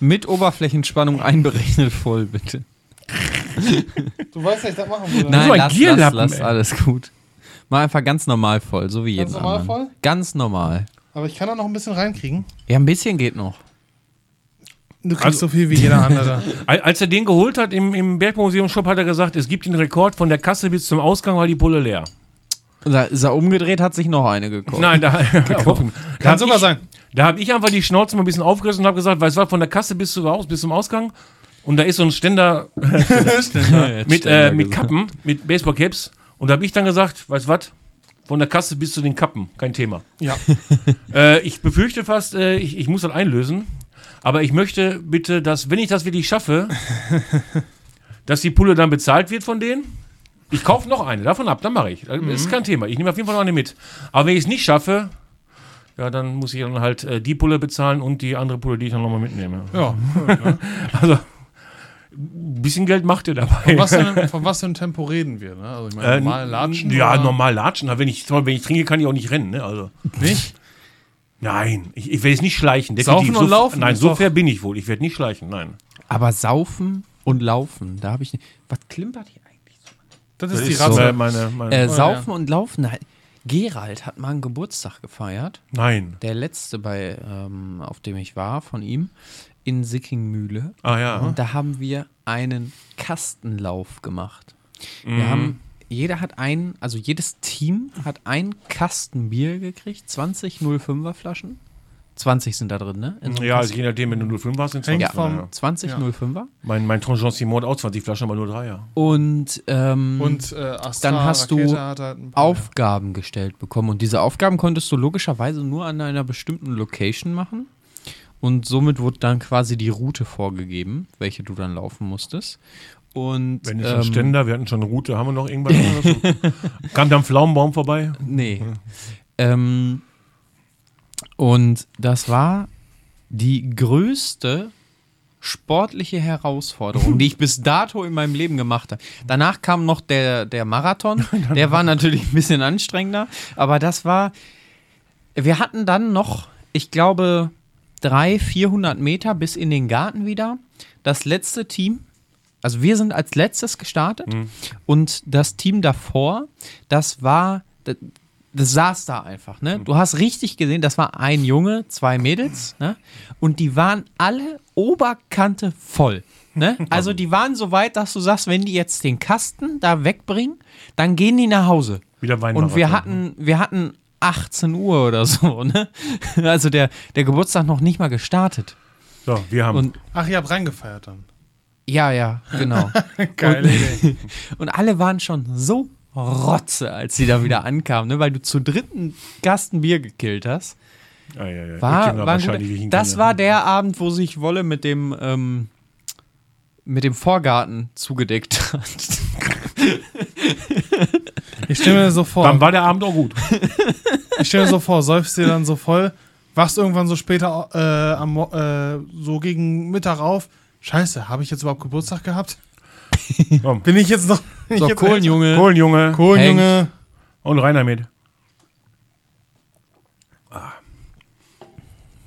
Mit Oberflächenspannung einberechnet voll, bitte.
Du weißt, dass ich das machen würde.
Nein,
ein
lass, lass,
Gierlappen,
lass,
ey.
alles gut. Mach einfach ganz normal voll, so wie jeden
Ganz normal
anderen.
voll?
Ganz normal.
Aber ich kann da noch ein bisschen reinkriegen.
Ja, ein bisschen geht noch.
Du kriegst
Also-
so viel wie jeder
[laughs]
andere.
Al- Als er den geholt hat im, im Bergmuseum-Shop, hat er gesagt, es gibt den Rekord von der Kasse bis zum Ausgang, war die Pulle leer.
Da ist er umgedreht, hat sich noch eine gekauft.
Nein, da, [laughs]
Kann sogar sein.
Da habe ich einfach die Schnauze mal ein bisschen aufgerissen und habe gesagt, weißt du was, von der Kasse bis, zu, Aus- bis zum Ausgang. Und da ist so ein Ständer
Nein,
mit, äh, mit Kappen, mit Baseballcaps. Und da habe ich dann gesagt, weißt du was, von der Kasse bis zu den Kappen, kein Thema.
Ja.
[laughs] Äh, ich befürchte fast, äh, ich, ich muss das einlösen. Aber ich möchte bitte, dass, wenn ich das wirklich schaffe, dass die Pulle dann bezahlt wird von denen. Ich kaufe noch eine davon ab, dann mache ich. Das ist kein Thema. Ich nehme auf jeden Fall noch eine mit. Aber wenn ich es nicht schaffe, ja, dann muss ich dann halt äh, die Pulle bezahlen und die andere Pulle, die ich dann nochmal mitnehme.
ja.
Also, ein bisschen Geld macht ihr dabei.
Was denn, von was für einem Tempo reden wir? Ne? Also ich meine,
Äh,
normal Latschen?
Ja,
oder?
normal latschen. Aber Wenn ich, wenn ich trinke, kann ich auch nicht rennen. Ne?
[laughs]
Also.
Nicht?
Nein, ich, ich werde jetzt nicht schleichen.
Saufen und
so,
laufen
Nein,
ist
so
doch-
fair bin ich wohl. Ich werde nicht schleichen, nein.
Aber saufen und laufen, da habe ich nicht. Was klimpert hier eigentlich?
Das ist die
Ist
Ratte.
so. Äh, meine, meine,
Äh,
ja.
saufen und laufen. nein. Gerald hat mal einen Geburtstag gefeiert.
nein.
Der letzte, bei, ähm, auf dem ich war, von ihm, in Sickingmühle.
Ah ja.
Und da haben wir einen Kastenlauf gemacht. Wir haben, jeder hat einen, also jedes Team hat einen Kasten Bier gekriegt, 20 05er Flaschen. 20 sind da drin, ne? In so einem
Ja, also
Kasten.
je nachdem, wenn du 05 warst, sind
Hängt
20.
vom-
ja.
20
Ja.
05er.
Mein, mein Tronchon Simon hat auch 20 Flaschen, aber nur drei, ja.
Und, ähm,
Und äh, Astra,
Dann hast du
Rakete hat halt ein paar mehr.
Aufgaben gestellt bekommen. Und diese Aufgaben konntest du logischerweise nur an einer bestimmten Location machen. Und somit wurde dann quasi die Route vorgegeben, welche du dann laufen musstest. Und
Wenn es ein Ständer, wir hatten schon eine Route, haben wir noch irgendwas? anderes?
[laughs]
Kam da ein Pflaumenbaum vorbei?
Nee. Ähm, und das war die größte sportliche Herausforderung, die ich bis dato in meinem Leben gemacht habe. Danach kam noch der, der Marathon. Der war natürlich ein bisschen anstrengender, aber das war. Wir hatten dann noch, ich glaube, 300, 400 Meter bis in den Garten wieder. Das letzte Team, also wir sind als letztes gestartet
Mhm.
und das Team davor, das war, das, das saß da einfach,
Mhm.
ne? Du hast richtig gesehen, das war ein Junge, zwei Mädels, ne? Und die waren alle Oberkante voll. Ne? Also die waren so weit, dass du sagst, wenn die jetzt den Kasten da wegbringen, dann gehen die nach Hause.
Wieder Weinmarathon. ne?
Und wir hatten, wir hatten 18 Uhr oder so, ne? [laughs] Also der, der Geburtstag noch nicht mal gestartet.
So, wir haben.
Und-
Ach, ihr habt reingefeiert dann.
Ja, ja, genau.
Geile Idee.
[laughs] Und alle waren schon so rotze, als sie da wieder ankamen, ne? weil du zu dritten Gasten Bier gekillt hast.
Ah, ja,
War,
ja. Die Kinder
war ein
wahrscheinlich
guter,
gegen
das
Kinder.
war der Abend, wo sich Wolle mit dem, ähm, mit dem Vorgarten zugedeckt hat.
Ich stelle mir so vor,
Dann war der Abend
[laughs]
auch gut.
ich stelle mir so vor, säufst dir dann so voll, wachst irgendwann so später äh, am, Mo- äh, so gegen Mittag auf. Scheiße, habe ich jetzt überhaupt Geburtstag gehabt?
Komm.
Bin ich jetzt noch. [laughs]
[laughs]
bin ich
So,
jetzt
Kohlenjunge.
Kohlenjunge
Kohlenjunge.
und rein damit.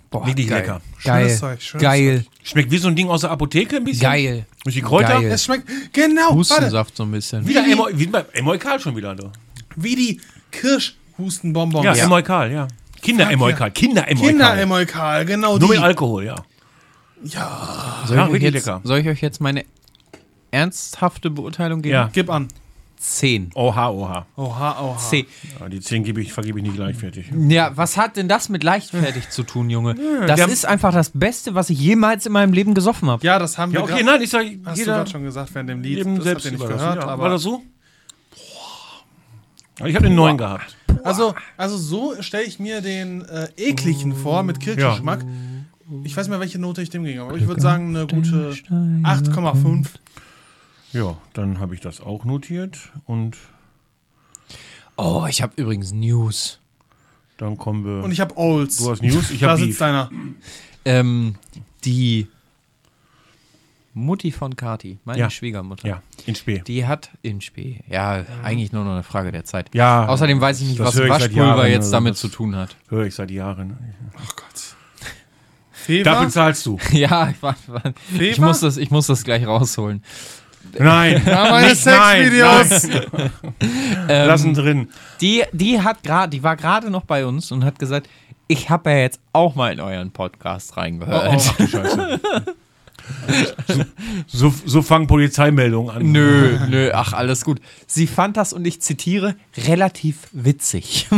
Boah,
Richtig
geil.
lecker.
Geil.
Schönes Zeug, schönes
Geil.
Schmeckt wie so ein Ding aus der Apotheke ein bisschen.
Geil.
Durch die Kräuter.
Geil.
Es schmeckt. Genau, warte.
Hustensaft so ein bisschen.
Wieder Emo, wie bei Emoikal schon wieder. Du.
Wie die
Oh,
Kirschhustenbonbons.
Ja, Emoikal, ja. Kinder-Emoikal. Kinder-Emoikal.
Kinderemolkal, genau
Nur
die.
mit Alkohol, ja.
Soll
Ja,
ich, euch
richtig
jetzt,
lecker.
soll ich euch jetzt meine ernsthafte Beurteilung geben?
Ja.
Gib an.
10.
Oha, oha.
Oha, oha.
10.
Ja, die 10 gebe ich, vergebe ich nicht leichtfertig.
Hm,
Ja, was hat denn das mit leichtfertig zu tun, Junge? Das
wir haben-
ist einfach das Beste, was ich jemals in meinem Leben gesoffen habe.
Ja, das haben
Ja,
wir
okay,
grad-
nein, ich sage,
Hast du
jeder
gerade schon gesagt während dem Lied.
eben
das
selbst
habt ihr nicht
überlassen,
gehört,
ja.
aber
War das so? Boah. Ich habe den 9 gehabt.
also, also so stelle ich mir den äh, ekligen vor mit Kirschgeschmack. Ich weiß nicht mehr, welche Note ich dem ging, aber ich würde sagen eine gute 8,5.
Ja, dann habe ich das auch notiert und
Oh, ich habe übrigens News.
dann kommen wir.
Und ich habe Olds.
du hast News, ich
da
habe
sitzt
Beef.
einer.
Ähm, die Mutti von Kati, meine
Ja.
Schwiegermutter,
Ja, in Spee.
die hat in Spee. Ja, eigentlich nur noch eine Frage der Zeit.
Ja,
Außerdem weiß ich nicht,
das
was
höre ich seit
Waschpulver
Jahren,
jetzt
also
damit
das-
zu tun hat. [laughs]
höre ich seit Jahren.
Oh Gott.
Dafür
Fever?
zahlst du.
Ja, ich, war, war, ich, muss, das, ich muss das gleich rausholen.
Nein,
[laughs] Ähm,
Ah, meine
nicht,
Sexvideos.
Nein, nein. Lassen drin.
Die, die, hat grad, die war gerade noch bei uns und hat gesagt, ich habe ja jetzt auch mal in euren Podcast reingehört.
Ach du Scheiße. So, so, so fangen Polizeimeldungen an.
Nö, nö, ach, alles gut. Sie fand das, und ich zitiere, relativ witzig. [laughs]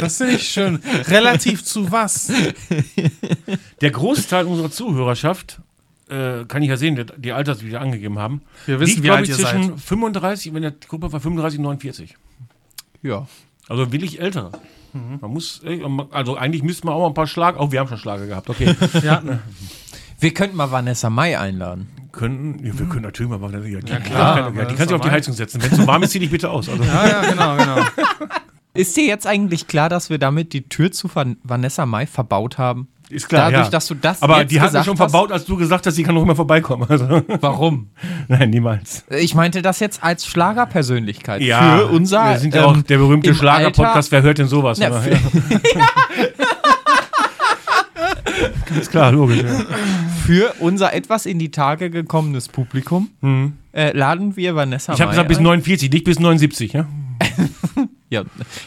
Das finde ich schön. Relativ zu was?
Der Großteil unserer Zuhörerschaft, äh, kann ich ja sehen, die, die Alters, die wir angegeben haben,
Wir wissen,
liegt,
wie
glaub
alt ihr
ich, zwischen 35, wenn der Gruppe war 35 und 49.
Ja.
Also willig ältere. Man muss, äh, man- also eigentlich müssten wir auch mal ein paar Schlag. Oh, wir haben schon Schlage gehabt. Okay.
Ja, ne.
Wir könnten mal Vanessa Mai einladen.
können, ja, wir können natürlich mal machen. Ja, die,
klar,
ja, die
das
kann
ist
sich auf die
doch
Heizung setzen. Wenn es so warm ist, zieh dich bitte aus. Also,
ja, ja, genau, genau.
Ist dir jetzt eigentlich klar, dass wir damit die Tür zu Van Vanessa Mai verbaut haben?
Ist klar.
Dadurch,
ja.
dass du das
Aber
jetzt
die hat mich
gesagt
schon
hast?
verbaut, als du gesagt hast, sie kann noch immer vorbeikommen. Also, [laughs]
Warum?
nein, niemals.
Ich meinte das jetzt als Schlagerpersönlichkeit. für unser.
Wir sind ja auch
ähm,
der berühmte
im
Schlager-Podcast. Wer hört denn sowas? ne?
Na,
Ja,
für-
ja. Ist klar, logisch. Ja.
Für unser etwas in die Tage gekommenes Publikum äh, laden wir Vanessa
Hm. Ich habe
Mai
gesagt bis
ein.
49, nicht bis 79. Ja,
Ja,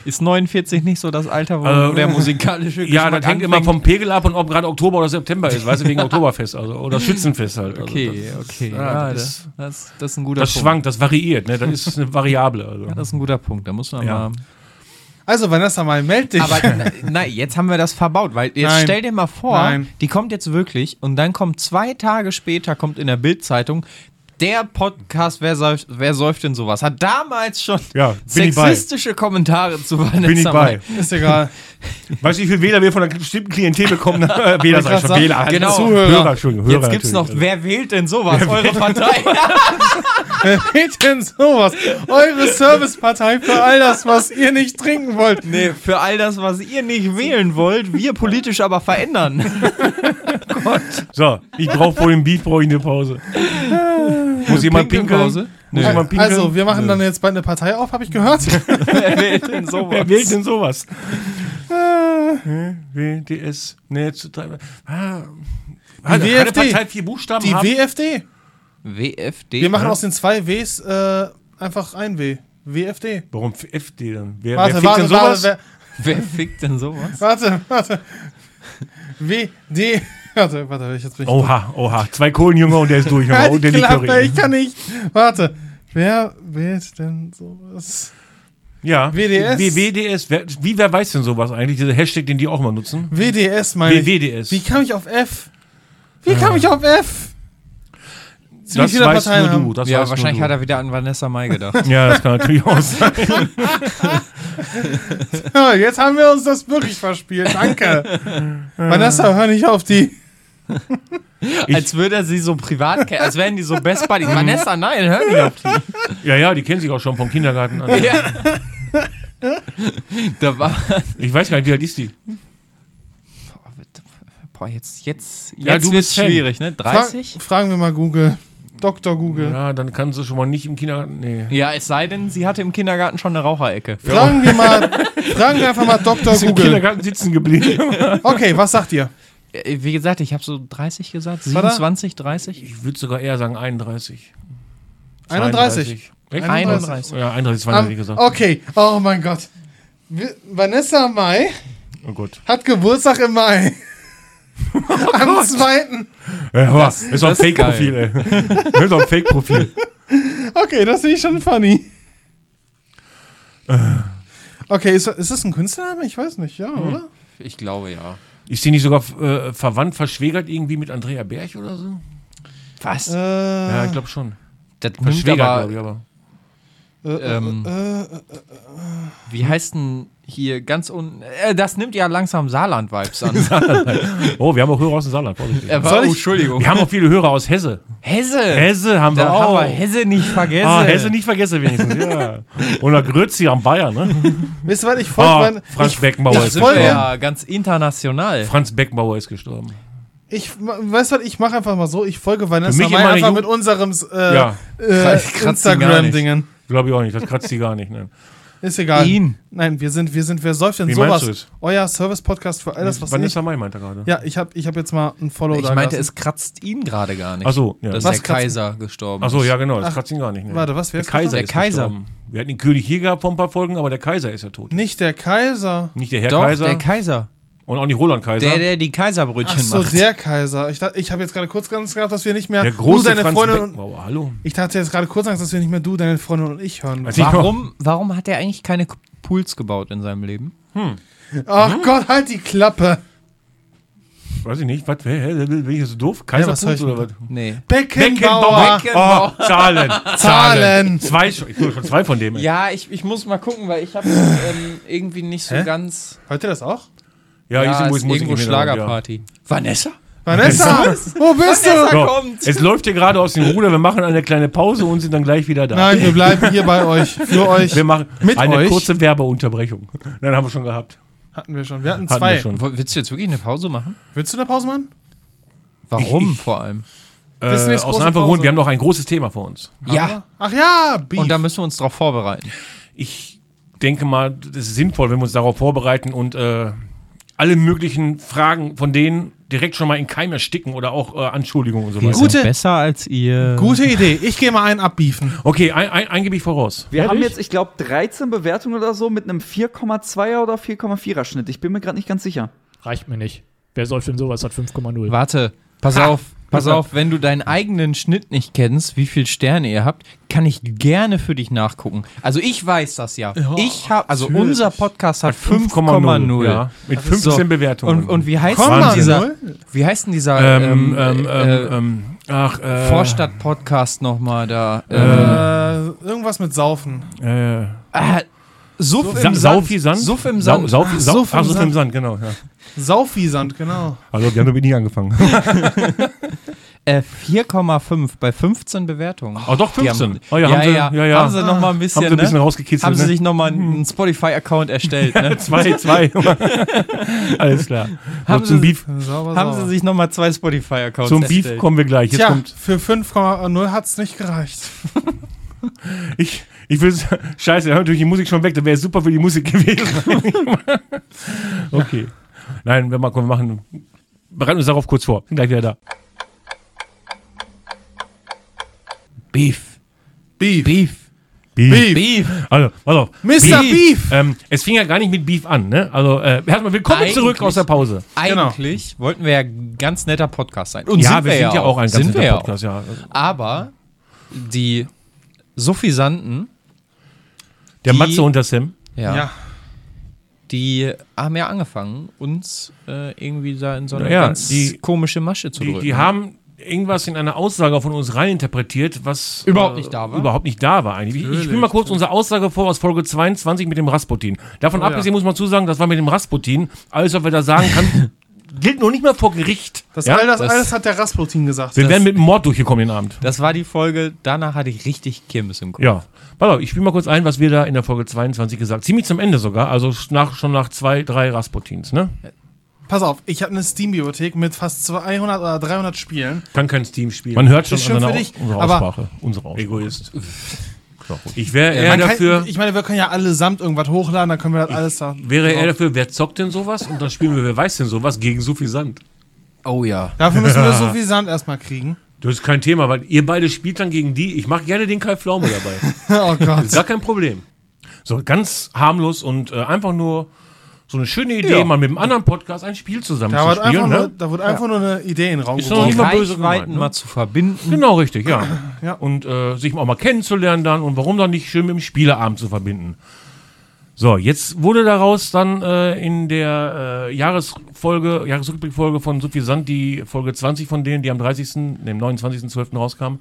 ist 49 nicht so das Alter, wo
Also, [laughs]
der musikalische
ja
Geschmack
das hängt
anfängt?
immer vom Pegel ab und ob gerade Oktober oder September ist, weißt du, wegen Oktoberfest also, oder Schützenfest halt. Also,
Okay, okay.
ja,
Ja,
das
das, das, das ist ein guter
Das, das
Punkt.
schwankt, das variiert, ne? das ist eine Variable. Also.
Das ist ein guter Punkt. Da muss man
Ja. [laughs]
mal.
Also, Vanessa, mal meld dich.
Aber na, na, jetzt haben wir das verbaut, weil jetzt
Nein.
stell dir mal vor,
Nein.
die kommt jetzt wirklich und dann kommt zwei Tage später, kommt in der Bildzeitung. Der Podcast, wer säuft, wer säuft denn sowas? Hat damals schon
Ja, bin ich bei.
sexistische Kommentare zu Vanessa
Bin ich bei.
Mai.
ist egal.
Weißt du, wie viele Wähler wir von einer bestimmten Klientel
[laughs]
bekommen? Äh, Wähler, sag ich schon.
Wollte
Wähler, halt.
Genau.
Zuhörer. Hörer, Entschuldigung. Hörer
Jetzt gibt's noch,
natürlich.
wer wählt denn sowas? Eure Partei.
Wer wählt denn sowas? Eure Servicepartei für all das, was ihr nicht trinken wollt.
Nee, für all das, was ihr nicht wählen wollt, wir politisch aber [laughs] verändern.
also. So, ich brauche vor dem Beef brauche ich
[laughs]
eine Pause. Muss jemand pinkeln?
Pinkelpause?
Muss jemand pinkeln?
Also, wir machen dann jetzt bald eine Partei auf, habe ich gehört.
Wer wählt denn
Wer
sowas?
wählt denn sowas? Äh, WDS. Nee, zu drei. Ah. Hat,
Die
hat eine
WFD.
Partei vier Buchstaben
Die
haben?
WFD.
WFD.
Wir machen aus den zwei Ws äh, einfach ein W. WFD.
Warum FD dann? Wer, wer
Warte,
fickt denn
warte, warte,
sowas?
wer-
Wer fickt denn sowas?
warte, warte. WD. Warte, warte, ich jetzt bin ich.
oha, oha. Zwei Kohlenjünger und der ist durch.
Halt [laughs]
Oh,
die
der liegt
Klappe,
drin.
ich kann nicht. Warte. Wer wählt denn sowas?
Ja.
WDS.
W- WDS. Wer, wie, wer weiß denn sowas eigentlich? Dieser Hashtag, den die auch mal nutzen.
WDS meine ich.
WDS.
Wie kam ich auf F? Wie kam ich auf F?
das
viele
weißt
Parteien
nur du.
haben.
Das
Ja,
weißt
wahrscheinlich
nur
hat
du.
er wieder an Vanessa Mai gedacht.
Ja, das kann natürlich auch sein. [laughs]
Ja, [laughs] Jetzt haben wir uns das wirklich verspielt. Danke.
[laughs]
Vanessa, hör nicht auf die.
[laughs] als würde er sie so privat kennen, als wären die so Best Buddies. Vanessa, nein, hör nicht auf die.
Ja, ja, die kennen sich auch schon vom
[laughs]
Kindergarten an.
Ja. [laughs] da war.
Ich weiß gar nicht, wie alt ist die?
Boah, jetzt, jetzt, jetzt
Ja, du
wird's
bist Fan.
schwierig, ne?
Fra
30?
fragen wir mal Google. Dr. Google.
Ja, dann kannst du schon mal nicht im Kindergarten. Nee.
Ja, es sei denn, sie hatte im Kindergarten schon eine Raucherecke.
Fragen wir
[laughs]
mal, fragen wir einfach mal Dr.
Ist im
Google.
Kindergarten sitzen geblieben.
Okay, was sagt ihr?
Äh, Wie gesagt, ich habe so 30 gesagt,
Warte.
27, 30.
[laughs] Ich würde sogar eher sagen 31.
31.
32. Echt?
31.
Ja, 31, 32
Am,
gesagt.
okay, oh mein Gott. Wir- Vanessa Mai
Oh Gott.
hat Geburtstag im
[laughs]
Mai. Oh Am 2.
Ja, das, ist doch ein
das ist geil.
Fake-Profil, ey. Das ist doch ein Fake-Profil.
Okay, das finde ich schon funny.
Äh.
Okay, ist, ist das ein Künstlername? Ich weiß nicht,
Hm.
ja, oder?
Ich glaube ja.
Ist die nicht sogar äh, verwandt, verschwägert irgendwie mit Andrea Berg oder so?
Was?
Äh,
Ja, ich glaube schon.
das nimmt
Verschwägert, glaube
aber,
ich, aber.
äh,
ähm,
äh, äh,
wie heißt denn hier ganz unten? Äh, das nimmt ja langsam Saarland-Vibes [laughs] an.
Oh, wir haben auch Hörer aus dem Saarland. Vorsichtig.
Äh,
Soll ich-
Entschuldigung.
Wir haben auch viele Hörer aus Hesse.
Hesse.
Hesse haben wir
Da haben
auch.
wir Hesse nicht vergessen.
Ah, Hesse nicht vergessen wenigstens, [laughs] ja. Oder Grötzi am Bayern, ne?
wisst ihr was, ich folge
Ah,
Van-
Franz
ich,
Beckenbauer
Da
ist
sind wir
Voll,
gestorben.
ja ganz international.
Franz Beckenbauer ist gestorben.
ich, ma- weißt du was, ich mache einfach mal so, ich folge Vanessa
mich
Mai
immer eine
einfach
Ju-
mit unserem äh,
Ja.
äh,
Ich kratz die gar nicht.
Instagram-Dingen.
Glaube ich auch nicht, das kratzt die gar nicht. Ne?
Ist egal.
Ihn.
Nein, wir sind, wir sind, wer säuft denn
Wie
sowas?
meinst du es?
Euer Service-Podcast für all das, was
Vanessa Mai meinte gerade.
ich. Ja, ich habe ich hab jetzt mal ein Follow
Ich
da
meinte, es
gelassen.
kratzt ihn gerade gar nicht.
Ach so, ja.
Dass
Was
der
kratzt-
Kaiser gestorben
Achso,
ist.
ja, genau, das
Ach,
kratzt ihn gar nicht. Ne?
Warte, was? Wer
der
ist
Kaiser
gestorben?
ist
Der Kaiser.
gestorben. Wir hatten den König Jäger vor ein paar Folgen, aber der Kaiser ist ja tot.
Nicht der Kaiser.
Nicht der Herr
Doch,
Kaiser
der Kaiser.
und auch nicht Roland Kaiser.
Der, der die Kaiserbrötchen
Ach so,
macht.
der Kaiser. Ich, dacht- ich habe jetzt gerade kurz ganz gedacht, dass wir nicht mehr
Der
du,
große
deine
Franz
Freundin und,
Beckenbauer. Hallo.
Ich dachte jetzt gerade kurz Angst, dass wir nicht mehr du, deine Freundin und ich hören.
Als ich noch-
Warum, warum hat er eigentlich keine K- Pools gebaut in seinem Leben?
Ach Gott, halt die Klappe.
Weiß ich nicht. Was, hä, hä, bin ich jetzt so doof? Kaiser
was soll ich
oder was?
Nee.
Beckenbauer.
Beckenbauer.
Oh, Zahlen.
Zahlen.
Zwei, schon- ich hol schon zwei von dem. ey.
Ja, ich, ich muss mal gucken, weil [laughs] ich habe ähm, irgendwie nicht so
Hä?
ganz.
Hört ihr das auch?
Ja,
ja, ich
ist
muss, muss
irgendwo
ich mir-
Schlagerparty. Vanessa?
Vanessa, wo bist
Vanessa,
du?
Ja. So,
kommt.
es läuft hier gerade aus dem Ruder. Wir machen eine kleine Pause und sind dann gleich wieder da.
Nein, wir bleiben hier bei euch. Für euch.
Wir machen
Mit
eine
euch?
kurze Werbeunterbrechung. Nein, haben wir schon gehabt.
Hatten wir schon. Wir hatten
Hatten
zwei.
wir schon.
Wo- Willst du jetzt wirklich eine Pause machen?
Willst du eine Pause machen?
Warum vor allem?
Äh,
Bis
aus
nächste große
einem einfachen
Pause.
Grund, wir haben noch ein großes Thema vor uns.
Ja.
Ach ja, Beef.
Und da müssen wir uns drauf vorbereiten.
Ich denke mal, das ist sinnvoll, wenn wir uns darauf vorbereiten und äh, alle möglichen Fragen von denen direkt schon mal in Keim ersticken oder auch äh, Anschuldigungen und so weiter.
Gute-
besser als ihr.
Gute Idee. Ich gehe mal einen abbiefen.
Okay, ein, ein, ein gebe ich voraus.
Wir haben jetzt, ich glaube, 13 Bewertungen oder so mit einem 4,2er oder 4,4er Schnitt. Ich bin mir gerade nicht ganz sicher.
Reicht mir nicht. Wer säuft denn sowas? Hat 5,0.
Warte, pass auf, pass auf, wenn du deinen eigenen Schnitt nicht kennst, wie viele Sterne ihr habt, kann ich gerne für dich nachgucken. Also ich weiß das ja. ich habe, also
natürlich.
unser Podcast hat 5,0.
Ja, mit 15 Bewertungen.
Und, und wie heißt
Komma
denn dieser,
null?
wie heißt denn dieser ähm,
ähm, ähm,
äh,
ähm, ähm, ach, äh,
Vorstadt-Podcast nochmal da?
Äh,
Äh,
irgendwas mit Saufen.
Äh,
ah, Suff
Sa
im
Saufi
Sand.
Sand?
Suff im Sand.
Sau Saufi, Sau
Suff im
Ach, Suff im
Sand.
Sand, genau. Ja.
Saufwiesand, genau.
Hallo, wir haben damit nie angefangen.
Äh, 4,5 bei 15 Bewertungen.
Oh, doch,
Die haben-
15. Oh,
ja, ja, ja,
ja, ja.
Haben sie nochmal ein bisschen,
Haben sie ein bisschen
ne?
rausgekitzelt.
Haben sie
ne?
sich nochmal einen Spotify-Account erstellt,
[laughs]
ne?
zwei,
[laughs]
zwei. Alles klar.
Haben
so, zum
sie-
Beef,
Sauber,
Haben
sauber.
sie sich nochmal zwei Spotify-Accounts
zum Beef kommen wir gleich. Jetzt
Tja,
kommt.
für 5,0 hat's nicht gereicht.
Ich, ich will. Scheiße, er hört natürlich die Musik schon weg. Das wäre super für die Musik gewesen.
[laughs]
okay. Nein, wir machen. Wir machen bereiten uns darauf kurz vor. Sind gleich wieder da.
Beef.
Beef.
Beef.
Beef.
Beef.
Also, pass auf.
Mr. Beef.
Ähm, es fing ja gar nicht mit Beef an, ne? Also, äh, erstmal willkommen zurück
Eigentlich.
aus der Pause.
Eigentlich wollten wir ja ein ganz netter Podcast sein. Und
Genau. ja, wir sind ja auch ein ganz
sind wir
netter
ja auch.
Podcast, ja.
Aber die Suffisanten,
Der
Die-
Matze und der Sam.
ja,
Ja.
die haben ja angefangen, uns äh, irgendwie da in so eine
Naja,
ganz
die-
komische Masche zu
Die,
drücken.
die haben irgendwas in einer Aussage von uns reininterpretiert, was
Überhaupt nicht da war.
Überhaupt nicht da war eigentlich. Ich, ich spiele
Natürlich,
mal kurz unsere Aussage vor aus Folge 22 mit dem Rasputin. Davon
Oh,
abgesehen muss man zusagen, das war mit dem Rasputin. Alles, was wir da sagen [laughs] kann, gilt noch nicht mal vor Gericht.
Das,
Ja?
all das,
das-
alles hat der Rasputin gesagt.
wir
Das-
werden mit dem Mord durchgekommen den Abend.
Das war die Folge, danach hatte ich richtig Kirmes im Kopf.
Ja. Pass auf, ich spiele mal kurz ein, was wir da in der Folge 22 gesagt Ziemlich zum Ende sogar, also nach, schon nach zwei, drei Rasputins, ne?
pass auf, ich habe eine Steam-Bibliothek mit fast 200 oder 300 Spielen.
Kann kein Steam spielen. Man hört
schon an deiner-
Unsere
aber-
Aussprache. Unsere Aussprache.
Egoist.
Ist auch gut.
Ich wäre eher
Man kann,
dafür,
Ich meine, wir können ja allesamt irgendwas hochladen, dann können wir das alles da. Genau.
wäre eher dafür, wer zockt denn sowas? Und dann spielen wir, wer weiß denn sowas, gegen Sufi Sand.
Oh ja.
Dafür müssen wir
[laughs]
so viel Sand erstmal kriegen. [laughs]
Das ist kein Thema, weil ihr beide spielt dann gegen die. Ich mache gerne den Kai Pflaume dabei. [laughs]
Oh Gott.
Ist gar kein Problem. So, ganz harmlos und äh, einfach nur so eine schöne Idee, mal mit einem anderen Podcast ein Spiel zusammen
Da,
zu
wird einfach,
spielen.
nur,
Ne?
da wird einfach nur eine Idee in den Raum
Ist
geworfen.
Nicht
Die
mal böse gemeint,
Reichweiten
ne?
mal zu verbinden.
Genau, richtig, ja.
Ja.
Und äh, sich auch mal kennenzulernen dann und warum dann nicht schön mit dem Spieleabend zu verbinden. So, jetzt wurde daraus dann äh, in der äh, Jahresfolge, Jahresrückblickfolge von Sophie Sand, die Folge 20 von denen, die am 30., dem 29.12. rauskam.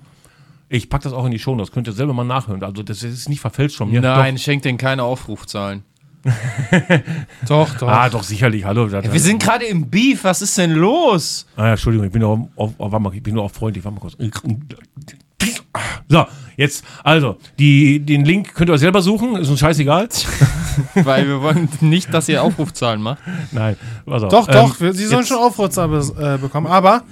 Ich packe das auch in die Show, das könnt ihr selber mal nachhören. Also das ist nicht verfälscht von mir.
Nein, schenkt denen keine
[laughs]
Aufrufzahlen.
Doch,
Doch.
doch.
Ah, doch, sicherlich. Hallo. da- da-
Wir sind gerade im Beef, was ist denn los?
Ah, ja, Entschuldigung, ich bin nur auf, auf, warte mal, ich bin nur auf freundlich. Warte mal kurz. So, jetzt, also, die, den Link könnt ihr euch selber suchen, ist
[laughs]
uns scheißegal.
Weil wir wollen nicht, dass ihr Aufrufzahlen macht.
Nein, pass auf.
doch,
Ähm,
doch. wir- Sie sollen
jetzt-
schon Aufrutzer be äh, bekommen, aber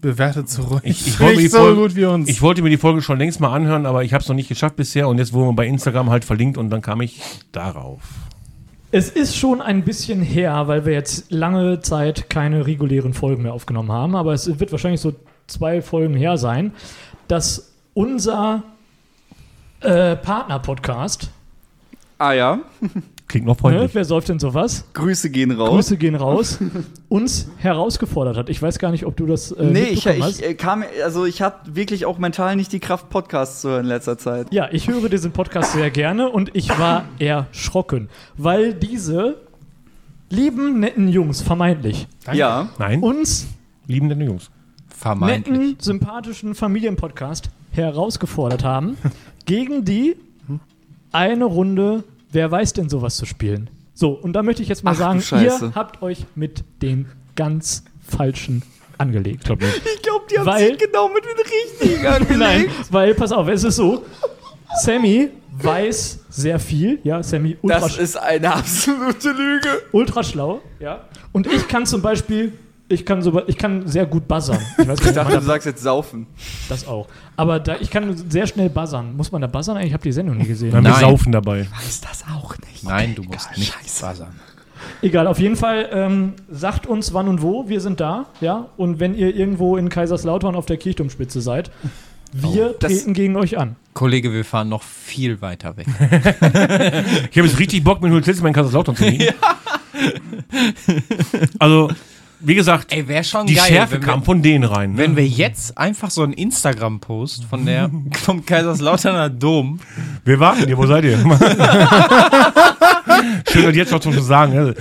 bewertet zurück.
Ich- ich wollte die
nicht [laughs] so
Folge-
gut wie uns.
Ich wollte mir die Folge schon längst mal anhören, aber ich habe es noch nicht geschafft bisher und jetzt wurden wir bei Instagram halt verlinkt und dann kam ich darauf.
Es ist schon ein bisschen her, weil wir jetzt lange Zeit keine regulären Folgen mehr aufgenommen haben, aber es wird wahrscheinlich so zwei Folgen her sein, dass unser äh, Partner-Podcast,
Ah ja,
Klingt noch
ne,
freundlich.
wer säuft denn sowas?
Grüße gehen raus.
Grüße gehen
[laughs]
raus, uns herausgefordert hat. Ich weiß gar nicht, ob du das äh,
nee, ich,
mitbekommen hast.
ich äh, kam, also ich hatte wirklich auch mental nicht die Kraft, Podcasts zu hören in letzter Zeit.
Ja, ich höre diesen Podcast sehr gerne und ich war erschrocken, weil diese lieben, netten Jungs, vermeintlich,
Ja,
Nein,
uns
lieben deine Jungs.
Vermeintlich.
netten, sympathischen Familienpodcast herausgefordert
[laughs]
haben, gegen die eine Runde Wer weiß denn sowas zu spielen. So, und da möchte ich jetzt mal
Ach,
sagen,
du Scheiße.
ihr habt euch mit den ganz falschen angelegt.
ich glaube, die haben
Weil-
sich genau mit den [laughs] richtigen angelegt.
Nein, weil, pass auf, es ist so, Sammy weiß sehr viel, ja, Sammy ultra,
Das ist eine absolute Lüge.
ultra schlau, ja, und ich kann zum Beispiel, ich kann, so, ich kann sehr gut buzzern. Ich weiß gar
Ich
nicht, ob man
dachte,
da
du sagst jetzt saufen.
Das auch. Aber da, ich kann sehr schnell buzzern. Muss man da buzzern? Ich habe die Sendung nie gesehen.
Dann wir
Nein.
saufen dabei.
Ist das auch nicht?
Nein, du musst nicht buzzern.
Egal, auf jeden Fall ähm, sagt uns wann und wo. Wir sind da, ja. Und wenn ihr irgendwo in Kaiserslautern auf der Kirchturmspitze seid, wir
das-
treten gegen euch an.
Kollege, wir fahren noch viel weiter weg.
Ich habe jetzt richtig Bock, mit Nils Litzmann in Kaiserslautern
[laughs]
zu liegen. Also, wie gesagt,
Ey, wäre schon
die
geil,
Schärfe
wenn wir-
kam von denen rein. Ne?
Wenn wir jetzt einfach so einen Instagram-Post von [laughs] der vom Kaiserslauterner Dom.
Wir warten hier, wo
[laughs]
seid ihr? Schön, dass jetzt noch zu sagen. Ne?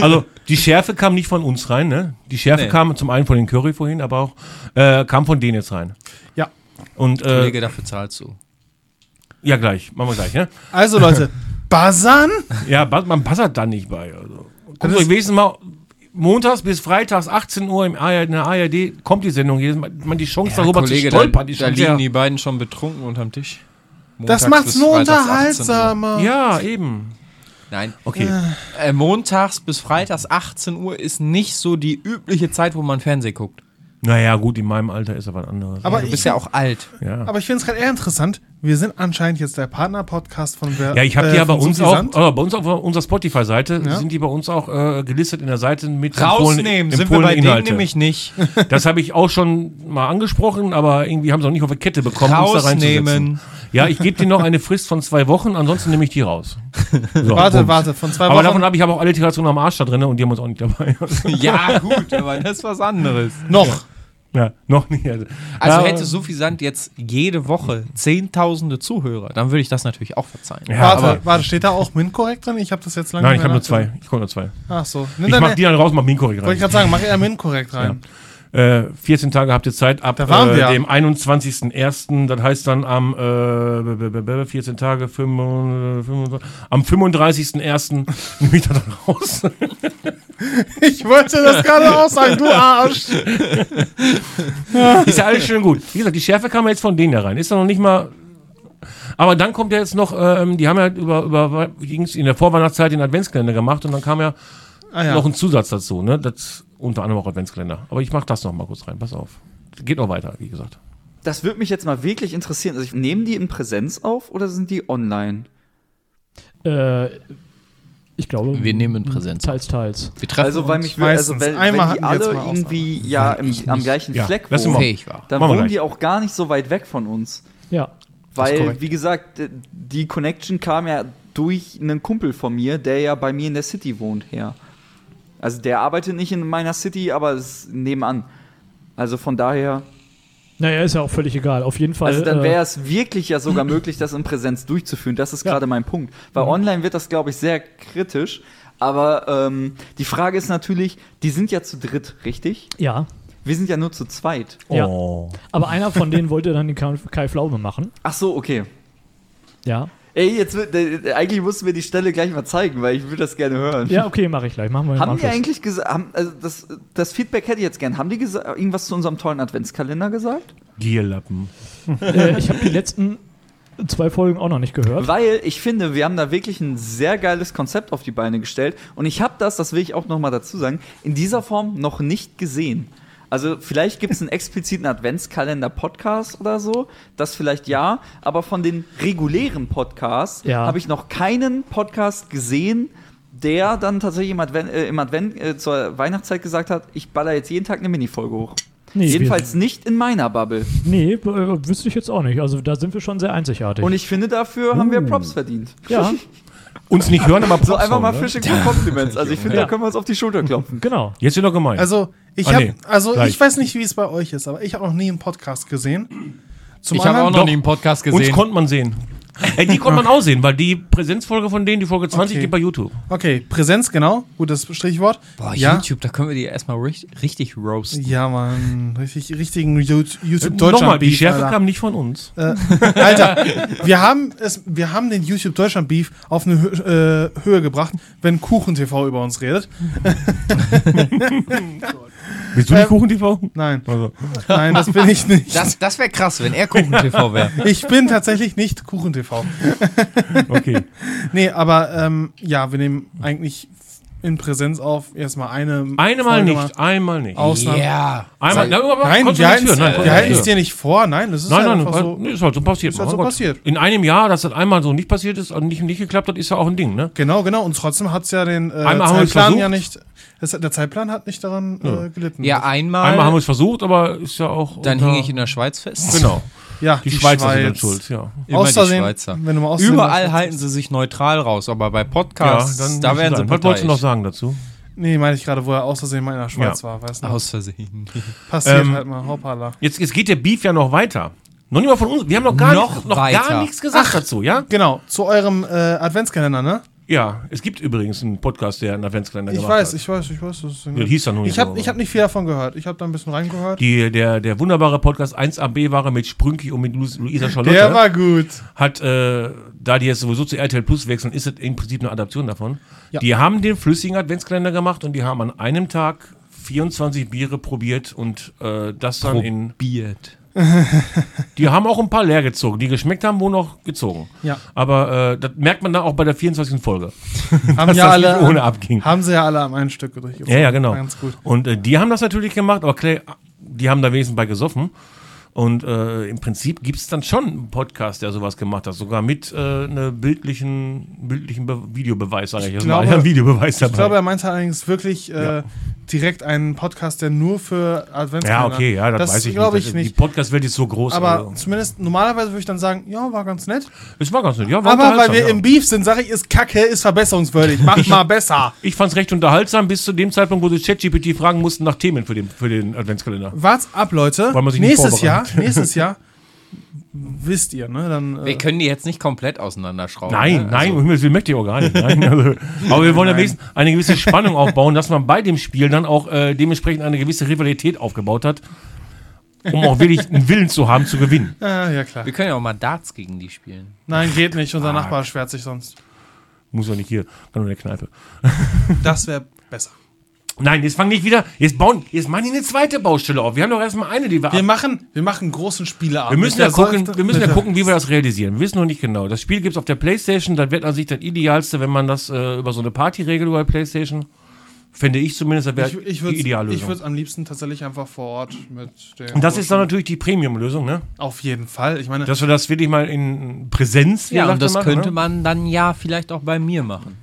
Also, die Schärfe kam nicht von uns rein, ne? Die Schärfe
Nee.
kam zum einen von den Curry vorhin, aber auch äh, kam von denen jetzt rein.
Ja.
Und äh,
Kollege, dafür zahlst du.
ja, gleich, machen wir gleich, ne?
Also
[laughs]
Leute, buzzern?
Ja, ba- man passert da nicht bei. Also. Guckt
ist-
euch wenigstens mal montags bis freitags 18 Uhr im ARD, in der ARD kommt die Sendung. Jedes Mal man die Chance darüber
Kollege,
zu stolpern,
da,
die ist
da
schon
liegen
sehr-
die beiden schon betrunken unterm Tisch.
Das
Montags
macht's
bis
nur
freitags 18 Uhr.
unterhaltsamer.
Ja, eben.
Nein,
Okay.
äh, montags bis freitags 18 Uhr ist nicht so die übliche Zeit, wo man Fernsehen guckt.
Naja, gut, in meinem Alter ist aber was anderes.
Aber
Du
ich,
bist ja auch alt.
ja.
aber ich finde es gerade eher interessant. Wir sind anscheinend jetzt der Partner-Podcast von Wer-
Ja, ich habe die
äh,
ja bei
von
uns
Susi
auch,
Sand.
aber bei uns auf unserer Spotify-Seite
Ja.
sind die bei uns auch äh, gelistet in der Seite mit
Rausnehmen, sind wir bei denen
Inhalte.
nämlich [laughs] nicht.
Das habe ich auch schon mal angesprochen, aber irgendwie haben sie auch nicht auf der Kette bekommen, uns da reinzusetzen.
Rausnehmen.
Ja, ich gebe dir noch eine Frist von zwei Wochen, ansonsten nehme ich die
[laughs]
raus. So,
Warte,
Bums.
warte, von zwei
Aber davon
Wochen
habe ich aber auch alle Tirationen am Arsch da drin und die haben uns auch nicht dabei. [laughs]
Ja, gut, aber das ist was anderes.
noch.
ja, noch nicht. Also
Also
Ja,
hätte Sophie Sand jetzt jede Woche zehntausende Zuhörer, dann würde ich das natürlich auch verzeihen.
ja, aber,
warte, warte, steht da auch Mint korrekt drin? Ich habe das jetzt lange
Nein,
nicht
ich habe
mehr
nur zwei. Ich komme nur zwei.
nachgesehen. Ach so. Nimm
Ich
deine-
mach die dann raus, mach Minko rein.
Wollte ich gerade sagen, mach eher Mint korrekt rein.
Äh, 14 Tage habt ihr Zeit ab
Da waren
äh,
wir.
dem 21.01. Das heißt dann am äh, b- b- b- b- 14 Tage, 25, am [laughs] 35.01. nehme ich das dann raus.
[laughs] Ich wollte das gerade auch sagen,
[laughs]
du Arsch.
ist ja alles schön gut. Wie gesagt, die Schärfe kam ja jetzt von denen da rein. Ist ja noch nicht mal. Aber dann kommt ja jetzt noch, ähm, die haben ja über, über ging's in der Vorweihnachtszeit den Adventskalender gemacht und dann kam ja
Ah ja.
noch einen Zusatz dazu, ne? Das unter anderem auch Adventskalender. Aber ich mach das noch mal kurz rein, pass auf. Geht noch weiter, wie gesagt.
Das würde mich jetzt mal wirklich interessieren. Also ich, nehmen die in Präsenz auf oder sind die online?
Äh, ich glaube,
Wir nehmen in Präsenz.
teils, teils.
Wir treffen
Also, weil
uns,
mich, also
meistens.
wenn, wenn
Einmal hatten
die
wir jetzt
alle
mal Ausnahme.
irgendwie ja im, am gleichen
Ja,
Fleck
lass ihn
wohnen,
mal.
fähig war.
dann
Machen wir
wohnen
gleich.
die auch gar nicht so weit weg von uns.
Ja.
Weil,
korrekt.
wie gesagt, äh, die Connection kam ja durch einen Kumpel von mir, der ja bei mir in der City wohnt, her. Also der arbeitet nicht in meiner City, aber ist nebenan. Also von daher,
Naja, ist ja auch völlig egal. Auf jeden Fall.
also dann
äh,
wäre es wirklich ja sogar möglich, das in Präsenz durchzuführen. Das ist
Ja.
gerade mein Punkt. Weil online wird das, glaube ich, sehr kritisch. Aber ähm, die Frage ist natürlich, die sind ja zu dritt, richtig?
ja.
Wir sind ja nur zu zweit.
Ja.
Oh.
Aber einer von denen wollte dann den Kai Kai Pflaume machen.
Ach so, okay.
Ja.
Ey, jetzt wird, äh, eigentlich mussten wir die Stelle gleich mal zeigen, weil ich würde das gerne hören.
Ja, okay, mache ich gleich. Machen wir im
Haben die
Anschluss.
eigentlich gesagt, also das, das Feedback hätte ich jetzt gern. Haben die gesa- irgendwas zu unserem tollen Adventskalender gesagt?
Gierlappen.
äh, Ich habe die letzten zwei Folgen auch noch nicht gehört.
Weil ich finde, wir haben da wirklich ein sehr geiles Konzept auf die Beine gestellt. Und ich habe das, das will ich auch nochmal dazu sagen, in dieser Form noch nicht gesehen. Also vielleicht gibt es einen expliziten Adventskalender-Podcast oder so, das vielleicht ja, aber von den regulären Podcasts
Ja.
habe ich noch keinen Podcast gesehen, der dann tatsächlich im Advent, äh, im Advent äh, zur Weihnachtszeit gesagt hat, ich baller jetzt jeden Tag eine Minifolge hoch.
Nee,
Jedenfalls nicht in meiner Bubble.
Wir, nee, äh, wüsste ich jetzt auch nicht. Also da sind wir schon sehr einzigartig.
Und ich finde, dafür haben wir Props verdient.
ja,
Uns nicht hören, aber
So einfach mal
ne?
frische Kompliments. Also ich finde,
Ja.
da können wir uns auf die Schulter klopfen.
genau.
Jetzt wird doch gemein.
Also, ich
Ah,
hab,
nee,
also
gleich.
ich weiß nicht, wie es bei euch ist, aber ich habe noch nie einen Podcast gesehen. Zum
ich habe auch noch
Doch.
nie einen Podcast
Uns
gesehen.
konnte man sehen. Ey, die konnte man auch sehen, weil die Präsenzfolge von denen, die Folge 20,
Okay.
geht bei YouTube.
Okay, Präsenz, genau. Gutes Strichwort.
Boah,
ja.
YouTube, da können wir die erstmal richtig, richtig roasten.
Ja, Mann. Richtig, richtigen YouTube Deutschland. Äh,
Nochmal, Äh, die Schärfe kam nicht von uns.
Alter, wir haben, es, wir haben den YouTube Deutschland Beef auf eine Hö äh, Höhe gebracht, wenn Kuchen TV über uns redet.
Bist du
Ähm,
nicht
Kuchen-TV?
Nein. Nein, das bin ich nicht.
Das, das wäre krass, wenn er Kuchen-TV wäre.
ich bin tatsächlich nicht Kuchen TV.
[laughs] Okay.
Nee, aber ähm, ja, wir nehmen eigentlich in Präsenz auf erstmal eine.
Einmal
Folge
nicht, einmal nicht.
Ausnahme.
Ja.
Einmal, na, aber
Nein,
konntest
wir
du
halten
nicht
es
hören, nein, konntest du nicht
ja,
hören.
dir nicht vor. Nein, das ist
Nein,
halt
nein,
einfach
weil-
so.
nee, ist halt so passiert.
Ist halt
mein
so
Gott.
passiert.
In einem Jahr, dass das einmal so nicht passiert ist und nicht, nicht geklappt hat, ist ja auch ein Ding, ne?
Genau, genau. Und trotzdem hat es ja den äh,
Einmal haben wir es
Zeitplan ja
versucht.
nicht. Das, der Zeitplan hat nicht daran äh, gelitten.
Ja, einmal.
Einmal haben wir es versucht, aber ist ja auch.
dann
unter-
hing ich in der Schweiz fest.
Genau.
ja
Die, Schweizer sind dann schuld, ja.
Immer
Aus Versehen,
die Schweizer.
wenn du mal aus Versehen-
Überall halten sie sich neutral raus, aber bei Podcasts,
ja
da werden sie
Was wolltest du noch
parteiisch.
sagen dazu?
Nee, meine ich gerade, wo er aus Versehen mal in der Schweiz
Ja.
war, weißt du?
Aus
[laughs]
Versehen.
Passiert
Ähm,
halt mal, hoppala.
Jetzt, jetzt geht der Beef ja noch weiter. Noch nicht mal von uns. Wir haben noch gar,
Noch
nichts- noch
weiter.
gar nichts gesagt dazu, ja?
Genau, zu eurem äh, Adventskalender, ne?
Ja, es gibt übrigens einen Podcast, der einen Adventskalender
Ich
gemacht
weiß,
hat.
ich weiß, ich weiß. Das ist
Der hieß ja nun
ich
so,
habe
aber-
ich hab nicht viel davon gehört. Ich habe da ein bisschen reingehört.
Die, der, der wunderbare Podcast 1AB-Ware mit Sprünki und mit Lu- Luisa Charlotte
Der war gut.
hat, äh, da die jetzt sowieso zu RTL Plus wechseln, ist das im Prinzip eine Adaption davon.
Ja.
Die haben den flüssigen Adventskalender gemacht und die haben an einem Tag 24 Biere probiert und äh, das dann in.
Probiert.
Die haben auch ein paar leer gezogen. Die geschmeckt haben, wohl noch gezogen.
Ja.
[laughs] Aber äh, das merkt man dann auch bei der 24. Folge.
Haben ja
das
alle.
nicht ohne abging.
Haben sie ja alle am einen Stück durchgeführt.
Ja, ja, genau.
Ganz gut.
Und äh, die haben das natürlich gemacht, aber Clay, die haben da wenigstens bei gesoffen. Und äh, im Prinzip gibt es dann schon einen Podcast, der sowas gemacht hat, sogar mit äh, einem bildlichen, bildlichen Be Videobeweis, sage ich jetzt mal.
glaube-
Ja, ein Videobeweis dabei.
Ich glaube, er meinte allerdings wirklich äh, direkt einen Podcast, der nur für
ja,
Adventskalender.
okay, ja, das, weiß ich
glaube
nicht.
ich
Das- Die
nicht.
Podcast-Welt ist so groß.
Aber
also.
zumindest normalerweise würde ich dann sagen, ja, war ganz nett.
es war ganz nett. Ja, war
Aber weil
unterhaltsam,
wir
ja.
im Beef sind, sage ich, ist kacke, ist verbesserungswürdig. Mach mal besser.
ich fand es recht unterhaltsam bis zu dem Zeitpunkt, wo sie ChatGPT fragen mussten nach Themen für den, für den Adventskalender.
Wart's ab, Leute.
Weil man sich nicht
nächstes Jahr,
vorbereitet.
nächstes Jahr, wisst ihr, ne? Dann,
Wir
äh,
können die jetzt nicht komplett auseinanderschrauben.
Nein,
ne?
Also-
nein, um Himmels Willen möchte ich auch gar
[laughs]
nicht. Nein, also, aber wir wollen ja wenigstens eine gewisse Spannung aufbauen, dass man bei dem Spiel dann auch äh, dementsprechend eine gewisse Rivalität aufgebaut hat, um auch wirklich einen Willen zu haben, zu gewinnen.
äh, ja klar.
Wir können ja auch mal Darts gegen die spielen.
Nein, geht nicht. Unser Nachbar schwert sich sonst.
Muss ja nicht hier, kann nur in der Kneipe.
Das wäre besser.
Nein, jetzt fang nicht wieder, jetzt bauen, jetzt machen die eine zweite Baustelle auf. Wir haben doch erstmal eine, die wir
Wir machen, wir machen großen Spieleabend.
Wir
Mit
müssen, ja
der
gucken,
Säuft-
wir müssen
mit
ja
der-
gucken, wie wir das realisieren. Wir wissen noch nicht genau. Das Spiel gibt es auf der Playstation, das wird an sich das Idealste, wenn man das äh, über so eine Partyregel über die Playstation Finde ich zumindest, das wäre
Ich, ich
die
würde
Ideallösung.
es am liebsten tatsächlich einfach vor Ort mit dem.
und das ist dann natürlich die Premium-Lösung, ne?
Auf jeden Fall. Ich meine,
Dass wir das wirklich mal in Präsenz wie
Ja, und
gesagt,
das
machen,
könnte
ne?
man dann ja vielleicht auch bei mir machen.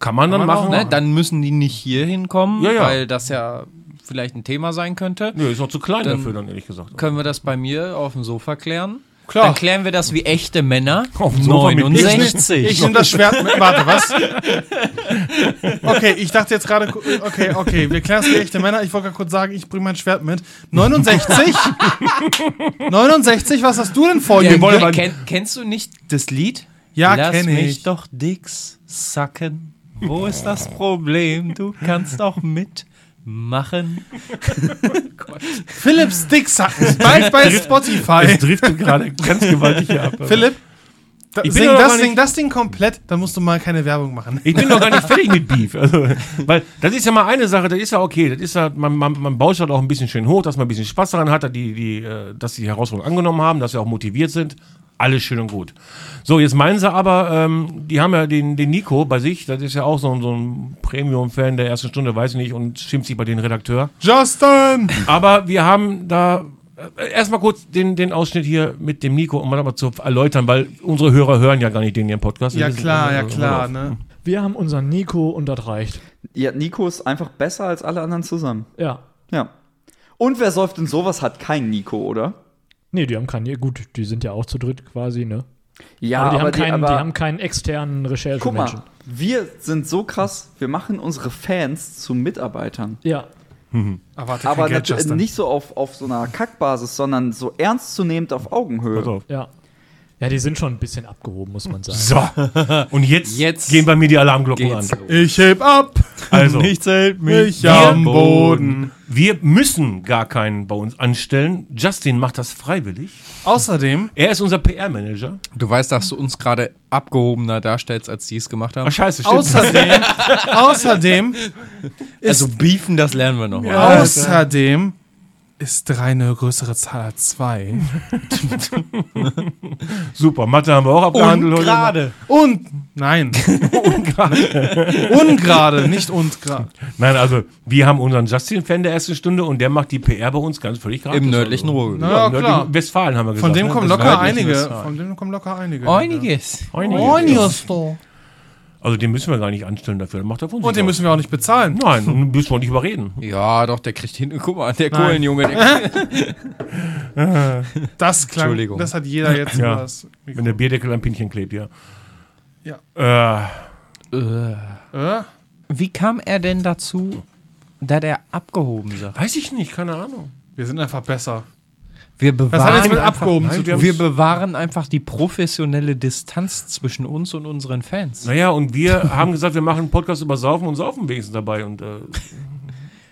Kann man dann machen.
Ne? Dann müssen die nicht hier hinkommen,
Ja, ja.
weil das ja vielleicht ein Thema sein könnte.
Nö, ist noch zu klein
Dann-
dafür, dann ehrlich gesagt.
Können wir das bei mir auf dem Sofa klären?
Klar.
Dann klären wir das wie echte Männer.
[laughs] Auf dem Sofa mit
ich nehme das Schwert mit. Warte, was? Okay, ich dachte jetzt gerade. ku- Okay, okay, wir klären es wie echte Männer. Ich wollte gerade kurz sagen, ich bringe mein Schwert mit. 69? 69? Was hast du denn vor dir?
Ja,
wollen aber-
kenn, kennst du nicht das Lied?
Ja,
Lass
kenn
mich
ich.
doch Dicks sacken. Wo ist das Problem? Du kannst auch mitmachen.
Philips Dicksack ist
[laughs]
bald bei
[laughs]
Es
Spotify.
driftet gerade ganz gewaltig hier ab.
Philipp, da,
Ich bin
sing,
doch gar
das,
nicht-
sing das Ding komplett, dann musst du mal keine Werbung machen.
Ich bin noch gar nicht fertig mit Beef. Also, weil das ist ja mal eine Sache, das ist ja okay. Das ist ja, man, man, man baut halt auch ein bisschen schön hoch, dass man ein bisschen Spaß daran hat, dass die, die, äh, dass die Herausforderung angenommen haben, dass sie auch motiviert sind. Alles schön und gut. So, jetzt meinen sie aber, ähm, die haben ja den, den Nico bei sich, das ist ja auch so, ein- so ein Premium-Fan der ersten Stunde, weiß ich nicht, und schimpft sich bei den Redakteur.
Justin!
Aber wir haben da äh, erstmal kurz den, den Ausschnitt hier mit dem Nico, um mal das mal zu erläutern, weil unsere Hörer hören ja gar nicht den hier im Podcast.
Ja
Wir wissen-
klar, ja
also,
klar, ne?
Wir haben unseren Nico und das reicht.
Ja, Nico ist einfach besser als alle anderen zusammen.
Ja.
Ja. Und wer säuft denn sowas hat kein Nico, oder?
Nee, die haben keinen. Gut, die sind ja auch zu dritt quasi, ne?
Ah, Ja,
aber die, haben, keinen, die haben keinen externen
guck
Recherchemenschen.
mal, wir sind so krass, wir machen unsere Fans zu Mitarbeitern.
Ja.
Erwarte
Aber
kein Geld,
nat-
Justin.
nicht so auf, auf so einer Kackbasis, sondern so ernstzunehmend auf Augenhöhe.
Pass auf.
Ja. Ja, die sind schon ein bisschen abgehoben, muss
[laughs]
man sagen.
So,
[laughs]
und jetzt,
Jetzt
gehen bei mir die Alarmglocken an.
geht's los.
Ich heb ab,
Also,
hält
ich am Boden.
wir müssen gar keinen bei uns anstellen. Justin macht das freiwillig.
Außerdem,
Er ist unser PR-Manager.
Du weißt, dass du uns gerade abgehobener darstellst, als die es gemacht haben.
scheiße, stimmt.
außerdem, außerdem,
Also beefen, das lernen wir nochmal.
außerdem ist 3 eine größere Zahl als 2.
Super, Mathe haben wir auch abgehandelt heute.
Und, nein. ungerade. ungerade, nicht und gerade.
[laughs] Nein, also, wir haben unseren Justin-Fan der ersten Stunde und der macht die PR bei uns ganz völlig gratis. Also,
Im nördlichen Ruhrgebiet.
Na
Nördlichen
klar.
Westfalen haben wir gesagt.
Von dem
ne?
kommen
Das
locker
nördliche
einige.
Westfalen.
Von dem kommen locker einige.
Einiges.
Einiges. Und
Also, den müssen wir gar nicht anstellen dafür. Dann macht er von sich
den
aus.
müssen wir auch nicht bezahlen.
Nein, [laughs] und müssen wir nicht überreden.
Ja, doch, der kriegt hin. Guck mal, der
Nein.
Kohlenjunge. Der
Das klang,
Entschuldigung.
das hat jeder jetzt
Ja.
über das
Wenn der Bierdeckel am Pinchen klebt, ja.
Ja.
Äh,
Äh?
Wie kam er denn dazu, da der abgehoben sagt?
weiß ich nicht, keine Ahnung.
Wir sind einfach besser.
Wir
Das hat jetzt mit
bewahren,
abgehoben
Nein,
zu tun.
wir haben-
wir bewahren einfach die professionelle Distanz zwischen uns und unseren Fans.
Naja, und wir [laughs] haben gesagt, wir machen einen Podcast über Saufen und Saufen wenigstens dabei. Und äh,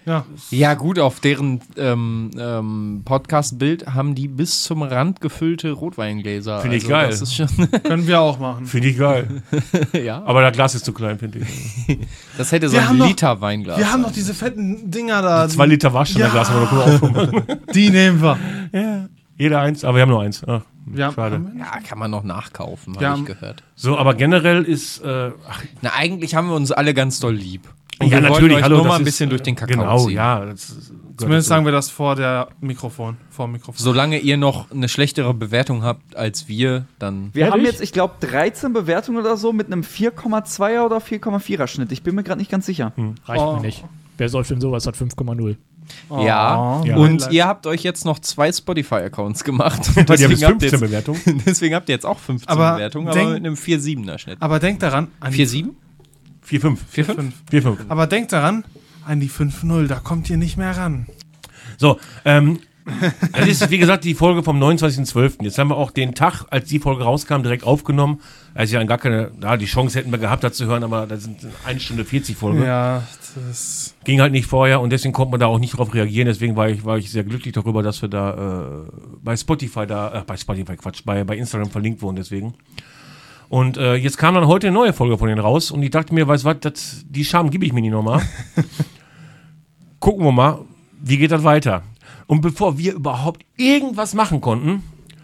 Ja.
Ja, gut, auf deren ähm, ähm, Podcast-Bild haben die bis zum Rand gefüllte Rotweingläser. Also
Finde ich geil.
Das ist schon, [laughs]
Können wir auch machen.
finde ich geil.
ja.
Aber das Glas ist zu klein, finde ich.
Das hätte so
Wir haben
ein
noch-
Liter Weinglas.
Wir haben noch diese fetten Dinger da.
Zwei Liter Waschständer Glas haben wir doch nur
[laughs]
aufgemacht.
Die nehmen wir.
Jeder eins, aber wir haben nur eins. Ach,
Wir haben,
schade.
Haben
ja, kann man noch nachkaufen,
Wir
habe
haben-
ich gehört.
So, aber generell ist. Äh, ach,
Na, eigentlich haben wir uns alle ganz doll lieb. Und
ja,
wir wollten
natürlich.
euch
Hallo,
nur mal
das
ein
ist,
bisschen durch den
äh,
Kakao
Genau,
ziehen.
ja. Das ist- gehört
zumindest
dazu.
sagen wir das vor der Mikrofon. Vor dem Mikrofon.
Solange ihr noch eine schlechtere Bewertung habt als wir, dann
Wir haben
Ehrlich?
jetzt, ich glaube, 13 Bewertungen oder so mit einem 4,2er oder 4,4er Schnitt. Ich bin mir gerade nicht ganz sicher.
Reicht
Oh.
mir nicht. Wer säuft denn sowas? Hat 5,0.
Ja,
Ja.
und
Highlight.
ihr habt euch jetzt noch zwei Spotify-Accounts
[laughs]
gemacht.
Weil die haben
deswegen, habt
jetzt
ihr
15
jetzt,
Bewertungen.
[laughs]
deswegen habt ihr jetzt auch 15
Aber
Bewertungen,
denk-
aber mit einem 4-7er-Schnitt.
Aber denkt daran, an die
4-7?
4, 5.
4-5?
4, 5.
Aber denkt daran, an die 5-0, da kommt ihr nicht mehr ran.
So, ähm. Das ist, wie gesagt, die Folge vom 29.12. Jetzt haben wir auch den Tag, als die Folge rauskam, direkt aufgenommen. Also ja, gar keine, ja, die Chance hätten wir gehabt, das zu hören, aber das sind eine Stunde 40 Folge.
Ja, das.
ging halt nicht vorher und deswegen konnte man da auch nicht drauf reagieren. Deswegen war ich, war ich sehr glücklich darüber, dass wir da äh, bei Spotify da, äh, bei Spotify Quatsch, bei, bei Instagram verlinkt wurden deswegen. Und äh, jetzt kam dann heute eine neue Folge von denen raus und ich dachte mir, weißt du was, das- die Scham gebe ich mir nicht
[laughs]
nochmal. Gucken wir mal, wie geht das weiter. Und bevor wir überhaupt irgendwas machen konnten,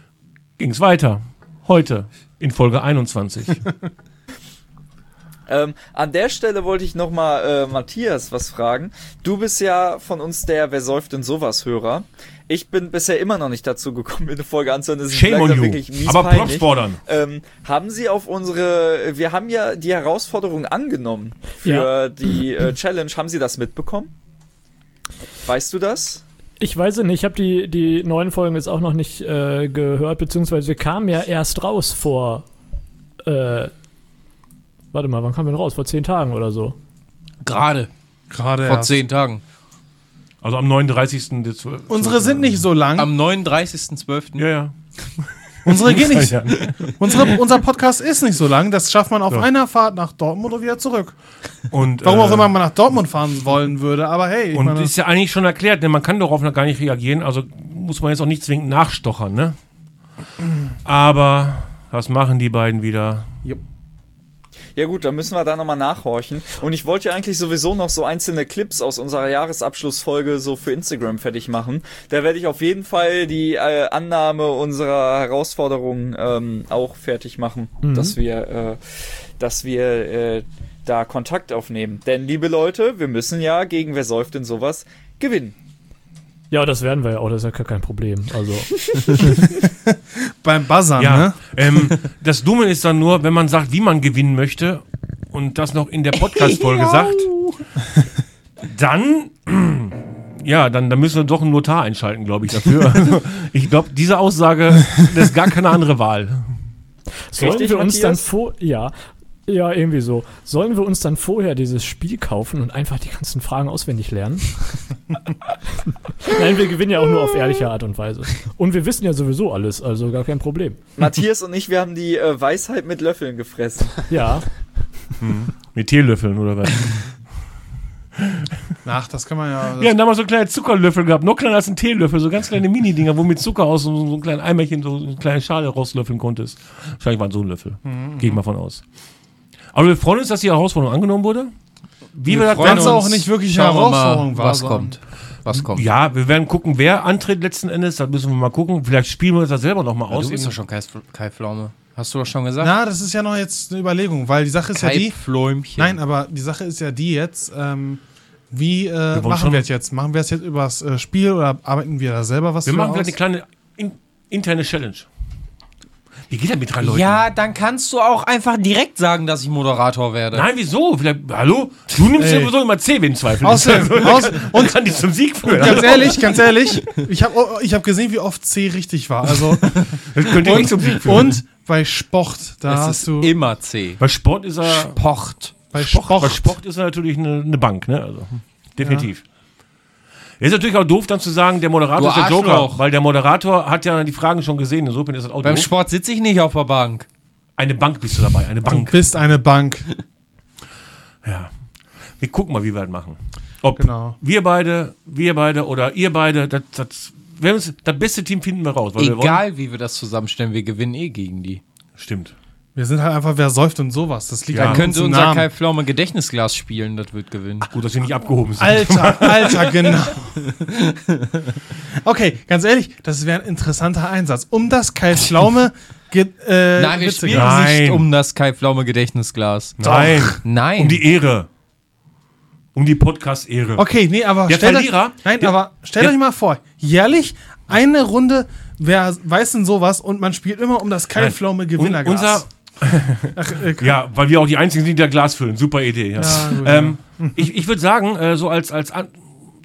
[laughs]
ging es weiter. Heute in Folge 21.
Ähm, an der Stelle wollte ich nochmal äh, Matthias was fragen. Du bist ja von uns der Wer säuft denn sowas Hörer. Ich bin bisher immer noch nicht dazu gekommen, mir eine Folge anzuhören. Das ist
Shame on
langsam
you.
wirklich mies
Aber
peinlich.
Props fordern.
Ähm, haben Sie auf unsere, wir haben ja die Herausforderung angenommen für
Ja.
die äh, Challenge. Haben Sie das mitbekommen? Weißt du das?
Ich weiß es nicht, ich habe die, die neuen Folgen jetzt auch noch nicht äh, gehört, beziehungsweise wir kamen ja erst raus vor. Äh, warte mal, wann kamen wir denn raus? Vor zehn Tagen oder so.
Gerade.
Gerade
Vor
erst.
zehn Tagen.
Also am 39. Dezember.
Unsere sind nicht so lang.
Am 39.12.
Ja, ja.
[laughs]
unsere gehen nicht.
Ja, ja.
Unsere, unser Podcast ist nicht so lang. Das schafft man auf
Ja.
einer Fahrt nach Dortmund und wieder zurück.
Und,
Warum
äh,
auch immer man nach Dortmund fahren wollen würde. Aber hey, ich
Und
meine,
ist ja eigentlich schon erklärt, denn man kann darauf noch gar nicht reagieren, also muss man jetzt auch nicht zwingend nachstochern, ne? Aber was machen die beiden wieder?
Ja gut, dann müssen wir da nochmal nachhorchen. Und ich wollte ja eigentlich sowieso noch so einzelne Clips aus unserer Jahresabschlussfolge so für Instagram fertig machen. Da werde ich auf jeden Fall die äh, Annahme unserer Herausforderung ähm, auch fertig machen, dass wir, äh, dass wir äh, da Kontakt aufnehmen. Denn liebe Leute, wir müssen ja gegen wer säuft denn sowas gewinnen.
Ja, das werden wir ja auch, das ist ja gar kein Problem. [laughs] Also,
beim Buzzern,
Ja,
ne?
ähm, das Dumme ist dann nur, wenn man sagt, wie man gewinnen möchte und das noch in
[laughs]
der Podcast-Folge sagt, dann, ja, dann, dann müssen wir doch einen Notar einschalten, glaube ich, dafür.
[laughs]
Also, ich glaube, diese Aussage, das ist gar keine andere Wahl.
sollen
Richtig,
wir uns dann
Matthias?
vor. Ja. Ja, irgendwie so. Sollen wir uns dann vorher dieses Spiel kaufen und einfach die ganzen Fragen auswendig [laughs] lernen? Nein, wir gewinnen ja auch nur auf ehrliche Art und Weise. Und wir wissen ja sowieso alles, also gar kein Problem.
Matthias und ich, wir haben die äh, Weisheit mit Löffeln gefressen.
Ja,
Mit Teelöffeln oder was?
Ach, das kann man ja. Das
Ja, und damals so kleine Zuckerlöffel gehabt, noch kleiner als ein Teelöffel, so ganz kleine Mini-Dinger, wo mit Zucker aus so, so einem kleinen Eimerchen so eine kleine Schale rauslöffeln konntest. Wahrscheinlich waren so ein Löffel. Gehe ich mal von aus. Aber wir freuen uns, dass die Herausforderung angenommen wurde. Wie wir, das
freuen
Ganze
Ganze
auch.
auch nicht wirklich eine
Schauen wir mal,
Herausforderung war.
was
sondern-
kommt. Was kommt.
Ja, wir werden gucken, wer antritt letzten Endes. Das müssen wir mal gucken. Vielleicht spielen wir uns das selber nochmal
Ja,
aus.
du bist doch schon Kai, Kai Pflaume. Hast du doch schon gesagt?
Na, das ist ja noch jetzt eine Überlegung, weil die Sache ist ja die.
Pfläumchen.
Nein, aber die Sache ist ja die jetzt, ähm, wie äh,
wollen
machen
schon-
wir es jetzt? Machen wir es jetzt übers äh, Spiel oder arbeiten wir da selber was
wir
für
machen
aus?
vielleicht eine kleine in, interne Challenge. Wie geht das mit drei Leuten?
Ja, dann kannst du auch einfach direkt sagen, dass ich Moderator werde.
Nein, wieso? Vielleicht, hallo? Du nimmst ja
Ey.
sowieso immer C, wenn Zweifel ist.
Außerdem, aus,
Und kann die zum Sieg führen.
ganz ehrlich,
[laughs]
ganz ehrlich, oh, ich habe oh, ich hab gesehen, wie oft C richtig war. Also,
Das könnte nicht zum Sieg führen.
und bei Sport, da
Das
hast
ist
du.
immer C.
Bei Sport ist er.
Pocht.
Bei
Bei Sport ist er natürlich eine, eine Bank, ne? Also, definitiv. Ist natürlich auch doof, dann zu sagen, der Moderator
Du
ist der Joker,
Arschloch.
weil der Moderator hat ja die Fragen schon gesehen. Insofern ist das auch
Beim
doof.
Sport sitze ich nicht auf der Bank.
Eine Bank bist du dabei, eine
Du
Bank.
bist eine Bank.
Wir gucken mal, wie wir das machen. Ob
Genau.
wir beide, wir beide oder ihr beide, das, das, wir müssen, das beste Team finden wir raus. Weil Wir wollen,
Egal, wie wir das zusammenstellen, wir gewinnen eh gegen die.
stimmt.
Wir sind halt einfach, wer säuft und sowas. Das liegt
Ja.
an
Dann könnte
unserem
unser
Namen.
Kai Pflaume Gedächtnisglas spielen, das wird gewinnen.
Gut, dass wir nicht abgehoben
[laughs]
sind.
Alter, Alter, genau. Okay, ganz ehrlich, das wäre ein interessanter Einsatz. Um das Kai Pflaume ge- äh,
Nein, wir
Witze
spielen
gemacht.
Nein.
nicht um das Kai Pflaume Gedächtnisglas.
Nein.
Nein.
Um die Ehre. Um die Podcast-Ehre.
Okay, nee, aber
Der
stellt
Verlierer-
euch, nein,
der-
aber stellt
der-
euch mal vor, jährlich eine Runde, wer weiß denn sowas und man spielt immer um das Kai
Nein.
Pflaume
Un-
Gewinnerglas.
unser-
Ach, äh,
Ja, weil wir auch die Einzigen sind, die da Glas füllen. Super Idee. Ja.
Ja, gut,
ähm, ich ich würde sagen, äh, so als, als an,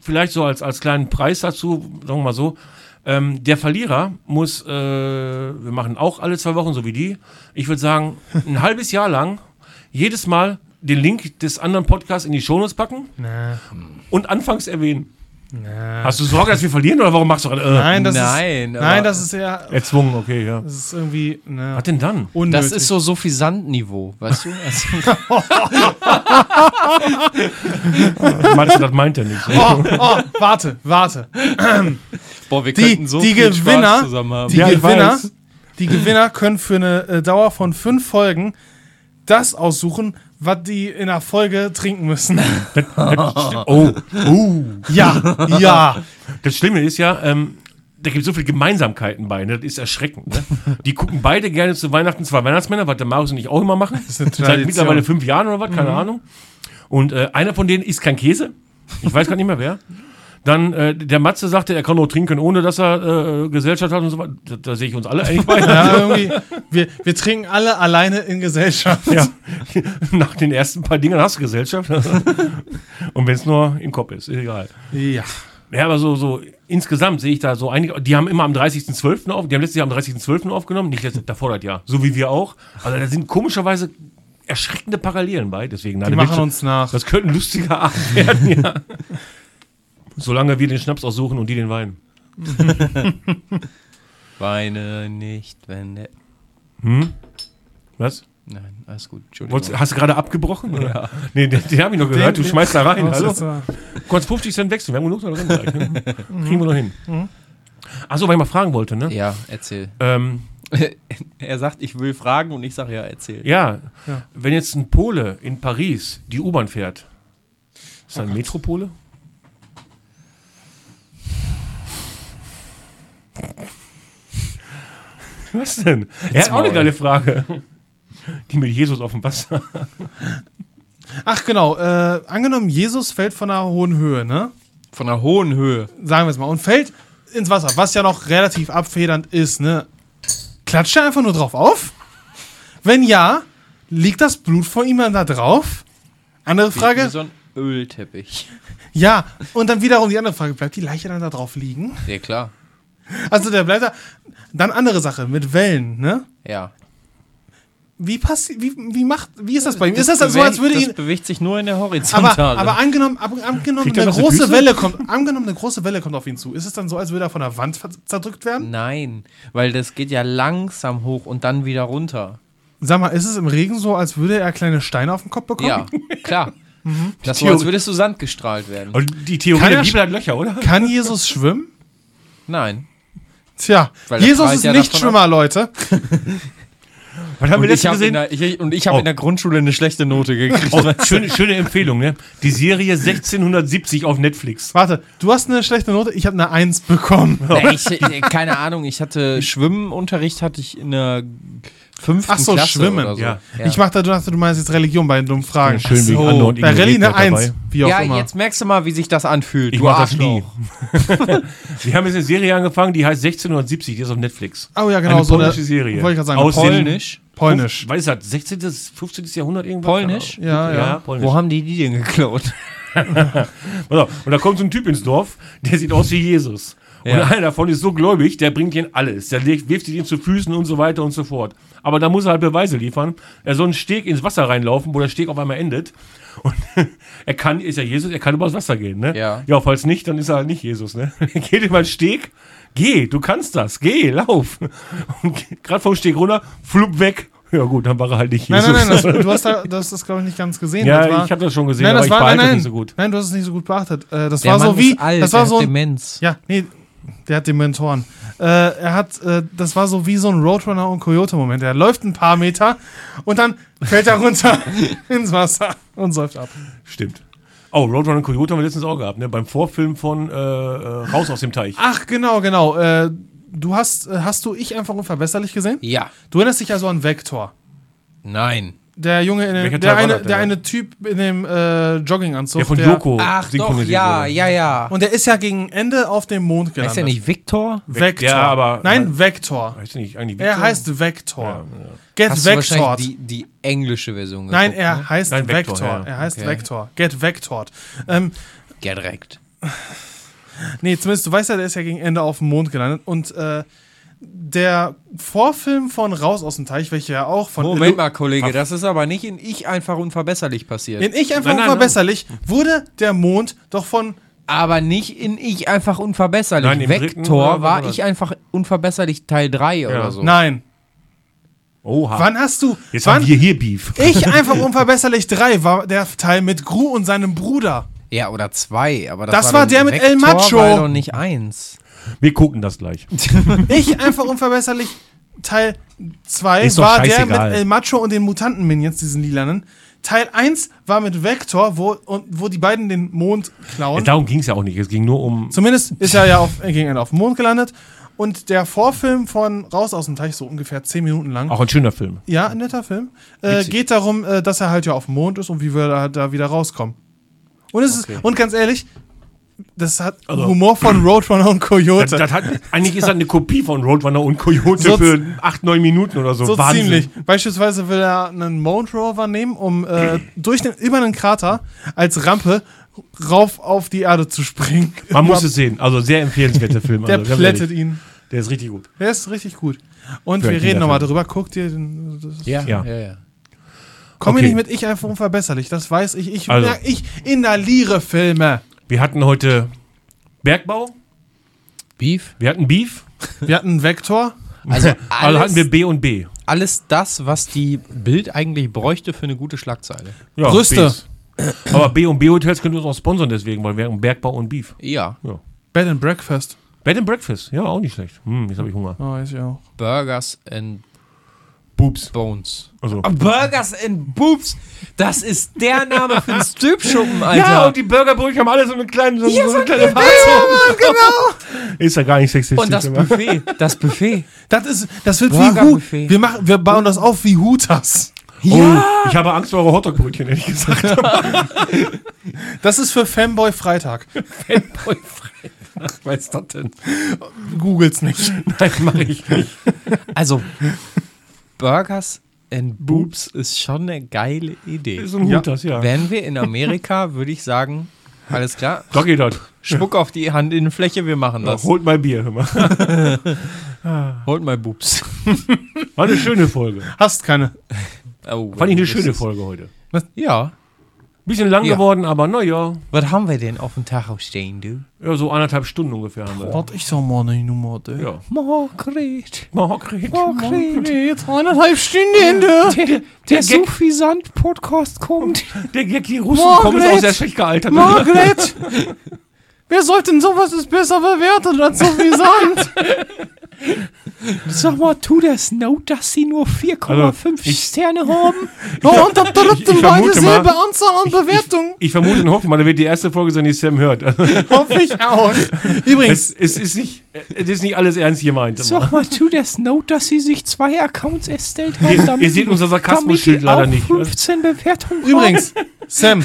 vielleicht so als, als kleinen Preis dazu, sagen wir mal so, ähm, der Verlierer muss, äh, wir machen auch alle zwei Wochen, so wie die, ich würde sagen, [laughs] ein halbes Jahr lang jedes Mal den Link des anderen Podcasts in die Shownotes packen
Na,
und anfangs erwähnen.
na.
Hast du Sorge, dass wir verlieren oder warum machst du das? Äh,
Nein, das
Nein,
ist,
aber-
nein, das ist ja,
Erzwungen, okay, ja.
das ist irgendwie, ne,
Was denn dann?
unnötig.
Das ist so Suffisant-Niveau, weißt du? Also,
Meinst du, das meint er nicht? [laughs]
Oh, oh, warte, warte.
boah, wir
Die-
könnten so
die
viel Spaß
Gewinner-
zusammen haben.
Die
Ja, ich
Gewinner,
weiß.
die Gewinner können für eine äh, Dauer von fünf Folgen das aussuchen, was die in der Folge trinken
[laughs]
müssen.
Das- das- oh, oh.
Ja, ja.
Das Schlimme ist ja, ähm, da gibt es so viele Gemeinsamkeiten bei, ne? das ist erschreckend.
[laughs]
Ne? Die gucken beide gerne zu Weihnachten, zwei Weihnachtsmänner, was der Marius und ich auch
[laughs]
immer machen.
eine
Seit
Tradition. Mhm.
mittlerweile fünf Jahren oder was, keine Ahnung. Und äh, einer von denen isst kein Käse. Ich weiß gar nicht mehr wer. Dann äh, der Matze sagte, er kann nur trinken, ohne dass er äh, Gesellschaft hat und so weiter. Da, da sehe ich uns alle eigentlich
[laughs]
bei.
Ja, irgendwie, wir, wir trinken alle alleine in Gesellschaft.
Ja. Nach den ersten paar Dingen hast du Gesellschaft. [laughs] Und wenn es nur im Kopf ist, ist egal.
Ja.
Ja, aber so, so insgesamt sehe ich da so einige. Die haben immer am 30.12. auf, die haben letztes Jahr am 30.12. aufgenommen, nicht letztes, davor das Jahr. So wie wir auch. Also da sind komischerweise erschreckende Parallelen bei. Deswegen,
Die
Also
machen uns nach.
Das könnte ein lustiger Abend [laughs] werden, ja. Solange wir den Schnaps aussuchen und die den Wein.
Weine nicht, wenn der.
Was?
Nein, alles gut.
Wolltest-
Entschuldigung.
Hast du gerade abgebrochen? Ja. Nee, den, den habe ich noch gehört. du schmeißt da
[laughs]
rein.
Was
Hallo?
ist da?
Kurz 50 Cent wechseln, wir haben genug da drin. gleich, ne? Kriegen wir noch hin. Achso, weil ich mal fragen wollte, ne?
Ja, erzähl.
Ähm,
[laughs]
er sagt, ich will fragen und ich sage ja, erzähl.
ja,
Ja.
wenn jetzt ein Pole in Paris die U-Bahn fährt, ist das ein Metropole? Was denn? Er hat auch eine
Maul.
geile Frage. Die mit Jesus auf dem Wasser.
Ach genau, äh, angenommen, Jesus fällt von einer hohen Höhe, ne?
Von einer hohen Höhe.
Sagen wir es mal. Und fällt ins Wasser, was ja noch relativ abfedernd ist, ne? Klatscht er einfach nur drauf auf? Wenn ja, liegt das Blut von ihm dann da drauf? Andere
Wie
Frage?
so ein Ölteppich.
Ja. Und dann wiederum die andere Frage, bleibt die Leiche dann da drauf liegen?
Ja, klar.
Also der bleibt da. Dann andere Sache, mit Wellen, ne?
Ja.
Wie passt, wie, wie macht, wie ist das bei ihm? Ist das dann so, als würde ihn,
Das bewegt sich nur in der
aber,
Horizontale.
aber angenommen, ab, angenommen
ne? Kriegt er
eine
noch eine
große
Büchse?
Welle kommt, angenommen eine große Welle kommt auf ihn zu. Ist es dann so, als würde er von der Wand ver- zerdrückt werden?
Nein, weil das geht ja langsam hoch und dann wieder runter.
Sag mal, ist es im Regen so, als würde er kleine Steine auf den Kopf bekommen?
Ja, klar.
Mhm.
Das so, als würdest du Sand gestrahlt werden.
Und die Theorie
Kann
der
er
Bibel hat Löcher, oder?
Kann Jesus schwimmen?
Nein.
Tja,
Weil der
Jesus
prallt
ist
ja
nicht
davon
Schwimmer, Leute.
Was haben
Und
wir
ich
letztens
habe in,
gesehen?
der- ich, und ich hab
Oh.
in der Grundschule eine schlechte Note [laughs] gekriegt.
Oh, schöne, schöne Empfehlung, ne? Die Serie [laughs] 1670 auf Netflix.
Warte, du hast eine schlechte Note, ich habe eine Eins bekommen.
Nee, ich, äh, keine Ahnung, ich hatte Schwimmunterricht hatte ich in der fünften
Ach so,
Klasse
Schwimmen,
oder so.
ja.
Ich mach da, du dachte, du meinst jetzt Religion bei den dummen Fragen.
Schön wegen
so.
Anne und
Bei
Inge
Rallye eine
Redner dabei.
Eins, wie auch
ja,
immer.
jetzt merkst du mal, wie sich das anfühlt.
Ich
du
mach das nie. [laughs]
Arschloch.
Wir haben jetzt eine Serie angefangen, die heißt 1670, die ist auf Netflix.
Oh ja, genau
eine
so. eine-
polnische Serie.
Wollte ich gerade sagen,
Aus den-
Polnisch.
Polnisch.
Weiß das, 16. bis 15. Jahrhundert irgendwas?
Polnisch?
Keine Ahnung.
Ja, ja.
ja, Polnisch.
Wo haben die die denn geklaut?
Pass auf, Und da kommt so ein Typ ins Dorf, der sieht aus wie Jesus. Und
Ja.
einer davon ist so gläubig, der bringt ihnen alles. Der legt, wirft ihn ihm zu Füßen und so weiter und so fort. Aber da muss er halt Beweise liefern. Er soll einen Steg ins Wasser reinlaufen, wo der Steg auf einmal endet. Und [laughs] er kann, ist ja Jesus, er kann übers Wasser gehen, ne?
Ja.
Ja, falls nicht, dann ist er halt nicht Jesus, ne? [laughs] Er geht über den Steg, geh, du kannst das, geh, lauf. Und gerade vom Steg runter, flupp weg. Ja gut, dann war er halt nicht
Nein,
Jesus.
nein, nein, das, du hast da, das, das glaube ich nicht ganz gesehen. das
[laughs] ja,
war,
ich habe das schon gesehen,
nein,
aber
das
ich
war, nein,
behalte das
nein,
nicht so gut.
nein, du hast es nicht so gut beachtet. Äh, das
Der
war
Mann
so wie,
ist alt,
das war
der
so
hat
ein,
Demenz.
ja, nee, der hat Dementoren. Äh, er hat, äh, das war so wie so ein Roadrunner und Coyote-Moment. Er läuft ein paar Meter und dann fällt er [laughs] runter ins Wasser und säuft ab.
Stimmt. Oh, Roadrunner und Coyote haben wir letztens auch gehabt, ne? Beim Vorfilm von äh, äh, Raus aus dem Teich.
Ach, genau, genau. Äh, du hast, äh, hast du ich einfach unverbesserlich gesehen?
Ja.
Du erinnerst dich also an Vector.
Nein.
Der Junge in
Welcher
dem,
Teil
der
war
eine,
das denn
der
da?
eine Typ in dem äh, Jogginganzug.
Der von Joko
Ach doch,
synchronisiert
ja,
wurde.
ja, ja.
Und der ist ja gegen Ende auf dem Mond gelandet.
Heißt der nicht Viktor?
Vector.
Ja, aber-
Nein, Vector.
Weißt du nicht, eigentlich
Er
Victor?
heißt Vector. Get
Hast du
Vectored.
wahrscheinlich die, die englische Version
Nein,
geguckt,
er
ne?
heißt
Nein, Vector,
Vector.
ja.
Er heißt
Okay.
Vector. Get Vectored. Ähm,
Ja, direkt.
nee, zumindest, du weißt ja, der ist ja gegen Ende auf dem Mond gelandet. Und äh, der Vorfilm von Raus aus dem Teich, welcher ja auch von
Moment mal, Kollege, das ist aber nicht in Ich einfach unverbesserlich passiert.
in Ich einfach
Nein, nein,
unverbesserlich, wurde der Mond doch von
aber nicht in Ich einfach unverbesserlich.
Nein, im dritten
Vektor
oder was
war
war
Ich einfach unverbesserlich Teil 3 oder so.
Nein.
Oha.
Wann hast du
Jetzt
wann
haben wir hier Beef.
Ich einfach unverbesserlich 3 war der Teil mit Gru und seinem Bruder.
Ja, oder 2, aber das,
Das war
doch-
der mit
Vektor
El Macho.
war doch nicht 1.
Wir gucken das gleich.
Ich einfach unverbesserlich Teil 2
Ist doch
war der mit
scheißegal.
El Macho und den Mutanten-Minions, diesen lilanen. Teil 1 war mit Vector, wo, und, wo die beiden den Mond klauen.
Darum ging es ja auch nicht. Es ging nur um.
Zumindest ist er ja auf, äh, gegen Ende auf dem Mond gelandet. Und der Vorfilm von Raus aus dem Teich, so ungefähr 10 Minuten lang,
Auch ein schöner Film.
ja, ein netter Film, äh,
Witzig.
geht darum, äh, dass er halt ja auf dem Mond ist und wie wir da, da wieder rauskommen. Und, es ist, und ganz ehrlich, das hat
Also-
Humor
[clears throat]
von Roadrunner und Coyote.
Das, das hat, eigentlich ist das eine Kopie von Roadrunner und Coyote
Also- So
für 8, 9 Minuten oder so.
So ziemlich. Beispielsweise will er einen Mount Rover nehmen, um
[clears throat]
äh, durch den, über einen Krater als Rampe rauf auf die Erde zu springen. [laughs]
Man muss es sehen. Also sehr empfehlenswerter Film.
Der
also, ganz
plättet
ehrlich.
ihn.
Der ist richtig gut.
Der ist richtig gut. Und
Für ein
wir reden nochmal
Kinderfilm.
drüber. Guck dir den. Das
Ja,
Ja.
Komm mir
Okay.
nicht mit ich einfach unverbesserlich. Das weiß ich. Ich,
Also.
na, ich inhaliere Filme.
Wir hatten heute Bergbau, [laughs]
Beef.
wir hatten Beef,
Wir hatten einen Vektor.
Also
also hatten wir B und B.
alles das, was die Bild eigentlich bräuchte für eine gute Schlagzeile.
Ja,
Brüste.
Bs. Aber B und B Hotels könnt ihr uns auch sponsern deswegen, weil wir haben Bergbau und Beef.
Ja.
Bed and Breakfast.
Bed and Breakfast, ja, auch nicht schlecht. Hm, jetzt habe ich Hunger.
Oh, weiß ich auch.
Burgers and
Boobs.
Bones.
Also.
Burgers and Boobs? Das ist der Name für den Stübschuppen, Alter.
Ja, und die Burgerbrötchen haben alle so eine kleine, so, so eine kleine Warze. genau. Ist ja gar nicht sexistisch.
Und das
immer.
Buffet, das Buffet.
Das, ist, das wird wie Hut.
Burgerbuffet.
Wir, machen, wir bauen das auf wie Hutas.
Oh, ich habe Angst vor eure Hotdogbrötchen, ehrlich gesagt.
Das ist für Fanboy Freitag.
Was ist das denn?
[laughs]
Googles nicht.
Nein, mache ich nicht.
Also, Burgers and Boobs ist schon eine geile Idee.
Ist ein
Ja.
Hut, das, ja.
Wären wir in Amerika, würde ich sagen, alles klar,
Doggy dort.
Spuck auf die Handinnenfläche, wir machen das.
Holt mal Bier, hör mal.
Holt mal Boobs.
War eine schöne Folge.
Hast keine.
Oh,
Fand ich eine
das
schöne
ist-
Folge heute.
Ja.
Bisschen lang
Ja.
geworden, aber naja.
Was haben wir denn auf dem Tacho stehen, du?
Ja, so anderthalb Stunden ungefähr haben wir.
Warte, ich sag mal eine Nummer, du.
Ja.
Margret.
Margret.
Jetzt eineinhalb Stunden, du.
Der, der
Gag-
Suffisant-Podcast kommt.
Der Gag, die Russen
Margret.
kommen, ist auch sehr schlecht gealtert.
Margret! Wer sollte denn sowas ist besser bewerten als so wie
[laughs]
Sand?
Sag mal, tu das Note, dass sie nur 4,5 Sterne haben?
Oh, und da drückt
Ich- ich vermute
dieselbe
mal-
Anzahl an
[laughs]
Bewertungen.
Ich vermute und hoffe mal, da wird die erste Folge sein, die Sam hört.
Hoffe ich auch.
Es,
Übrigens,
es, ist nicht, es ist nicht alles ernst gemeint.
Sag mal, tu das Note, dass sie sich zwei Accounts erstellt haben.
Ihr,
damit-
ihr seht unser
damit die
Sarkasmus-Schild leider
auch
nicht. ne?
15 Bewertungen
übrigens,
Oh.
Sam,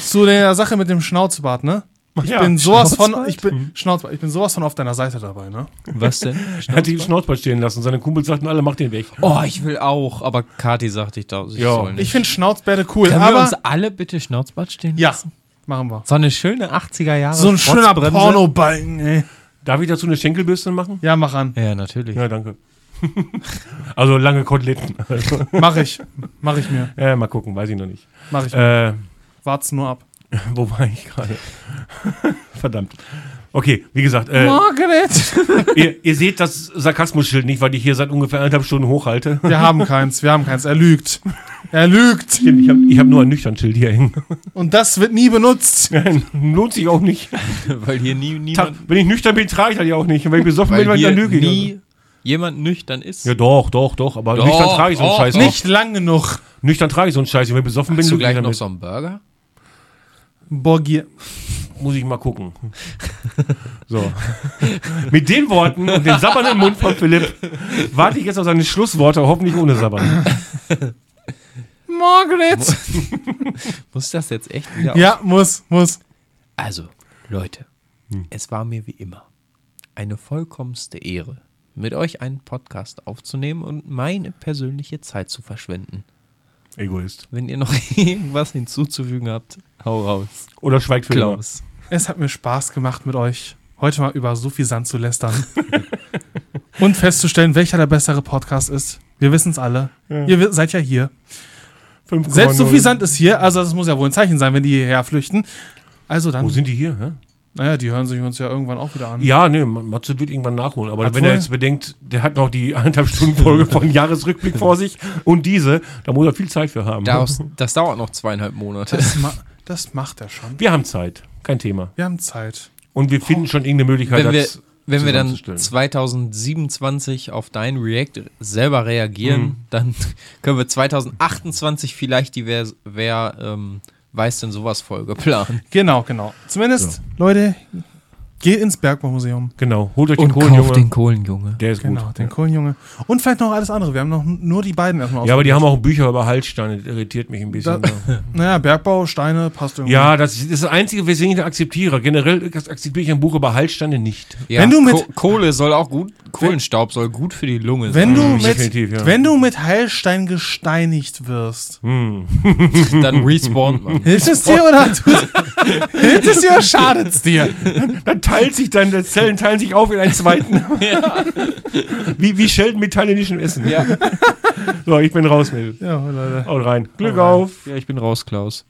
zu der Sache mit dem Schnauzbart, ne? Ich
Ja. Hm.
bin sowas von, ich bin, Schnauzbart, ich bin sowas von auf deiner Seite dabei, ne?
haben. Was denn?
Er hat den Schnauzbart stehen lassen. Seine Kumpels sagten alle, mach den weg.
Oh, ich will auch, aber Kati sagt, ich, da, ich
Ja.
soll nicht.
Ich finde Schnauzbärte cool,
Können wir
aber,
uns alle bitte Schnauzbart stehen
ja,
lassen?
machen wir.
So eine schöne 80er Jahre.
So ein schöner
Rotzbremse.
Pornobalken, ey.
Darf ich dazu eine Schenkelbürste machen?
Ja, mach an.
Ja, natürlich.
Ja, danke. [laughs] also lange Koteletten. [laughs]
Mach ich. Mach ich mir.
ja, mal gucken, weiß ich noch nicht.
Mach ich mir.
Äh,
Wart's nur ab.
wo war ich gerade? [laughs] Verdammt. Okay, wie gesagt,
[laughs]
äh,
Margaret!
ihr, ihr seht das Sarkasmus-Schild nicht, weil ich hier seit ungefähr anderthalb Stunden hochhalte.
Wir haben keins, wir haben keins. Er lügt. Er lügt.
[laughs] Stimmt, ich habe ich hab nur ein Nüchtern-Schild hier hängen. [laughs]
Und das wird nie benutzt.
Lohnt sich auch nicht.
Weil hier nie,
Ta
niemand,
wenn ich nüchtern bin, trage ich das ja auch nicht. Und wenn ich besoffen bin,
weil hier
dann lüge ich.
nie jemand nüchtern ist.
Ja, doch, doch, doch. Aber
Doch,
nüchtern trage ich so einen
doch,
Scheiß
doch.
nicht.
Nicht lang genug.
Nüchtern trage ich so einen Scheiß. Wenn ich besoffen bin,
Hast du
lüge ich
gleich noch
damit.
so einen Burger?
Borgier.
Muss ich mal gucken. [laughs] So. Mit den Worten und dem sabbernden Mund von Philipp warte ich jetzt auf seine Schlussworte, hoffentlich ohne Sabbern.
Margaret!
Muss das jetzt echt wieder
Ja, muss, muss.
Also, Leute,
Hm.
es war mir wie immer eine vollkommenste Ehre, mit euch einen Podcast aufzunehmen und meine persönliche Zeit zu verschwenden.
Egoist.
Wenn ihr noch [laughs] irgendwas hinzuzufügen habt, hau raus.
Oder schweigt für immer.
Klaus.
[laughs]
Es hat mir Spaß gemacht mit euch. Heute mal über Sophie Sand zu lästern. Und festzustellen, welcher der bessere Podcast ist. Wir wissen's alle. Ihr wi- seid ja hier.
5,0.
Selbst Sophie Sand ist hier, also das muss ja wohl ein Zeichen sein, wenn die hierher flüchten. Also
Wo
dann,
sind die hier? Hä?
naja, die hören sich uns ja irgendwann auch wieder an.
Ja, ne, Matze wird irgendwann nachholen. Aber
Hat
wenn er
vorher-
jetzt bedenkt, der hat noch die eineinhalb Stunden Folge von Jahresrückblick vor sich und diese, da muss er viel Zeit für haben.
Daraus, das dauert noch zweieinhalb Monate.
Das, ma das macht er schon.
Wir haben Zeit. Kein Thema.
Wir haben Zeit.
Und wir finden schon irgendeine Möglichkeit,
Oh. Wenn wir-
das
Wenn wir dann
zusammenzustellen.
2027 auf dein React selber reagieren, dann [laughs] können wir 2028 vielleicht die Wer, wer ähm, weiß denn sowas Folge planen.
Genau, genau. Zumindest, Leute, geht ins Bergbaumuseum.
Genau, holt euch den Kohlenjunge.
Kohlenjunge.
Der ist
Genau,
gut.
den Kohlenjunge. Und vielleicht noch alles andere. Wir haben noch n- nur die beiden erstmal
Ja, aber die haben auch Bücher über Halssteine, das irritiert mich ein bisschen.
Da-
ja.
Naja, Bergbau, Steine, passt irgendwie.
ja, das ist das Einzige, weswegen ich das akzeptiere. Generell akzeptiere ich ein Buch über Halssteine nicht.
Ja,
Wenn du mit-
Ko Kohle soll auch gut, Kohlenstaub soll gut für die Lunge
Wenn du, mit,
ähm, definitiv, ja. Hm?
wenn du mit Heilstein gesteinigt wirst,
sein. Dann respawnt man.
hilft es dir oder
[laughs]
tut's- hilft es dir oder schadet es dir?
Dann teilt sich deine [laughs] Zellen teilen sich auf in einen [laughs] zweiten. wie, wie Sheldon Metalle nicht im Essen.
Ja.
So, ich bin raus, Mädel.
Ja, Leute.
Haut rein. Glück auf.
ja, ich bin raus, Klaus.